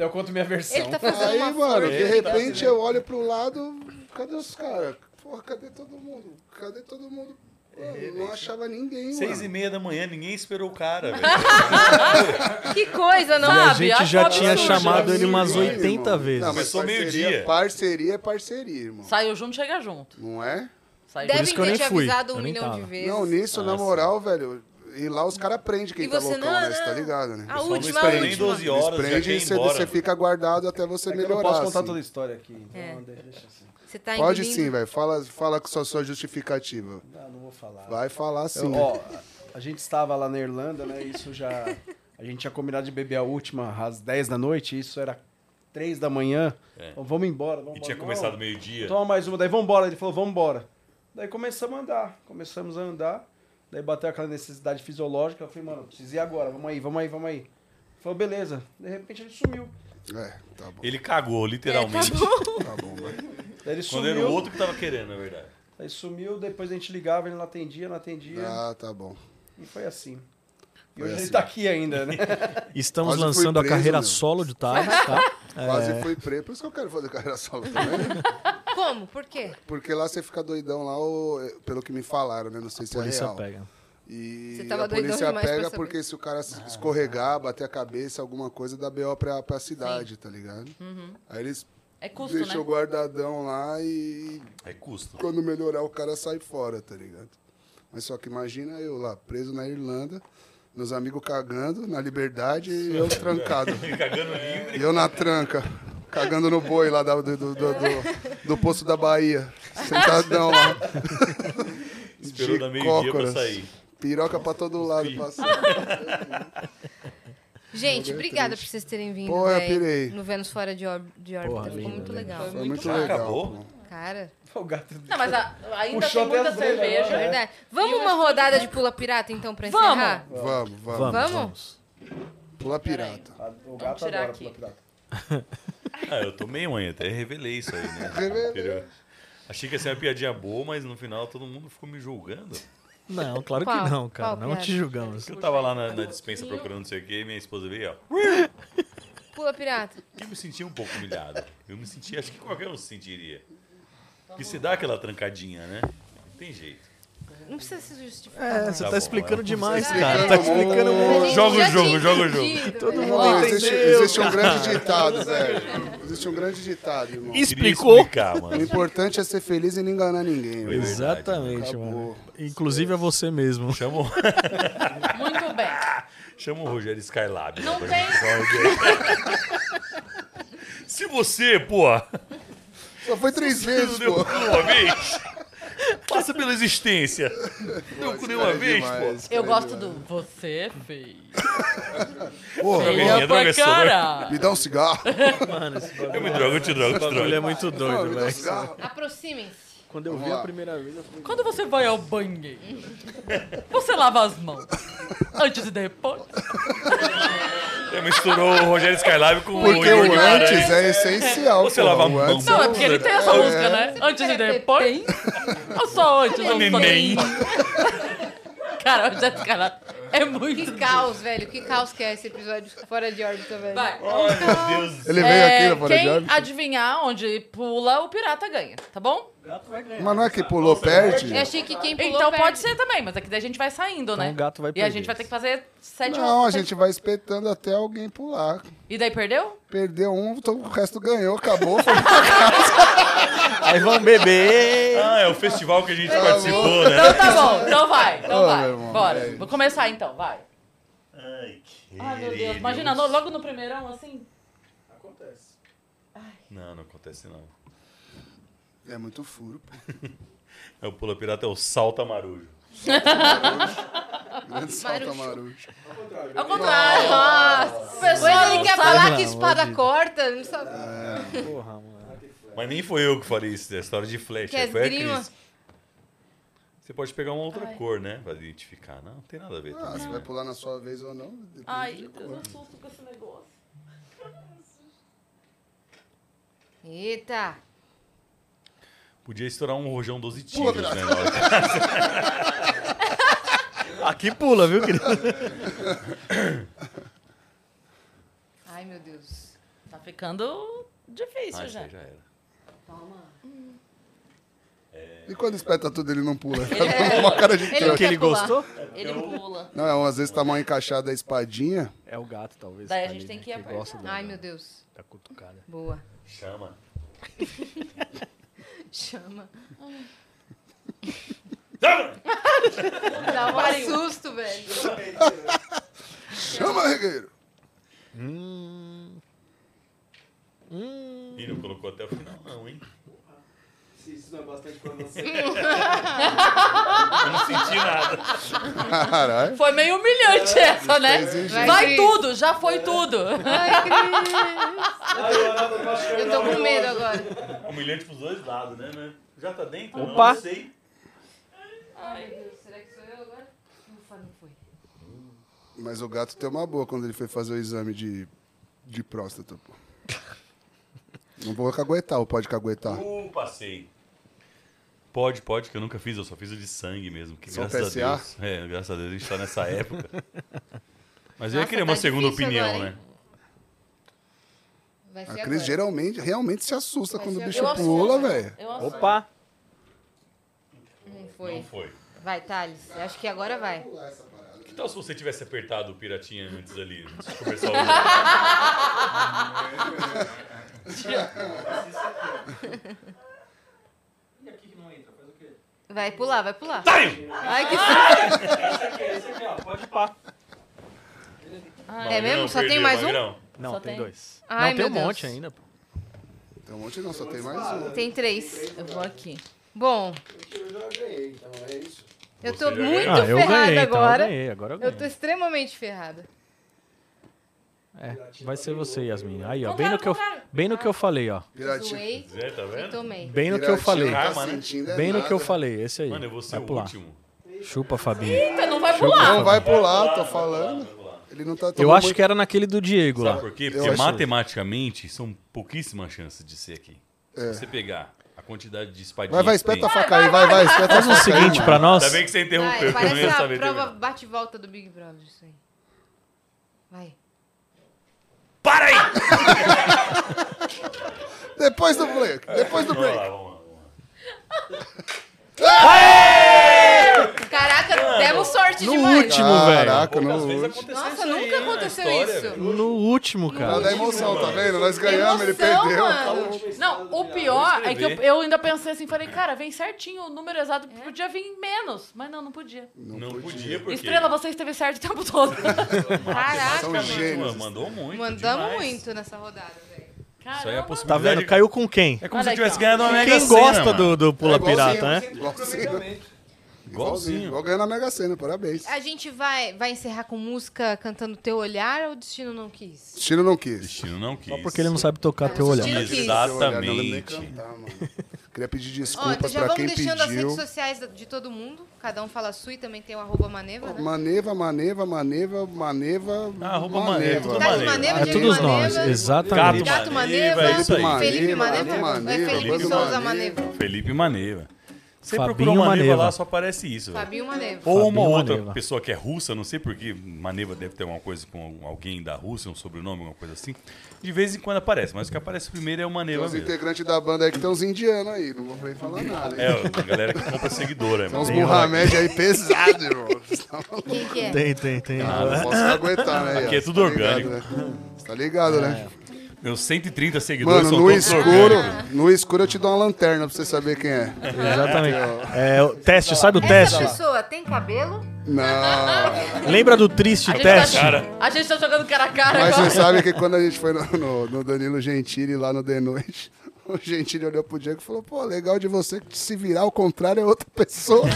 eu. Eu conto minha versão. Ele tá fazendo Aí, uma mano, força. de repente né? eu olho pro lado, cadê os caras? Porra, cadê todo mundo? Cadê todo mundo? Mano, não achava ninguém, É Seis mano. e meia da manhã, ninguém esperou o cara, velho. Que coisa, não E a sabe? gente Olha já como tinha surge. chamado ele umas Sim, 80 irmão. vezes. Não, mas né? Começou parceria- meio-dia. Parceria é parceria, irmão. Saiu junto, chega junto. Não é? Saiu Devem Por isso que eu ter nem te fui, avisado um eu nem milhão tava. de vezes. Não, nisso, Ah, na moral, velho. E lá os caras prendem quem E tá você, loucão, não, né? Você tá não. ligado, né? A Eles última, prendem. a última. Nem 12 horas, Eles já quer prendem ir e você- embora. você fica guardado até você É que eu melhorar. não posso contar assim. toda a história aqui. Então, É. deixa- deixa assim. Você tá Pode engolindo. sim, velho. Fala, fala com sua, sua justificativa. Não, não vou falar. Vai falar sim. Eu- ó, a gente estava lá na Irlanda, né? Isso já. A gente tinha combinado de beber a última às 10 da noite, isso era 3 da manhã. É. Então, vamos embora, vamos E tinha embora. começado Não, meio-dia. Toma mais uma, daí vamos embora. Ele falou, vamos embora. Daí começamos a andar, começamos a andar. Daí bateu aquela necessidade fisiológica. Eu falei, mano, preciso ir agora, vamos aí, vamos aí, vamos aí. Ele falou, beleza. De repente ele sumiu. É, tá bom. Ele cagou, literalmente. Tá bom, vai. Daí ele Quando sumiu. era o outro que tava querendo, na verdade. Daí sumiu, depois a gente ligava, ele não atendia, não atendia. Ah, tá bom. E foi assim. E Foi hoje ele assim. tá aqui ainda, né? Estamos Quase fui lançando a preso, carreira meu. solo de Thales, tá? Quase É, fui preso. Por isso que eu quero fazer carreira solo também. Como? Por quê? Porque lá você fica doidão lá, ou- pelo que me falaram, né? Não sei se é polícia real. pega. E Você tava a doidão polícia demais pra pega saber. porque se o cara Ah, se escorregar, bater a cabeça, alguma coisa, dá BO pra, pra cidade, tá ligado? Uhum. Aí eles É custo, deixam né? o guardadão lá e É custo. quando melhorar o cara sai fora, tá ligado? Mas só que imagina eu lá, preso na Irlanda, meus amigos cagando na liberdade e eu trancado. Cagando livre. E eu na tranca, cagando no boi lá da- do, do, do, do- do Poço da Bahia. Sentadão lá. Esperou De dar meio-dia pra cócoras. sair. Piroca pra todo lado. Passando. Gente, Olha, obrigada por triste. vocês terem vindo Porra, eu véi, pirei. no Vênus Fora de, Órb- de Órbita. Porra, Ficou lindo, muito né? lindo. legal. Foi muito Já legal. acabou? pô. Cara. O gato Não, mas a- ainda Puxou tem até muita as orelhas agora, cerveja. né? Verdade. Vamos uma rodada de pula pirata, então, pra Vamos. encerrar? Vamos, vamos. Vamos, Vamos? vamos. Pula pirata. O gato tirar adora aqui. pular pirata. Ah, eu tomei manhã, até revelei isso aí, né? Revelou. Anterior. Achei que ia ser uma piadinha boa, mas no final todo mundo ficou me julgando. Não, claro que Qual? não, cara. Qual é? não piada? te julgamos. Eu tava lá na, na dispensa procurando não sei o que, e minha esposa veio, ó. Pula pirata. Eu me senti um pouco humilhado. Eu me senti, acho que qualquer um se sentiria. Que se dá aquela trancadinha, né? Não tem jeito. Não precisa se justificar. É, você Tá tá, bom, explicando é. demais, Tá cara. Tá explicando explicando muito. muito. Gente, Joga o já tinha jogo, joga o jogo. entendido, Todo velho. mundo Ó, entendeu, existe, existe um grande ditado, velho. Existe um grande ditado, irmão. Queria Explicou? explicar, O mano. importante é ser feliz e não enganar ninguém. velho. Exatamente, mano. Inclusive a você mesmo. Chama o, Muito bem. chama o Rogério Skylab. né, Não pra tem- gente trocar uma ideia. Se você, pô, Só foi três vezes, Não é. deu pô. cu uma vez? Passa pela existência. Não deu cu nenhuma Cara, é vez, demais, pô. cara, Eu é gosto demais. do você fez. Pô, Droga, Feia minha droga pra é sonora. cara. me dá um cigarro. Mano, esse Eu me drogo, eu te drogo, eu te bagulho é drogo. muito Não, doido, me dá um velho. cigarro. Aproximem-se. Quando eu vi Vamos a lá. primeira vez, eu falei, Quando você vai ao banheiro, você lava as mãos. Antes e depois. Eu É, misturou o Rogério Skylab com o Porque Igor o Guimarães. antes é essencial. Você pô. lava a O mão. antes Não, é é porque ele tem essa música, né? Antes e depois. Ou só antes, ou só Neném. depois. Cara, o Jessica ela é muito... Que caos, velho. Que caos que é esse episódio fora de órbita, velho. Vai. Ai, meu Deus. Ele veio É, aqui na Fora de quem Órbita. adivinhar onde pula, o pirata ganha, tá bom? Mas não é que pulou, perde? Eu achei que quem pulou então perde. pode ser também, mas aqui daí a gente vai saindo, né? Então o gato vai E a perder gente vai ter que fazer sete Não, a gente vai espetando até alguém pular. E daí perdeu? Perdeu um, todo- o resto ganhou, acabou. Foi... Aí vamos beber. Ah, é o festival que a gente participou, né? Então tá bom, então vai, então Ô, vai. meu irmão, Bora, é. vou começar então, vai. Ai, Ai, meu Deus, querido. imagina no- logo no primeirão, assim. Não, não acontece não. É muito furo, pô. É o Pula Pirata, é o Salta Marujo. Grande salto marujo. Ao contrário. Nossa. O pessoal Ah, Mas não ele quer sabe. falar Pelo que amor espada de- corta, não sabe. Porra, mano. Mas nem foi eu que falei isso, é a história de flecha. Que foi a esgrima. Cris. Você pode pegar uma outra cor, né? Pra identificar. Não, não tem nada a ver. Ah, também, você né? vai pular na sua vez ou não? depende Ai, de eu cor. não susto com esse negócio. Eita! Podia estourar um rojão 12 tiros, Puta. né? na hora que- Aqui pula, viu, querido? Ai, meu Deus. Tá ficando difícil Ah, isso já. aí já era. Toma. E quando espeta tudo, ele não pula. Tá É. Uma cara de Ele não trouxa. quer Ele pular. gostou? Ele pula. Não, é, um, às vezes tá mal encaixada a espadinha. É o gato, talvez. Daí a tá gente tem né, que ir apertar. gosta da- Ai, meu Deus. Da cutucada. Boa. Chama. Chama. Dá Dá um um susto, velho. Chama, regueiro! E não colocou até o final, não, hein? Se isso não é bastante pra você. Eu não senti nada. Caralho. Foi meio É, humilhante essa, né? Fez Vai, isso. Cris. tudo, já É. foi tudo. Ai, Ah, Cris. Eu tô com medo agora. Humilhante pros dois lados, né, né? Já tá dentro? Opa. Não, não sei. Ai, meu Deus. Será que sou eu agora? Ufa, não foi. Mas o gato tem uma boa quando ele foi fazer o exame de, de próstata, pô. Não vou caguetar, ou pode caguetar. Uh, passei. Pode, pode, que eu nunca fiz, eu só fiz o de sangue mesmo. Que Só graças PSA? a Deus. É, graças a Deus a gente tá nessa época. Mas eu ia Nossa, querer uma tá segunda difícil opinião, agora, né? Vai A ser Cris agora. geralmente, realmente se assusta Vai quando o ser bicho agora. Eu pula, assusto, velho. eu assusto. Opa! Não foi. Não foi. Vai, Thales. Eu Acho que agora vai. Que tal se você tivesse apertado o piratinha antes ali? Antes de começar o jogo? E aqui que não entra, faz o quê? Vai pular, vai pular. Tá. Taio! Ai, que Esse aqui, esse aqui, ó, pode pá. É mesmo? Só tem mais um? Não, Só tem, tem? dois. não, Ai, tem meu um Deus. monte ainda. pô. Tem um monte não, só tem mais um. Tem três. Eu vou aqui. Bom, Eu já ganhei, então é isso. eu Você tô já muito ganhou. Ah, eu ferrada ganhei, então, eu agora. ganhei, agora eu tô extremamente ferrada. É, vai ser você, Yasmin. Aí, ó. Não Bem no quero, que eu, não quero. bem no que eu falei, ó. Zoei Zé, tá vendo? e tomei. Bem no que eu falei. tá Karma, né? é Bem no que eu falei, esse aí. Mano, eu vou ser vai o pular. último. Chupa, Fabinho. Eita, não vai Chupa, pular. Não vai Fabinho. pular, tô falando. Ele não tá Eu tomando acho muito- que era naquele do Diego lá. Sabe por quê? Porque matematicamente são pouquíssimas chances de ser aqui. É. Se você pegar a quantidade de Vai, espadinhas. vai, que tem- espeta a faca aí, vai, vai, espeta a Faz o faca aí, seguinte mano. pra nós. Ainda bem que você interrompeu, Vai, que eu não parece ia a saber. prova terminar. bate-volta do Big Brother, isso aí. Vai. Para aí! Depois do break, depois do break. Caraca, demos sorte No demais. último, Ah, velho. Caraca, no último. Nossa, nunca aconteceu isso. No último, Não, da é cara. emoção, tá vendo? Nós ganhamos, ele Emoção, perdeu. mano. Não, o pior é que eu, escrever. eu ainda pensei assim, falei, cara, vem certinho o número exato, É? podia vir menos, mas não, não podia. Não, podia, porque. Estrela, você esteve certo o tempo todo. Caraca, São mano. gênios. Mandou muito. Mandamos demais. muito nessa rodada, velho. Isso aí é a Tá possibilidade. vendo? Caiu com quem? É como se eu tivesse ganhado uma mega Quem Sena, gosta mano. do, do Pula É igualzinho, Pirata, né? Igualzinho. Igualzinho. Igualzinho. Igual ganhar na Mega Sena, parabéns. A gente vai, vai encerrar com música cantando Teu Olhar ou Destino Não Quis? Destino não quis. Destino não quis. Só porque ele não sabe tocar teu olhar. Destino quis. Não lembro nem Exatamente. cantar, mano. Queria Ó, pedir então desculpas já pra vamos quem deixando as pediu. redes sociais da- de todo mundo. Cada um fala a sua e também tem o arroba maneva, né? Maneva, maneva, maneva, maneva. Ah, arroba maneva, tudo Thales Maneva, É Diego todos nós, Maneva, exatamente. né? Gato Maneva, Maneva, é isso aí. Felipe Maneva, Maneva, Maneva, é Felipe Felipe Souza Maneva. Maneva, Felipe Maneva. Você Fabinho procurou Maneva, Maneva. lá, só aparece isso. velho. Fabinho Maneva. Ou uma Fabinho outra Maneva. pessoa que é russa, não sei porque Maneva deve ter alguma coisa com algum- alguém da Rússia, um sobrenome, alguma coisa assim. De vez em quando aparece, mas o que aparece primeiro é o Tem Maneva uns mesmo. integrantes da banda aí que tem uns indianos aí, não vou nem falar nada. É, hein? a galera que compra né, seguidora, Tem irmão. uns Mohamed aí pesado, irmão. Você tá maluco? Quem que é? Tem, tem, tem. Ah, Ah, não posso aguentar, né? Aqui é Você tudo tá ligado, orgânico. né? Você tá ligado, né? Meus 130 seguidores Mano, são no todos escuro, orgânicos. no escuro eu te dou uma lanterna pra você saber quem é. Exatamente. É, o teste, sabe o Essa é teste? pessoa tem cabelo? Não. Lembra do triste A gente, teste? tá, a gente tá jogando cara a cara Mas agora. você sabe que quando a gente foi no, no- no Danilo Gentili lá no The Noite, o Gentili olhou pro Diego e falou: pô, legal de você que se virar ao contrário é outra pessoa.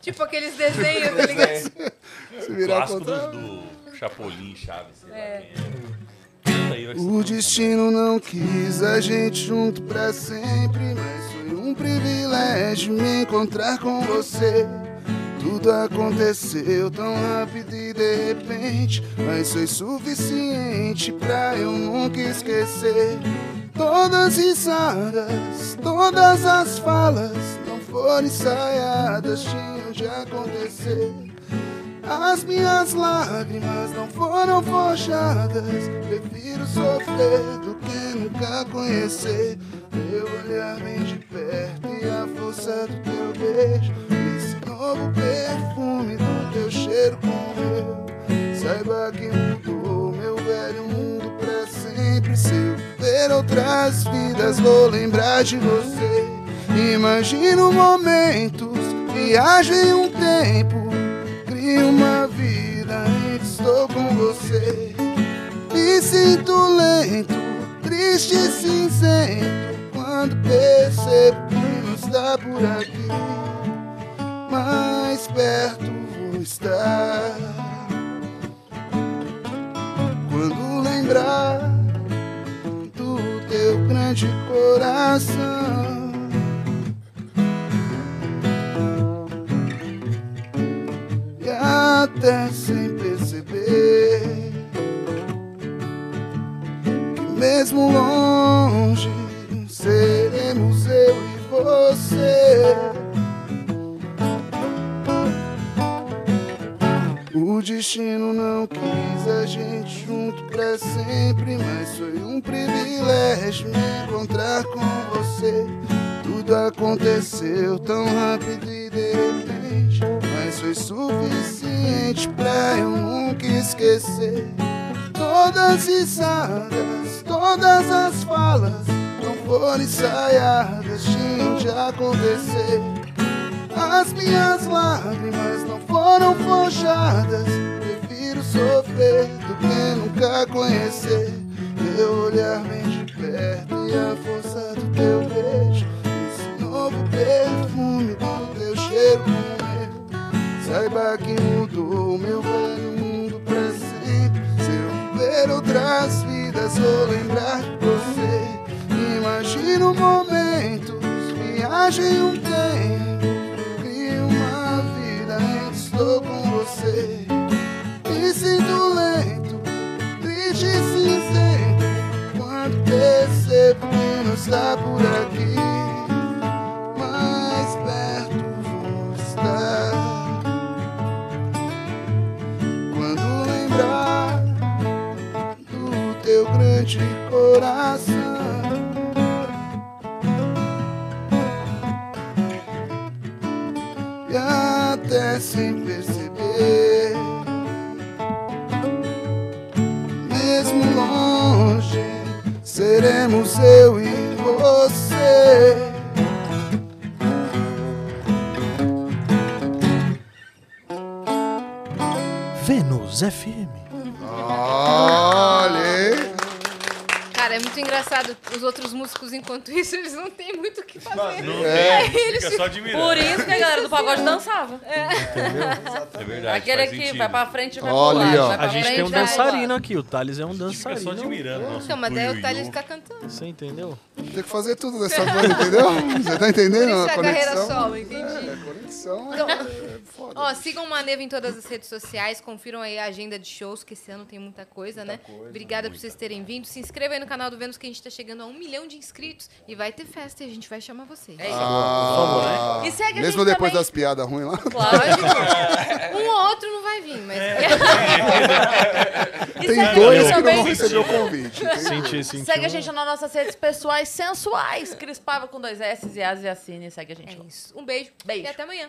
Tipo aqueles desenhos, tá ligado? se virar ao Clássico contrário. do, do Chapolin, Chaves, sei lá É. quem é. Isso aí vai ser O destino não quis a gente junto pra sempre, mas foi um privilégio me encontrar com você. Tudo aconteceu tão rápido e de repente, mas foi suficiente pra eu nunca esquecer. Todas risadas, todas as falas não foram ensaiadas, tinham de acontecer. As minhas lágrimas não foram forjadas, prefiro sofrer do que nunca conhecer. Teu olhar bem de perto e a força do teu beijo, esse novo perfume do teu cheiro com o meu. Saiba que mudou meu velho mundo pra sempre. Se eu ver outras vidas, vou lembrar de você. Imagino momentos, viajo em um tempo. Crio uma vida e estou com você. Me sinto lento, triste e cinzento. Quando percebo que não está por aqui, mais perto vou estar. Quando lembrar do teu grande coração. E até sem perceber Que mesmo longe Seremos eu e você O destino não quis a gente junto pra sempre Mas foi um privilégio me encontrar com você Tudo aconteceu tão rápido e de repente Mas foi suficiente pra eu nunca esquecer Todas as risadas, todas as falas Não foram ensaiadas, tinham de acontecer As minhas lágrimas não foram forjadas Prefiro sofrer do que nunca conhecer Teu olhar vem de perto e a força do teu beijo Esse novo perfume do teu cheiro Saiba que mudou meu velho mundo pra sempre. Se eu ver outras vidas, vou lembrar de você. Imagino momentos, viagem um tempo, crio uma vida e estou com você. Me sinto lento, triste e cinzento, quando percebo que não está por aqui. Mais perto vou estar quando lembrar do teu grande coração. E até sem perceber, mesmo longe, seremos eu e você. Vênus FM. Olha! hein? Cara, é muito engraçado. Os outros músicos, enquanto isso, eles não têm muito o que fazer. Não É, tem, fica eles- só admirando. Por isso que a galera do pagode dançava. É verdade. Aquele faz aqui sentido. vai pra frente e vai pro lado. vai pra A gente frente, tem um vai pro lado. dançarino aqui, o Thales é um dançarino. só admirando o nosso Então, mas daí o Thales tá cantando. Você entendeu? Tem que fazer tudo dessa coisa, entendeu? Você tá entendendo Isso a é carreira conexão? É, solo, entendi. conexão Então, ó, sigam o Maneva em todas as redes sociais, confiram aí a agenda de shows, que esse ano tem muita coisa, né? Obrigada por vocês terem vindo. Se inscreva aí no canal do Vênus, que a gente tá chegando a um milhão de inscritos e vai ter festa e a gente vai chamar vocês. É Ah, E segue a mesmo gente depois também. das piadas ruins lá? Um ou outro não vai vir, mas. é E Tem segue a dois gente que também. não recebeu convite. Tem dois. Segue a gente nas nossas redes pessoais sensuais. Crispava com dois S e As e Assine. Segue a gente. É isso. Um beijo. Beijo. E até amanhã.